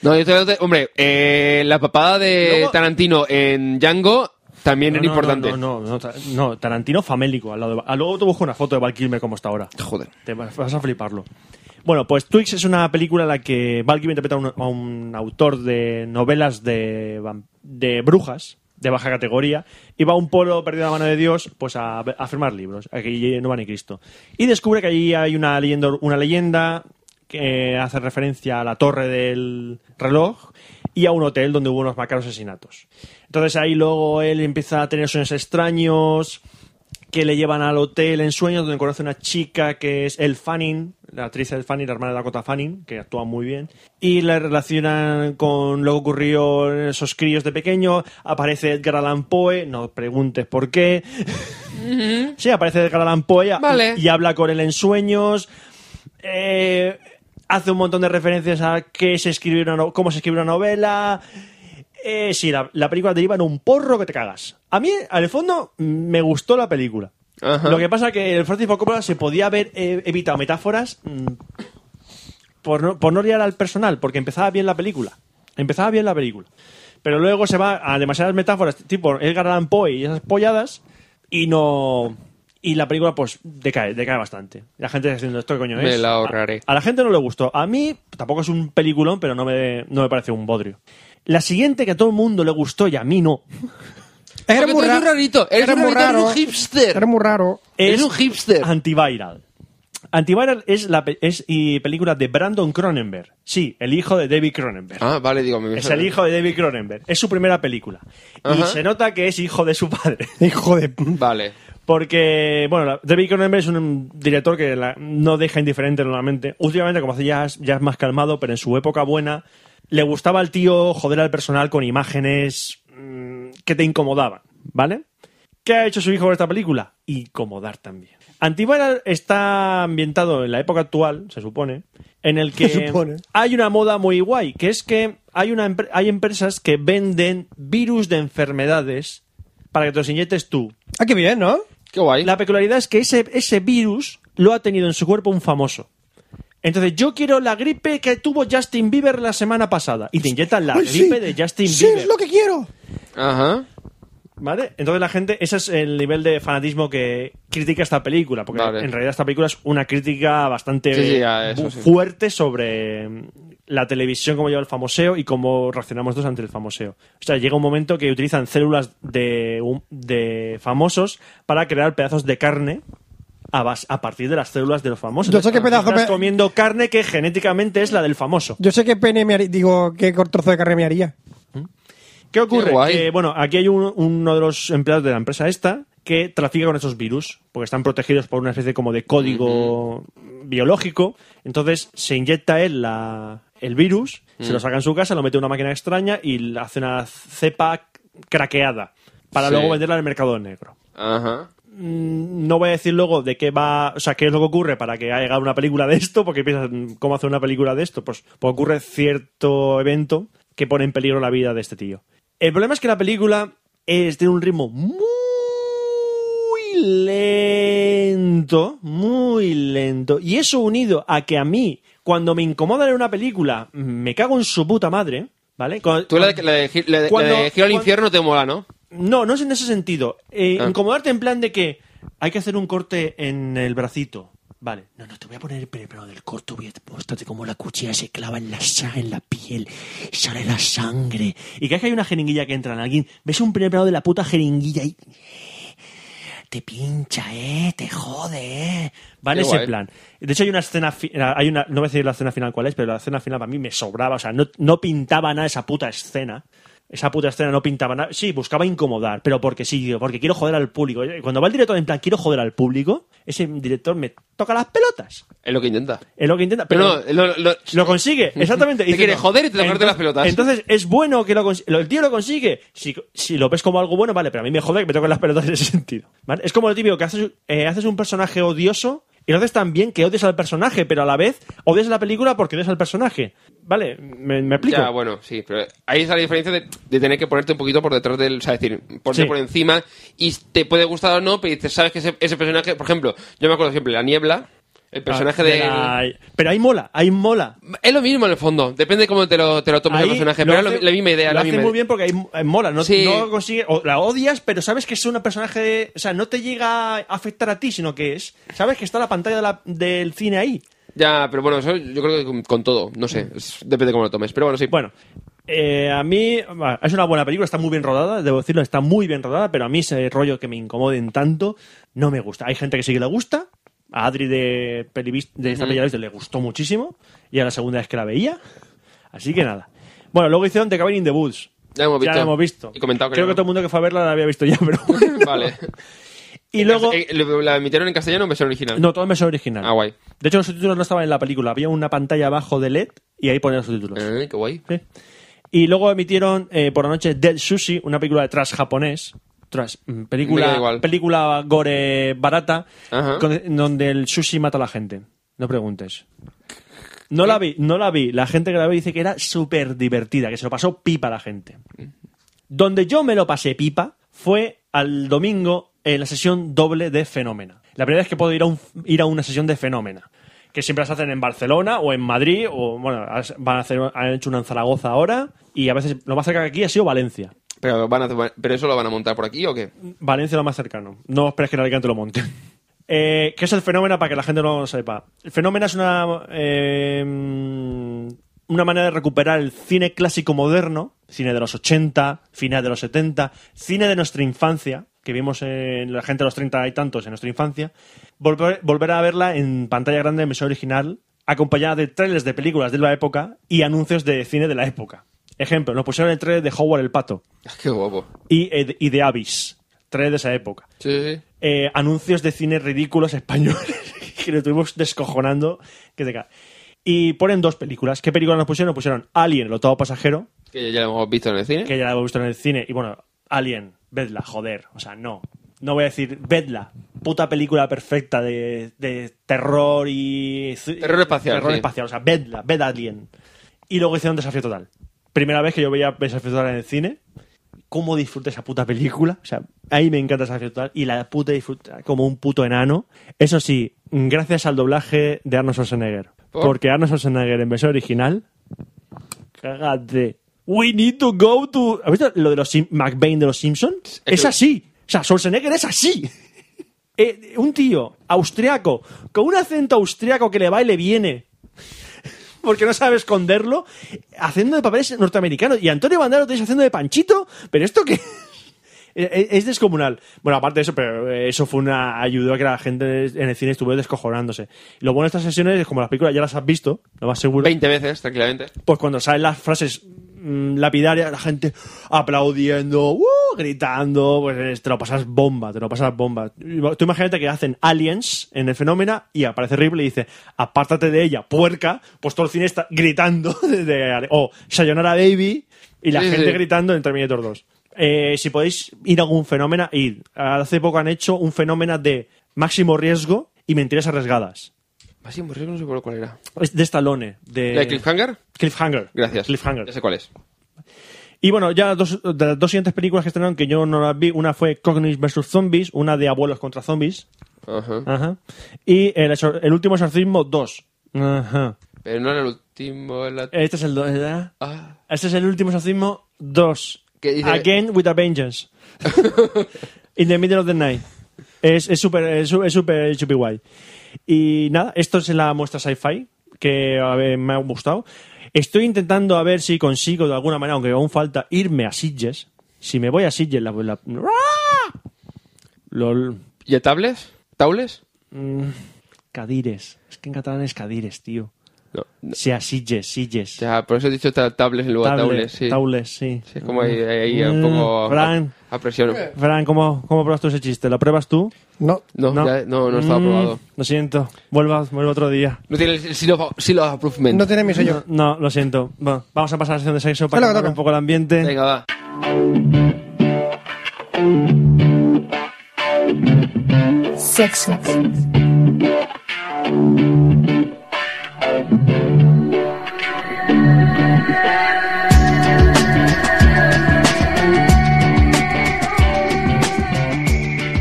no, yo estoy hablando de- Hombre, eh, la papada de Luego- Tarantino en Django también No, era no, importante. No, no, no, no, ta- no, Tarantino famélico al lado de. ah, Luego te busco una foto de Val Kilmer como está ahora. Joder. Te vas vas a fliparlo. Bueno, pues Twix es una película en la que Val Kilmer interpreta a un, a un autor de novelas de, vam- de brujas de baja categoría y va a un pueblo perdido en la mano de Dios pues a, a firmar libros. Aquí no va ni Cristo. Y descubre que allí hay una leyenda, una leyenda que hace referencia a la torre del reloj y a un hotel donde hubo unos macabros asesinatos. Entonces ahí luego él empieza a tener sueños extraños, que le llevan al hotel en sueños donde conoce una chica que es El Fanning, la actriz El Fanning, la hermana de Dakota Fanning, que actúa muy bien, y la relacionan con lo que ocurrió en esos críos de pequeño. Aparece Edgar Allan Poe, no preguntes por qué. sí, aparece Edgar Allan Poe a- Vale. y habla con él en sueños. Eh, hace un montón de referencias a qué se escribe una no- cómo se escribe una novela. Eh, sí, la, la película deriva en un porro que te cagas. A mí, al fondo, me gustó la película. Ajá. Lo que pasa que el Francis Ford Coppola se podía haber eh, evitado metáforas mm, por no, por no liar al personal, porque empezaba bien la película. Empezaba bien la película. Pero luego se va a demasiadas metáforas, tipo Edgar Allan Poe y esas polladas, y no... Y la película, pues, decae, decae bastante. La gente está diciendo, ¿esto qué coño Me es? la A- ahorraré. A, la gente no le gustó. A mí tampoco es un peliculón, pero no me, no me parece un bodrio. La siguiente que a todo el mundo le gustó y a mí no, Eres Porque tú muy eres raro. un rarito. Eres, Eres un muy rarito, eres raro. un hipster. Eres muy raro. es Eres un hipster. Antiviral. Antiviral es la pe- es y película de Brandon Cronenberg. Sí, el hijo de David Cronenberg. Ah, vale, digo. me- Es el hijo de David Cronenberg. Es su primera película. Y Ajá. se nota que es hijo de su padre. Hijo de... Vale. Porque, bueno, la- David Cronenberg es un director que la- no deja indiferente normalmente. Últimamente, como hace ya, es- ya es más calmado, pero en su época buena, le gustaba al tío joder al personal con imágenes mm, que te incomodaban, ¿vale? ¿Qué ha hecho su hijo con esta película? Incomodar también. Antiviral está ambientado en la época actual, se supone, en el que Se supone. hay una moda muy guay, que es que hay, una, empre- hay empresas que venden virus de enfermedades para que te los inyectes tú. Ah, qué bien, ¿no? Qué guay. La peculiaridad es que ese, ese virus lo ha tenido en su cuerpo un famoso. Entonces, yo quiero la gripe que tuvo Justin Bieber la semana pasada. Y te inyectan la Ay, Pues sí. gripe de Justin Sí, Bieber. es lo que quiero. Ajá. ¿Vale? Entonces, la gente, ese es el nivel de fanatismo que critica esta película. Porque Vale. en realidad, esta película es una crítica bastante Sí, sí, a eso, bu- sí. fuerte sobre mm, la televisión, cómo lleva el famoseo y cómo reaccionamos nosotros ante el famoseo. O sea, llega un momento que utilizan células de, hum- de famosos para crear pedazos de carne a, bas- a partir de las células de los famosos. Yo sé qué pedazo Estás pe- comiendo carne que genéticamente es la del famoso. Yo sé qué pene me haría... Digo, qué trozo de carne me haría. ¿Qué ocurre? Qué guay. Que, bueno, aquí hay un- uno de los empleados de la empresa esta que trafica con estos virus, porque están protegidos por una especie como de código biológico. Entonces se inyecta él la, el virus, se Mm. lo saca en su casa, lo mete en una máquina extraña y le hace una cepa craqueada para Sí. luego venderla en el mercado negro. Ajá. Mm, No voy a decir luego de qué va, o sea, qué es lo que ocurre para que haga una película de esto, porque piensas, mm, ¿cómo hacer una película de esto? Pues, pues ocurre cierto evento que pone en peligro la vida de este tío. El problema es que la película es de un ritmo muy lento, muy lento, y eso unido a que a mí, cuando me incomoda en una película, me cago en su puta madre, ¿vale? Cuando- Tú la de, la de, gi- la de- la de Cuando- Giro al cuando- Infierno te mola, ¿no? no, no es en ese sentido. Eh, Ah. Incomodarte en plan de que hay que hacer un corte en el bracito. Vale. No, no, te voy a poner el plano del corto, voy a mostrarte cómo la cuchilla se clava en la, sa- en la piel y sale la sangre. Y que hay una jeringuilla que entra en alguien. Ves un primer plano de la puta jeringuilla y Te pincha, eh, te jode, eh. va en Qué ese guay. plan. De hecho, hay una escena. fi- eh, Hay una, no voy a decir la escena final cuál es, pero la escena final para mí me sobraba. O sea, no, no pintaba nada esa puta escena. Esa puta escena no pintaba nada. Sí, buscaba incomodar, pero porque sí, tío, porque quiero joder al público. Eh, Cuando va el director en plan, quiero joder al público, ese director me toca las pelotas. Es lo que intenta. Es lo que intenta. Pero, Pero no, lo- lo- Lo consigue, exactamente. Te Diciendo, quiere joder y te toca entonces- las pelotas. Entonces, es bueno que lo consi- lo- El tío lo consigue. Si, si lo ves como algo bueno, vale, pero a mí me jode que me toquen las pelotas en ese sentido. ¿vale? Es como lo típico que haces, eh, haces un personaje odioso Y lo haces tan bien que odias al personaje, pero a la vez odias la película porque odias al personaje. Vale, me, me explico. Ya, bueno, sí, pero ahí es la diferencia de, de tener que ponerte un poquito por detrás del, o sea, es decir, ponerte Sí. por encima y te puede gustar o no, pero dices, sabes que ese, ese personaje, por ejemplo, yo me acuerdo siempre, la niebla, el personaje Ah, de... la- Pero ahí mola, ahí mola. Es lo mismo en el fondo, depende de cómo te lo, te lo tomes el Ahí personaje, lo pero es lo- hace- la misma idea, Lo la hace misma muy idea. bien porque ahí eh, mola, no, Sí. no consigue, o la odias, pero sabes que es un personaje, o sea, no te llega a afectar a ti, sino que es, sabes que está la pantalla de la- del cine ahí. Ya, pero bueno, eso yo creo que con, con todo, no sé, es- depende de cómo lo tomes, pero bueno, sí. Bueno, eh, a mí bah, es una buena película, está muy bien rodada, debo decirlo, está muy bien rodada, pero a mí ese rollo que me incomoden tanto no me gusta. Hay gente que sí que le gusta. A Adri de, Pelivis- de esta película le gustó muchísimo y a la segunda vez que la veía. Así que nada. Bueno, luego hicieron The Cabin in the Woods. Ya hemos visto. la hemos visto. Y comentado, creo creo, que ¿no? todo el mundo que fue a verla la había visto ya, pero bueno. vale. Y luego... Eh, ¿La la emitieron en castellano o en versión original? No, todo en versión original. Ah, guay. De hecho, los subtítulos no estaban en la película. Había una pantalla abajo de LED y ahí ponían los subtítulos. Eh, qué guay. Sí. Y luego emitieron eh, por la noche Dead Sushi, una película de trash japonés. Trash, mm, Me queda película, igual. película gore barata, Ajá. con- donde el sushi mata a la gente. No preguntes. No la vi, no la vi. La gente que la vi dice que era súper divertida, que se lo pasó pipa a la gente. Donde yo me lo pasé pipa fue al domingo en la sesión doble de Fenómena. La primera vez que puedo ir a, un- ir a una sesión de Fenómena, que siempre las hacen en Barcelona o en Madrid, o bueno, as- van a hacer, han hecho una en Zaragoza ahora, y a veces lo más cerca que aquí ha sido Valencia. Pero, van a, ¿Pero eso lo van a montar por aquí o qué? Valencia lo más cercano. No esperes que en Alicante lo monte. Eh, ¿Qué es el fenómeno para que la gente no lo sepa? El fenómeno es una, eh, una manera de recuperar el cine clásico moderno, cine de los 80, final de los 70, cine de nuestra infancia, que vimos en la gente de los 30 y tantos en nuestra infancia, volver, volver a verla en pantalla grande en versión original, acompañada de trailers de películas de la época y anuncios de cine de la época. Ejemplo, nos pusieron el trailer de Howard el Pato Ah, Qué guapo. y, eh, y de Avis, tres de esa época. Sí, sí, sí. Eh, anuncios de cine ridículos españoles que lo estuvimos descojonando. Que te ca- Y ponen dos películas. ¿Qué películas nos pusieron? Nos pusieron Alien, el octavo pasajero, Que ya lo hemos visto en el cine. que ya la hemos visto en el cine. Y bueno, Alien, vedla, joder. O sea, no. No voy a decir, vedla. Puta película perfecta de, de terror y... Terror espacial, eh, Terror sí. espacial. O sea, vedla, ved Alien. Y luego hicieron Desafío Total. Primera vez que yo veía Desafío Total en el cine. Cómo disfruté esa puta película. O sea, ahí me encanta Desafío Total. Y la puta disfruta como un puto enano. Eso sí, gracias al doblaje de Arnold Schwarzenegger. ¿Por? Porque Arnold Schwarzenegger en versión original Cágate. We need to go to. ¿Has visto lo de los Sim- McBain de los Simpsons? que- Es así. O sea, Schwarzenegger es así. Eh, un tío austriaco, con un acento austriaco que le va y le viene, porque no sabe esconderlo, haciendo de papeles norteamericanos. Y Antonio Banderas lo tenéis haciendo de panchito, pero esto que. Es es descomunal. Bueno, aparte de eso, pero eh, eso fue una ayuda que la gente en el cine estuvo descojonándose. Lo bueno de estas sesiones es como las películas ya las has visto, lo más seguro Veinte veces, tranquilamente. pues cuando salen las frases mm, lapidarias, la gente aplaudiendo, ¡uh! gritando, pues es- te lo pasas bomba, te lo pasas bomba. Y va- Tú imagínate que hacen aliens en el fenómeno y aparece Ripley y dice, apártate de ella, puerca, pues todo el cine está gritando, de- o Sayonara Baby, y la Sí, gente sí. gritando en Terminator 2. Eh, si podéis ir a algún fenómeno, id. Hace poco han hecho un fenómeno de máximo riesgo y mentiras arriesgadas. Así, por eso no sé por cuál era. Es de Stallone. De... ¿La de Cliffhanger? Cliffhanger. Gracias. Eh, Cliffhanger. Ya sé cuál es. Y bueno, ya dos, de las dos siguientes películas que estrenaron que yo no las vi, una fue Cognis vs. Zombies, una de Abuelos contra Zombies, Ajá. ajá, y El, exor- el último exorcismo 2. Ajá. Pero no era el último. era la- Este es el do- ¿eh? Ah. Este es el último exorcismo 2. ¿Qué dice? Again with a vengeance. In the middle of the night. Es es súper es su- es súper chupi guay. Y nada, esto es la muestra sci-fi que a ver, me ha gustado. Estoy intentando a ver si consigo de alguna manera, aunque aún falta, irme a Sitges. Si me voy a Sitges, la... la- ¡Ah! Lol. ¿Y el Tables? ¿Taules? Cadires. Es que en catalán es Cadires, tío. No. no. Sea Sitges, Sitges. Ya, por eso he dicho ta- Tables en lugar de Table- Taules, sí. Taules, sí. Sí, es como ahí, ahí un poco. a- Fran. A, presión. Fran, ¿cómo, ¿cómo pruebas tú ese chiste? ¿Lo pruebas tú? No. No, No. ya- no, no estaba Mm, aprobado. Lo siento. Vuelva, vuelva otro día. No tiene el seal of, seal of approvement. No tiene mi sello. No, lo siento. Va, vamos a pasar a la sección de sexo para Dale, cambiar dale. un poco el ambiente. Venga, va. Sexo.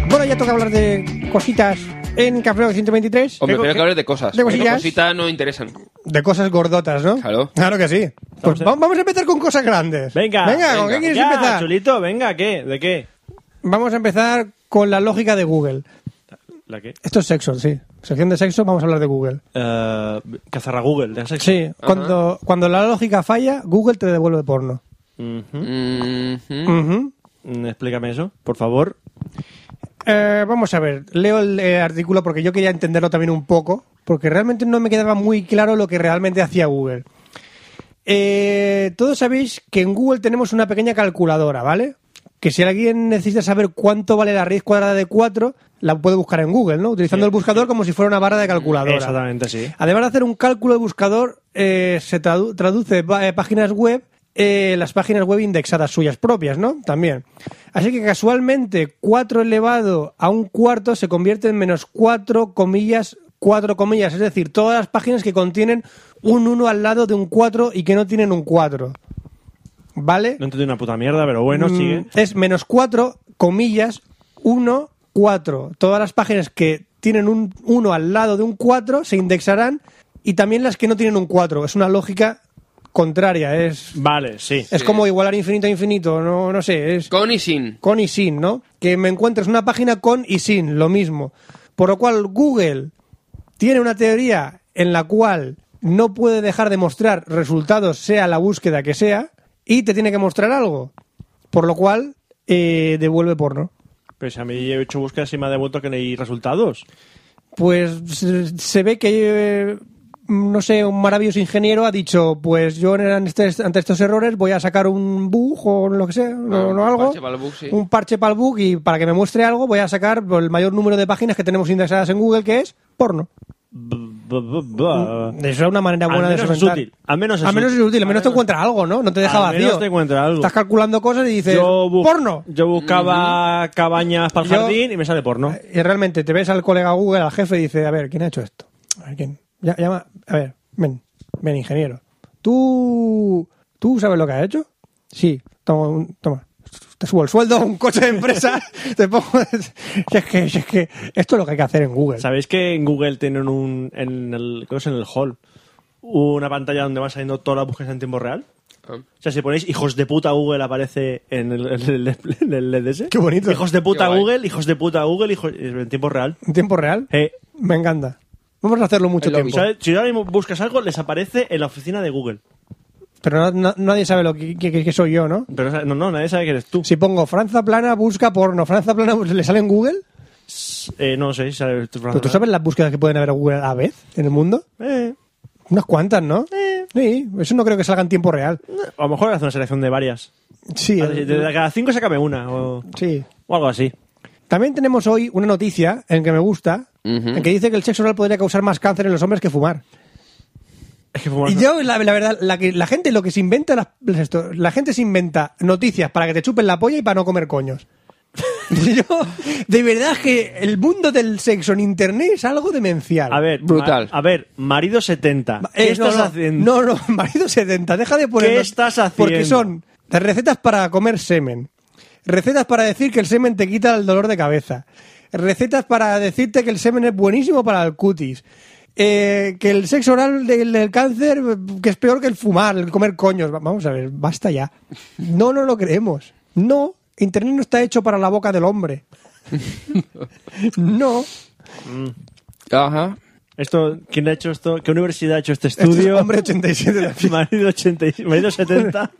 Bueno, ya toca hablar de cositas en Café Lock 123. Hombre, De co- pero hay que hablar de cosas. De cosillas. cositas no interesan. De cosas gordotas, ¿no? Claro. Claro que sí. Pues en- va- vamos a empezar con cosas grandes. Venga, Venga, ¿con qué quieres Ya, empezar? chulito, venga, ¿qué? ¿De qué? Vamos a empezar con la lógica de Google. ¿La qué? Esto es sexo, sí. Sección de sexo, vamos a hablar de Google. Eh, cazarra Google, ¿de sexo? Sí, cuando, cuando la lógica falla, Google te devuelve porno. Ujú. Mhm. Ujú. Mm, Explícame eso, por favor. Eh, vamos a ver, leo el eh, artículo porque yo quería entenderlo también un poco, porque realmente no me quedaba muy claro lo que realmente hacía Google. Eh, todos sabéis que en Google tenemos una pequeña calculadora, ¿vale? Que si alguien necesita saber cuánto vale la raíz cuadrada de 4, la puede buscar en Google, ¿no? Utilizando el buscador como si fuera una barra de calculadora. Exactamente, sí. Además de hacer un cálculo de buscador, eh, se tradu- traduce ba- eh, páginas web, eh, las páginas web indexadas suyas propias, ¿no? También. Así que casualmente 4 elevado a un cuarto se convierte en menos 4 comillas, 4 comillas, es decir, todas las páginas que contienen un 1 al lado de un 4 y que no tienen un 4. ¿Vale? No entendí una puta mierda, pero bueno, Mm, sigue. Es menos 4, comillas, 1, 4. Todas las páginas que tienen un 1 al lado de un 4 se indexarán y también las que no tienen un 4. Es una lógica contraria. Es, Vale, sí. es como igualar infinito a infinito. No, no sé. Es Con y sin. con y sin, ¿no? Que me encuentres una página con y sin, lo mismo. Por lo cual Google tiene una teoría en la cual no puede dejar de mostrar resultados, sea la búsqueda que sea, y te tiene que mostrar algo. Por lo cual eh, devuelve porno. Pues a mí he hecho búsquedas y me ha devuelto que leí resultados. Pues se, se ve que, eh, no sé, un maravilloso ingeniero ha dicho, pues yo en este- ante estos errores voy a sacar un bug o lo que sea, no, Ah, un no algo. parche para el bug, sí. Un parche para el bug y para que me muestre algo voy a sacar el mayor número de páginas que tenemos indexadas en Google, que es porno. B- b- b- b- Eso es una manera Al buena de menos es solventar. útil, al menos es al menos útil. es útil, al menos te Al menos- encuentra algo, ¿no? No te deja al vacío. menos te encuentra algo. Estás calculando cosas y dices, Yo bus- porno. Yo buscaba cabañas para el Yo- jardín y me sale porno. Y realmente te ves al colega Google, al jefe, y dice, a ver, ¿quién ha hecho esto? A ver, ¿quién? Ya- llama, a ver, ven, ven, ingeniero. ¿Tú, ¿Tú sabes lo que has hecho? Sí, toma, un- toma. Te subo el sueldo, un coche de empresa, te pongo... Si es, que, si es que esto es lo que hay que hacer en Google. ¿Sabéis que en Google tienen un. En el, creo que es en el hall. Una pantalla donde van saliendo todas las búsquedas en tiempo real. Ah. O sea, si ponéis hijos de puta Google aparece en el, en el, en el LDS. Qué bonito. Hijos de puta Qué guay. Google, hijos de puta Google, hijos, en tiempo real. En tiempo real. Eh, Me encanta. Vamos a hacerlo mucho El lobby. tiempo. ¿sabes? Si ahora mismo buscas algo, les aparece en la oficina de Google. Pero no- no- nadie sabe lo que, que- que soy yo, ¿no? Pero o sea, no, no, nadie sabe que eres tú. Si pongo Franza Plana, busca porno. Franza Plana, ¿le sale en Google? Eh, no sé si sabes tu ¿Pero tú sabes las búsquedas que pueden haber en Google a la vez en el mundo? Eh, Unas cuantas, ¿no? Eh. Sí, eso no creo que salga en tiempo real. a lo mejor hace una selección de varias. Sí, eh, De, de- de cada cinco sácame una o, sí. o algo así. También tenemos hoy una noticia en que me gusta, Ujú. en que dice que el sexo oral podría causar más cáncer en los hombres que fumar. Es que fumar Y yo, la, la verdad, la, que, la gente lo que se inventa, las- las esto- la gente se inventa noticias para que te chupen la polla y para no comer coños. yo, de verdad es que el mundo del sexo en internet es algo demencial. A ver, Brutal. ma- a ver, marido 70. Eh, ¿Qué no, estás no, haciendo? No, no, marido 70, deja de poner. ¿Qué estás haciendo? Porque son las recetas para comer semen, recetas para decir que el semen te quita el dolor de cabeza, recetas para decirte que el semen es buenísimo para el cutis. eh, que el sexo oral del, del cáncer que es peor que el fumar, el comer coños. Va- Vamos a ver, basta ya. No, no lo creemos. No, Internet no está hecho para la boca del hombre. no. este Ajá. Esto, ¿Quién ha hecho esto? ¿Qué universidad ha hecho este estudio? Este es hombre 87 de la marido, 80, y- marido 70.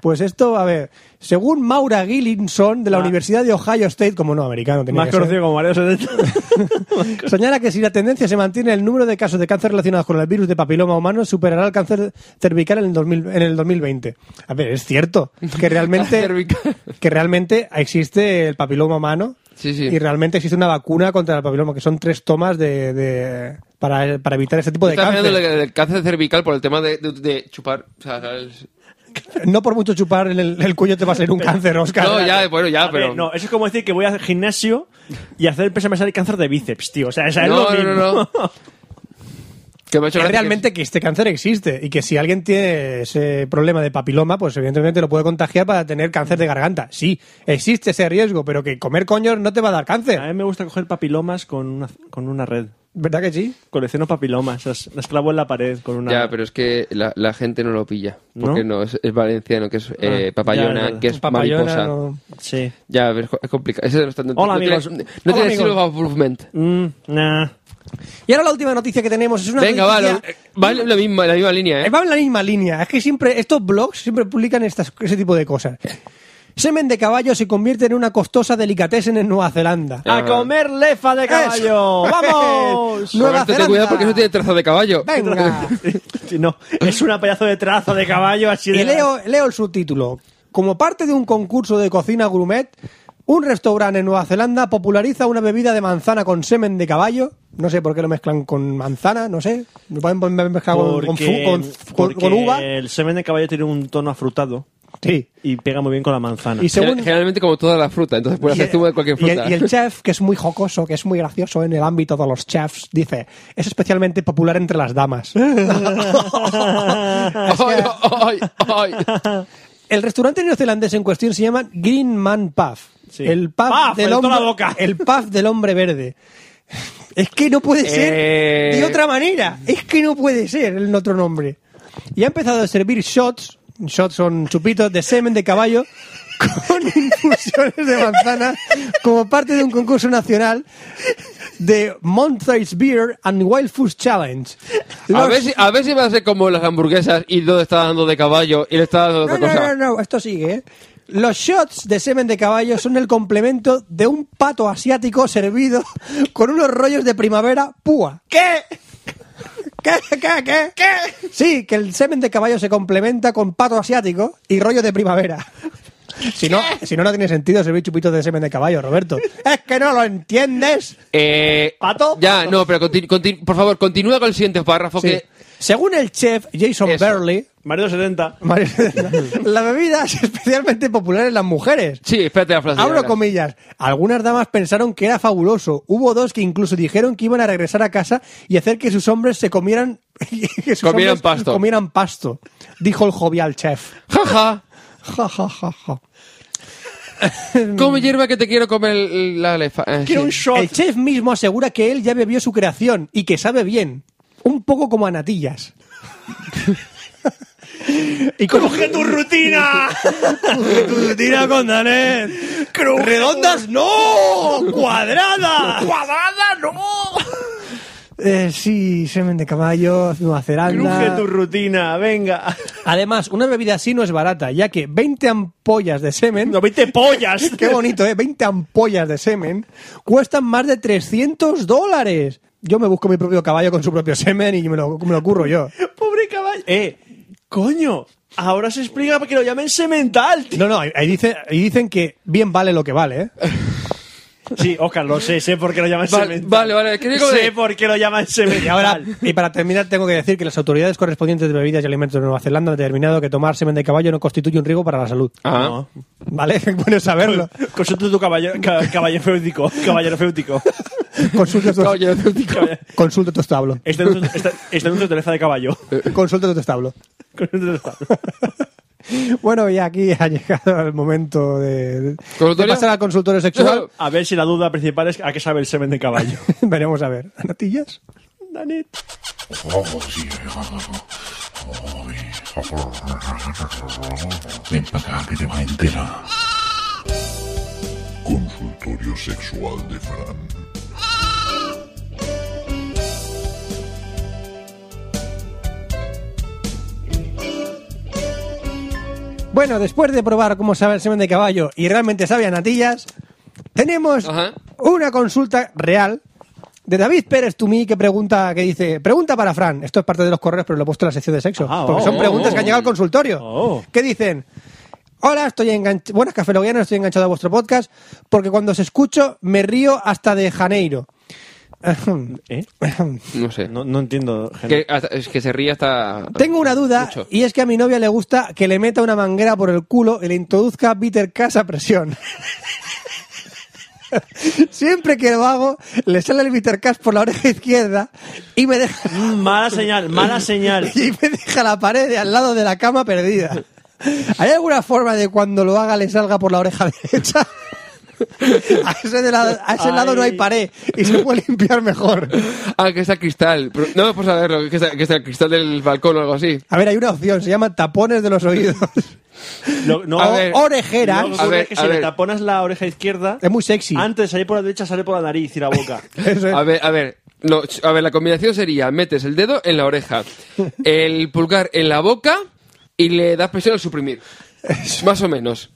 Pues esto, a ver, según Maura Gillinson de la Ah. Universidad de Ohio State, como no americano, tenía más que ser, conocido como marido 70. señala que si la tendencia se mantiene, el número de casos de cáncer relacionados con el virus de papiloma humano superará el cáncer cervical en el, 2000 en el 2020. A ver, es cierto que realmente, Cervical. que realmente existe el papiloma humano Sí, sí. y realmente existe una vacuna contra el papiloma, que son tres tomas de, de- para, para evitar ese tipo de Estás hablando cáncer. del del cáncer cervical por el tema de, de- de chupar. O sea, ¿sabes? No por mucho chupar en el, el cuello te va a salir un cáncer, Oscar. No, ya, bueno, ya, A ver, Ah, pero. Eh, no, eso es como decir que voy al gimnasio y hacer peso me sale cáncer de bíceps, tío. O sea, esa es No, lo mismo. no, no, Que me ha hecho gracia Es que- realmente que este cáncer existe y que si alguien tiene ese problema de papiloma, pues evidentemente lo puede contagiar para tener cáncer de garganta. Sí, existe ese riesgo, pero que comer coños no te va a dar A cáncer. mí me gusta coger papilomas con una, con una red. ¿Verdad que sí? Colecciono papilomas, las, las clavo en la pared con una... Ya, pero es que la, la gente no lo pilla. Porque ¿No? no, es, es valenciano, que es Ah, eh, papayona, ya, ya, ya. que es Papayona, mariposa. no. Sí. Ya, pero es co- es complicado. Ese no está- no- Hola, no amigos. tiene- no Hola, tiene amigos. estilo of improvement. Mm, nah. Y ahora la última noticia que tenemos es una Venga, va, noticia... lo- eh. va en la misma, la misma línea, Eh, ¿eh? Va en la misma línea. Es que siempre estos blogs siempre publican estas, ese tipo de cosas. Semen de caballo se convierte en una costosa delicatessen en Nueva Zelanda. ¡A comer lefa de caballo! Eso. ¡Vamos! Nueva Roberto, ten Zelanda. cuidado porque eso tiene trazo de caballo. Venga. no, es una pedazo de trazo de caballo así de... Y leo, leo el subtítulo. Como parte de un concurso de cocina gourmet, un restaurante en Nueva Zelanda populariza una bebida de manzana con semen de caballo. No sé por qué lo mezclan con manzana, no sé. Lo pueden poner- mezclar con, con fu- Porque, con- con- porque con uva. el semen de caballo tiene un tono afrutado Sí. y pega muy bien con la manzana. Y según, Gen- Generalmente como toda la fruta, entonces puedes Y hacer el- zumo de cualquier y el- fruta. Y el, chef, que es muy jocoso, que es muy gracioso en el ámbito de los chefs, dice, es especialmente popular entre las damas. ¡Ay, ay, ay! el restaurante neozelandés en cuestión se llama Green Man Pub. Sí. El pub Puff, del en toda la hombre, boca. el pub del hombre verde. Es que no puede ser Eh. de otra manera. Es que no puede ser el otro nombre. Y ha empezado a servir shots, shots son chupitos de semen de caballo con infusiones de manzana como parte de un concurso nacional de Montrose Beer and Wild Food Challenge. A Los- ver, si, a ver si va a ser como las hamburguesas y no le está dando de caballo y le está dando No, otra no, cosa. no, no, esto sigue. ¿eh? Los shots de semen de caballo son el complemento de un pato asiático servido con unos rollos de primavera púa. ¿Qué? ¿Qué? ¿Qué? ¿Qué? ¿Qué? Sí, que el semen de caballo se complementa con pato asiático y rollos de primavera. Si no, si no, no tiene sentido servir chupitos de semen de caballo, Roberto. Es que no lo entiendes. Eh, ¿Pato? Ya, Pato. no, pero conti- conti- por favor, continúa con el siguiente párrafo Sí. que... Según el chef Jason Eso. Burley, Mario 70. Mario, la bebida es especialmente popular en las mujeres. Sí, espérate la frase. Abro ahora. comillas. Algunas damas pensaron que era fabuloso. Hubo dos que incluso dijeron que iban a regresar a casa y hacer que sus hombres se comieran. que sus Comieran hombres pasto. Comieran pasto. Dijo el jovial chef. Ja, ja. Ja, ja, ja, ja. Come hierba que te quiero comer el- la lefa. Eh, Quiero sí. un shot. El chef mismo asegura que él ya bebió su creación y que sabe bien. Un poco como a natillas. y con- ¡Coge tu rutina! Tira con Danés. Redondas no. Cuadradas. Cuadradas no. Eh, sí, semen de caballo, Nueva ¡Cruje Zelanda. tu rutina! ¡Venga! Además, una bebida así no es barata, ya que 20 ampollas de semen, ¡No viste pollas! qué bonito, ¿eh? 20 ampollas de semen, cuestan más de 300 dólares. Yo me busco mi propio caballo con su propio semen y me lo, me lo curro yo. ¡Pobre caballo! ¡Eh! ¡Coño! Ahora se explica para que lo llamen semental, tío. No, no, ahí, ahí dice, ahí dicen que bien vale lo que vale, ¿eh? Sí, Oscar, lo sé, sé por qué lo llaman Vale, semental. vale, vale, que digo Sé de- por qué lo llaman semental. Y ahora, y para terminar, tengo que decir que las autoridades correspondientes de bebidas y alimentos de Nueva Zelanda han determinado que tomar semen de caballo no constituye un riesgo para la salud. Ah. ¿Vale? Bueno saberlo. Consulte tu caballero, ca- caballero feútico. Caballero feútico. Consulta tu, Caballo de Céutico. consulta tu establo. Este anuncio este- este anuncio te leza de caballo. Consulta tu establo. Bueno, y aquí ha llegado el momento de, de ¿Consultorio? pasar al consultorio sexual. A ver si la duda principal es a qué sabe el semen de caballo. Veremos a ver. ¿Natillas? Danet. Ven para acá que te va a enterar. Consultorio sexual de Fran. Bueno, después de probar cómo sabe el semen de caballo y realmente sabe a natillas, tenemos Ajá. una consulta real de David Pérez Tumí que pregunta, que dice, pregunta para Fran. Esto es parte de los correos, pero lo he puesto en la sección de sexo. Ah, porque oh, son preguntas oh. que han llegado al consultorio. Oh. Que dicen, hola, estoy enganchado, buenas cafeloguianas, estoy enganchado a vuestro podcast porque cuando os escucho me río hasta de Janeiro. ¿Eh? No sé. No, no entiendo. Que Henry. hasta- es que se ríe hasta. Tengo una duda Mucho. y es que a mi novia le gusta que le meta una manguera por el culo y le introduzca bitter casa a presión. Siempre que lo hago, le sale el bitter Cass por la oreja izquierda y me deja Mala señal, mala señal. y me deja la pared de al lado de la cama perdida. ¿Hay alguna forma de cuando lo haga le salga por la oreja derecha? A ese, de la- a ese lado no hay Ay. pared y se puede limpiar mejor. Ah, que está cristal. Pero- No, pues a verlo, que está, que está el cristal del balcón o algo así. A ver, hay una opción, se llama tapones de los oídos. Lo- no, A ver, O Lo orejeras. que a ocurre ver, es que a si le ver. taponas la oreja izquierda, Es muy sexy. antes de salir por la derecha sale por la nariz y la boca. Eso es. A ver, a ver. No, ch- a ver, la combinación sería: metes el dedo en la oreja, el pulgar en la boca y le das presión al suprimir. Más o menos.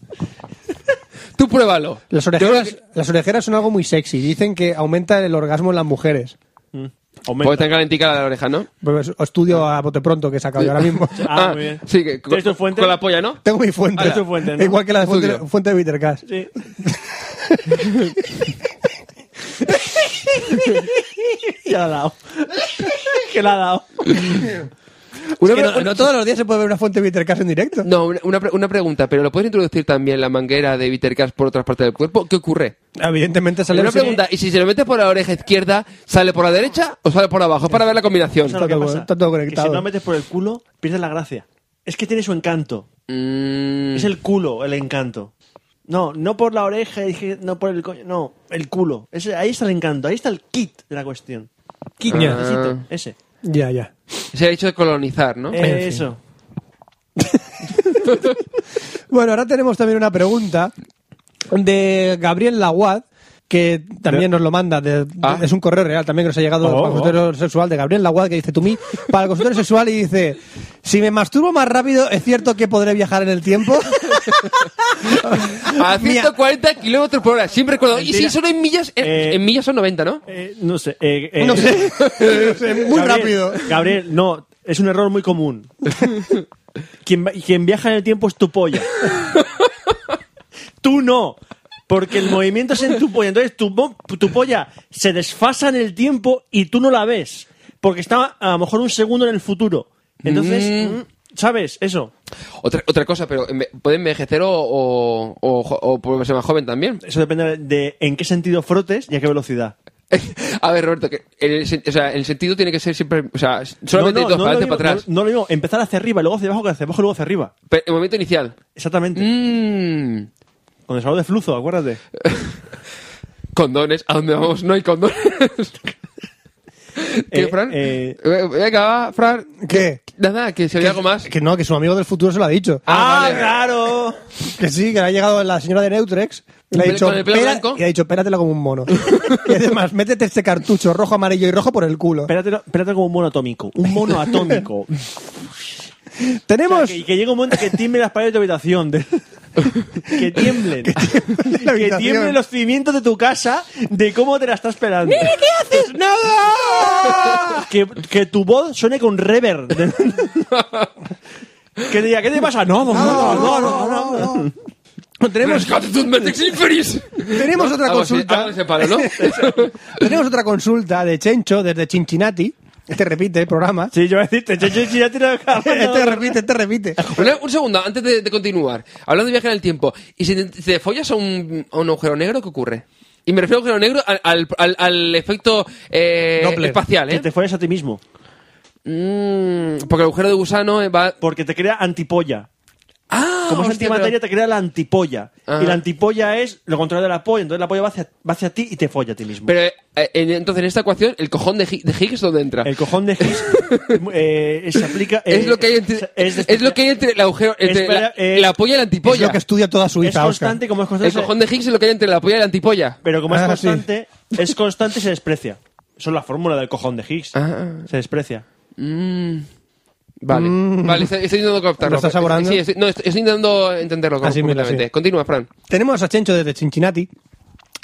Tú pruébalo. Las Yo creo orejeras, que- las orejeras son algo muy sexy. Dicen que aumenta el orgasmo en las mujeres. Porque Aumenta. tan calentica la oreja, ¿no? Pues, o estudio a bote pronto que he sacado yo ahora mismo. Ah, muy bien. Sí, que con, ¿Tienes tu fuente? con la polla, ¿no? Tengo mi fuente. Ahora, tu fuente, ¿no? Igual que la de fuente, Estudio. fuente de Bittercast. Sí. ya la ha dado. que la ha dado. Una que vez- no- no todos los días se puede ver una fuente de Bittercast en directo. No, una, una pre- una pregunta, pero ¿lo puedes introducir también la manguera de Vitercas por otras partes del cuerpo? ¿Qué ocurre? Evidentemente sale Una así. pregunta, ¿y si se lo metes por la oreja izquierda, sale por la derecha o sale por abajo? Es para ver la combinación. ¿Sabes lo que todo- pasa? está todo Que conectado. si no metes por el culo, pierdes la gracia. Es que tiene su encanto. Mm, Es el culo, el encanto. No, no por la oreja, dije, no por el coño, no, el culo. Ese- ahí está el encanto, ahí está el kit de la cuestión. Kit, Ah. Ya. necesito, ese. Eh, Ya, ya. Se ha hecho de colonizar, ¿no? fin. Eso. Bueno, ahora tenemos también una pregunta de Gabriel Laguad, que también nos lo manda. de- de- Ah. Es un correo real también que nos ha llegado Oh, para el oh. consultorio sexual de Gabriel Laguad, que dice: tú mí, para el consultorio sexual, y dice: Si me masturbo más rápido, ¿es cierto que podré viajar en el tiempo? A 140 kilómetros por hora, siempre recuerdo. Y si solo en millas, en, Eh, en millas son 90, ¿no? Eh, no sé. eh, eh, No sé. No sé, muy Gabriel, rápido. Gabriel, no, es un error muy común. quien, va- quien viaja en el tiempo es tu polla. Tú no. Porque el movimiento es en tu polla. Entonces tu, mo- tu polla se desfasa en el tiempo y tú no la ves. Porque está a lo mejor un segundo en el futuro. Entonces, mm, ¿sabes? Eso. Otra, otra cosa, pero enve- ¿puede envejecer o, o, o, jo- o volverse más joven también? Eso depende de en qué sentido frotes y a qué velocidad. a ver, Roberto, que el, sen- o sea, el sentido tiene que ser siempre. O sea, solamente No, no, no dos para lo adelante mismo, para atrás. No, no lo mismo. Empezar hacia arriba, luego hacia abajo, que hacia abajo, luego hacia arriba. Pero el momento inicial. Exactamente. Mm. Mmm. Con el sabor de flujo, acuérdate. Condones, a dónde vamos, no hay condones. ¿Qué, Eh, Fran? eh. Eh, Venga, va, Fran. ¿Qué? Nada, que si había algo más. Que no, que su amigo del futuro se lo ha dicho. Ah, vale. claro! Que sí, que le ha llegado la señora de Neutrex. y Le ha Con dicho, el pelo "Pera-" blanco. y le ha dicho, pératelo como un mono. y además, métete este cartucho rojo, amarillo y rojo por el culo. Espérate, espérate como un mono atómico. Un mono atómico. Tenemos... que, que llegue un momento que tiemblen las paredes de tu habitación. de- que tiemblen. la que habitación. tiemblen los cimientos de tu casa de cómo te la estás esperando. ¿Qué haces? ¡Nada! Que, que tu voz suene con reverb. que te diga, ¿qué te pasa? No, no, no, no, no, no. tenemos, ¡Rescate tus mentes infeliz! tenemos otra Algo así, consulta. algo se para, ¿no? tenemos otra consulta de Chencho desde Cincinnati. Este repite el programa. Sí, yo voy a decirte, yo, yo, yo ya tiro el carro. Este repite, este repite. Una- un segundo, antes de, de continuar. Hablando de viaje en el tiempo. ¿Y si te, te follas a un, a un agujero negro, qué ocurre? Y me refiero a agujero negro al, al, al- al efecto eh, Doppler. espacial, Que ¿eh? te fueres a ti mismo. Mm, porque el agujero de gusano eh, va... Porque te crea antipolla. ¡Ah! Como es hostia, antimateria, pero- te crea la antipolla. Ajá. Y la antipolla es lo contrario de la polla. Entonces la polla va hacia, va hacia ti y te folla a ti mismo. pero, eh, en- entonces, en esta ecuación, ¿el cojón de, Hi- de Higgs dónde entra? el cojón de Higgs eh, se aplica. eh, es lo que hay entre, es- este es, lo que hay entre el agujero entre espera, la, eh, la polla y la antipolla Es lo que estudia toda es Suiza, Óscar. constante, como es el constante. cojón de Higgs es lo que hay entre la polla y la antipolla Pero como es Ah, constante, es constante y se desprecia. Eso es la fórmula del cojón de Higgs. Ah. Se desprecia. Mm. vale Mm. vale estoy, estoy intentando captarlo ¿Lo estás saboreando? sí estoy, no, estoy, estoy intentando entenderlo Asimila, completamente sí. continúa Fran Tenemos a Chencho desde Cincinnati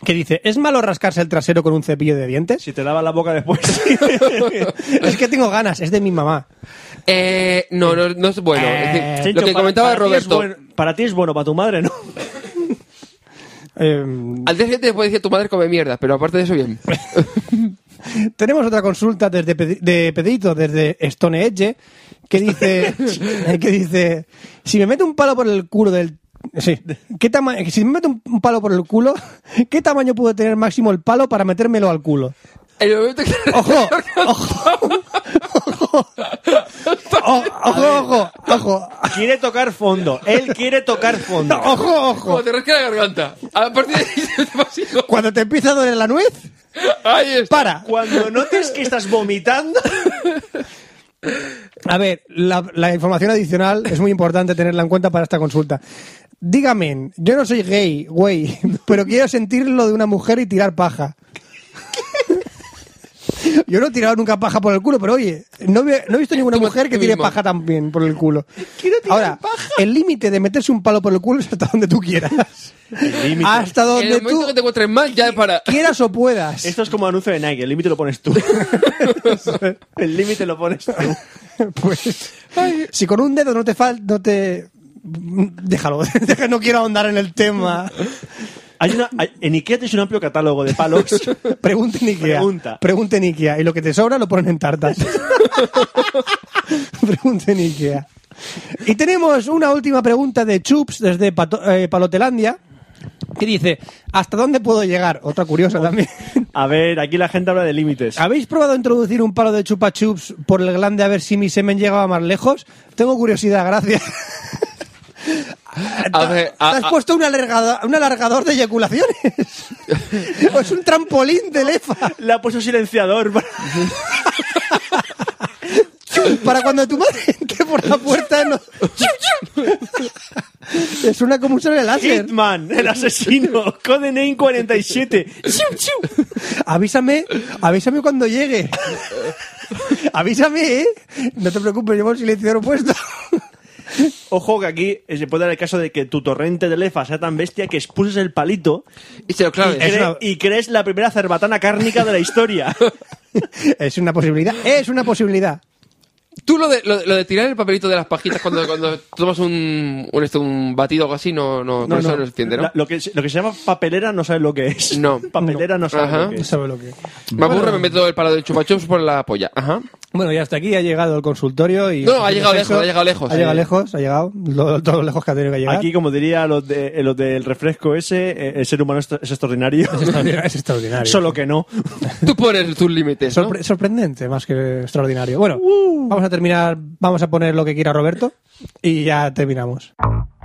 que dice, ¿es malo rascarse el trasero con un cepillo de dientes? Si te lava la boca después. es que tengo ganas, es de mi mamá. eh, no, no no es bueno es decir, Eh, Chencho, lo que para- comentaba para ti es Roberto bueno- para ti es bueno, para tu madre no. Eh, al día siguiente puedes decir tu madre come mierda pero aparte de eso bien Tenemos otra consulta desde Ped- de Pedrito, desde Stone Edge, que dice, que dice, si me meto un palo por el culo del... Sí. ¿Qué tama- si me meto un un palo por el culo, ¿qué tamaño puede tener máximo el palo para metérmelo al culo? El momento que... ¡Ojo! ¡Ojo! ¡Ojo! O- ¡Ojo, ojo! ¡Ojo! Quiere tocar fondo. Él quiere tocar fondo. ¡Ojo, Como ojo! te rasca la garganta. A partir de ahí se te va así. Cuando te empieza a doler la nuez, Ahí está. para. Cuando notes que estás vomitando. A ver, la, la información adicional es muy importante tenerla en cuenta para esta consulta. Dígame, yo no soy gay, güey, pero quiero sentirlo de una mujer y tirar paja. Yo no he tirado nunca paja por el culo, pero oye, no, ve- no he visto ninguna Tú- mujer que tú tire mismo. paja también por el culo. Ahora, el límite de meterse un palo por el culo es hasta donde tú quieras. límite. Hasta En donde el momento tú que te encuentres mal, ya es para. quieras o puedas. Esto es como anuncio de Nike. El límite lo pones tú. el límite lo pones tú. Pues, si con un dedo no te falta, no te... Déjalo, deja- no quiero ahondar en el tema. Hay una, hay- en Ikea tienes un amplio catálogo de palos. Pregunta en Ikea. Pregunta. Pregunta en Ikea. Y lo que te sobra lo ponen en tartas. Pregunta en Ikea. Y tenemos una última pregunta de Chups desde Pato- eh, Palotelandia. Que dice, ¿hasta dónde puedo llegar? Otra curiosa también. A ver, aquí la gente habla de límites. ¿Habéis probado introducir un palo de chupa chups por el glande a ver si mi semen llegaba más lejos? Tengo curiosidad, gracias. A ver, ¿Te has a- a- puesto un, alargado- un alargador de eyaculaciones? ¿O es un trampolín de lefa? Le ha puesto silenciador. para- Para cuando tu madre entre por la puerta no... Es una combustión de láser. Hitman, el asesino. Codename 47. Avísame, avísame cuando llegue. avísame, ¿eh? No te preocupes, llevo el silenciador puesto. Ojo que aquí eh, se puede dar el caso de que tu torrente de lefa sea tan bestia que expulses el palito Y se lo claves. cre- Es una- y eh, crees la primera cerbatana cárnica de la historia. es una posibilidad, es una posibilidad. Tú lo de, lo, de- lo de tirar el papelito de las pajitas cuando, cuando tomas un, un, esto, un batido o algo así, no, no, con eso no se entiende, ¿no? La- lo, que, se- lo que se llama papelera no sabe lo que es. No. Papelera no, sabe Ajá. lo que No es. sabe lo que. Me aburro, me meto el palo del chupachups por la polla. Ajá. Bueno, y hasta aquí ha llegado el consultorio y. No, ha llegado lejos, ha llegado lejos. Ha llegado lejos, ha llegado. Lo, todo lo lejos que ha tenido que llegar. Aquí, como diría los, de, eh, los del refresco ese, eh, el ser humano es, es extraordinario. Es extraordinario. es extraordinario. Solo que no. Tú pones tus límites, ¿no? Uh. Sorpre- sorprendente, más que extraordinario. Bueno, vamos a terminar, vamos a poner lo que quiera Roberto y ya terminamos.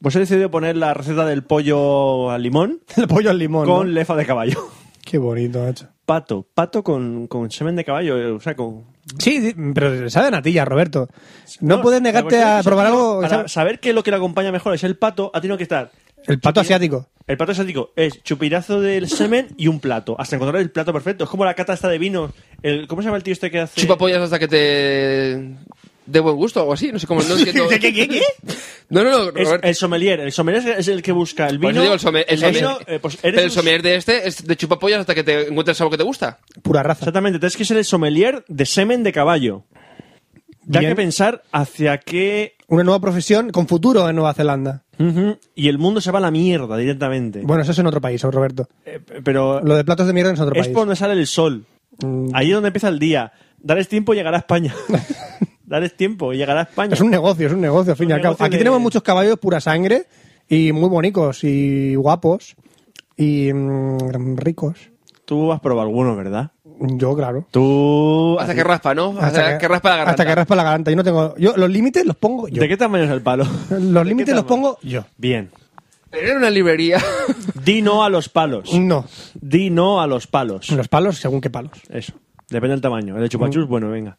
Pues he decidido poner la receta del pollo al limón El pollo al limón. Oh, ¿no? con lefa de caballo. Qué bonito, macho. Pato, pato con, con semen de caballo, eh, o sea, con... Sí, di- pero sabe natilla, Roberto. No, No, puedes la negarte cuestión es a que probar se ha tenido- algo. que Para sabe- saber qué es lo que le acompaña mejor es el pato, ha tenido que estar... El pato asiático. El pato asiático es chupirazo del semen y un plato, hasta encontrar el plato perfecto. Es como la cata esta de vino. El, ¿Cómo se llama el tío este que hace...? Chupa pollas hasta que te dé buen gusto o algo así, no sé cómo. No entiendo. No, no, no, Es Roberto. el sommelier. El sommelier es el que busca el Por vino. eso Pues digo, el sommelier, el sommelier. vino, eh, pues eres Pero el un- sommelier de este es de chupapollas hasta que te encuentres algo que te gusta. Pura raza. Exactamente, tienes que ser el sommelier de semen de caballo. Ya Bien. que pensar hacia qué. Una nueva profesión con futuro en Nueva Zelanda. Ujú, Y el mundo se va a la mierda directamente. Bueno, eso es en otro país, Roberto. Eh, pero Lo de platos de mierda es en otro es país. Mm. por donde sale el sol. Ahí es donde empieza el día. Darles tiempo y llegará a España. Darles tiempo y llegará a España. Es un negocio, es un negocio, al fin y Un al cabo. negocio Aquí de- tenemos muchos caballos pura sangre y muy bonitos y guapos y mm, ricos. Tú has probado alguno, ¿verdad? Yo, claro. Tú. Hasta que raspa, ¿no? Hasta, que, raspa la garganta. Hasta que raspa la garganta. Yo no tengo. Yo, los límites los pongo yo. ¿De qué tamaño es el palo? Los límites los tamaño? pongo yo. Bien. Pero era una librería. Di no a los palos. No. Di no a los palos. Los palos, según qué palos. Mm. Eso. Depende del tamaño. El de chupachus, bueno, venga.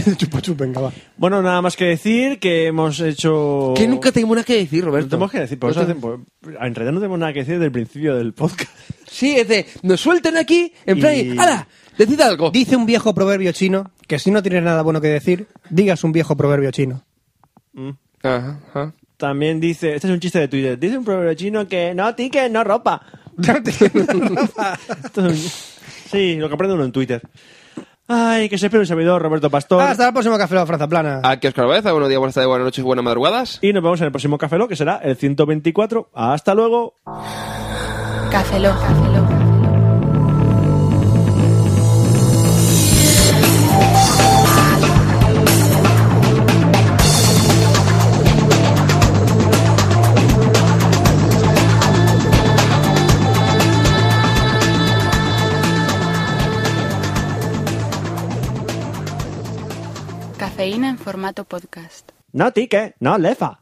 chupa chup, venga, va. Bueno, nada más que decir que hemos hecho. Que nunca tenemos nada que decir, Roberto. No Oh. tenemos que decir, Pues por eso No te- hacen- por- en realidad no tenemos nada que decir desde el principio del podcast. Sí, es de, nos sueltan aquí, en plan, Y- ¡hala! Decid algo. Dice un viejo proverbio chino que si no tienes nada bueno que decir, digas un viejo proverbio chino. Ajá, ajá. También dice, este es un chiste de Twitter, dice un proverbio chino que no ticket, no ropa. Esto es un- sí, lo que aprende uno en Twitter. Ay, que se espera un servidor, Roberto Pastor. Hasta el próximo Café de la Franza Plana. Aquí Oscar Baeza, buenos días, buenas tardes, buenas noches y buenas madrugadas. Y nos vemos en el próximo Café Lock, que será el 124. Hasta luego. Café Lock. Café Lock. Cafeína en formato podcast. No ticket, no lefa.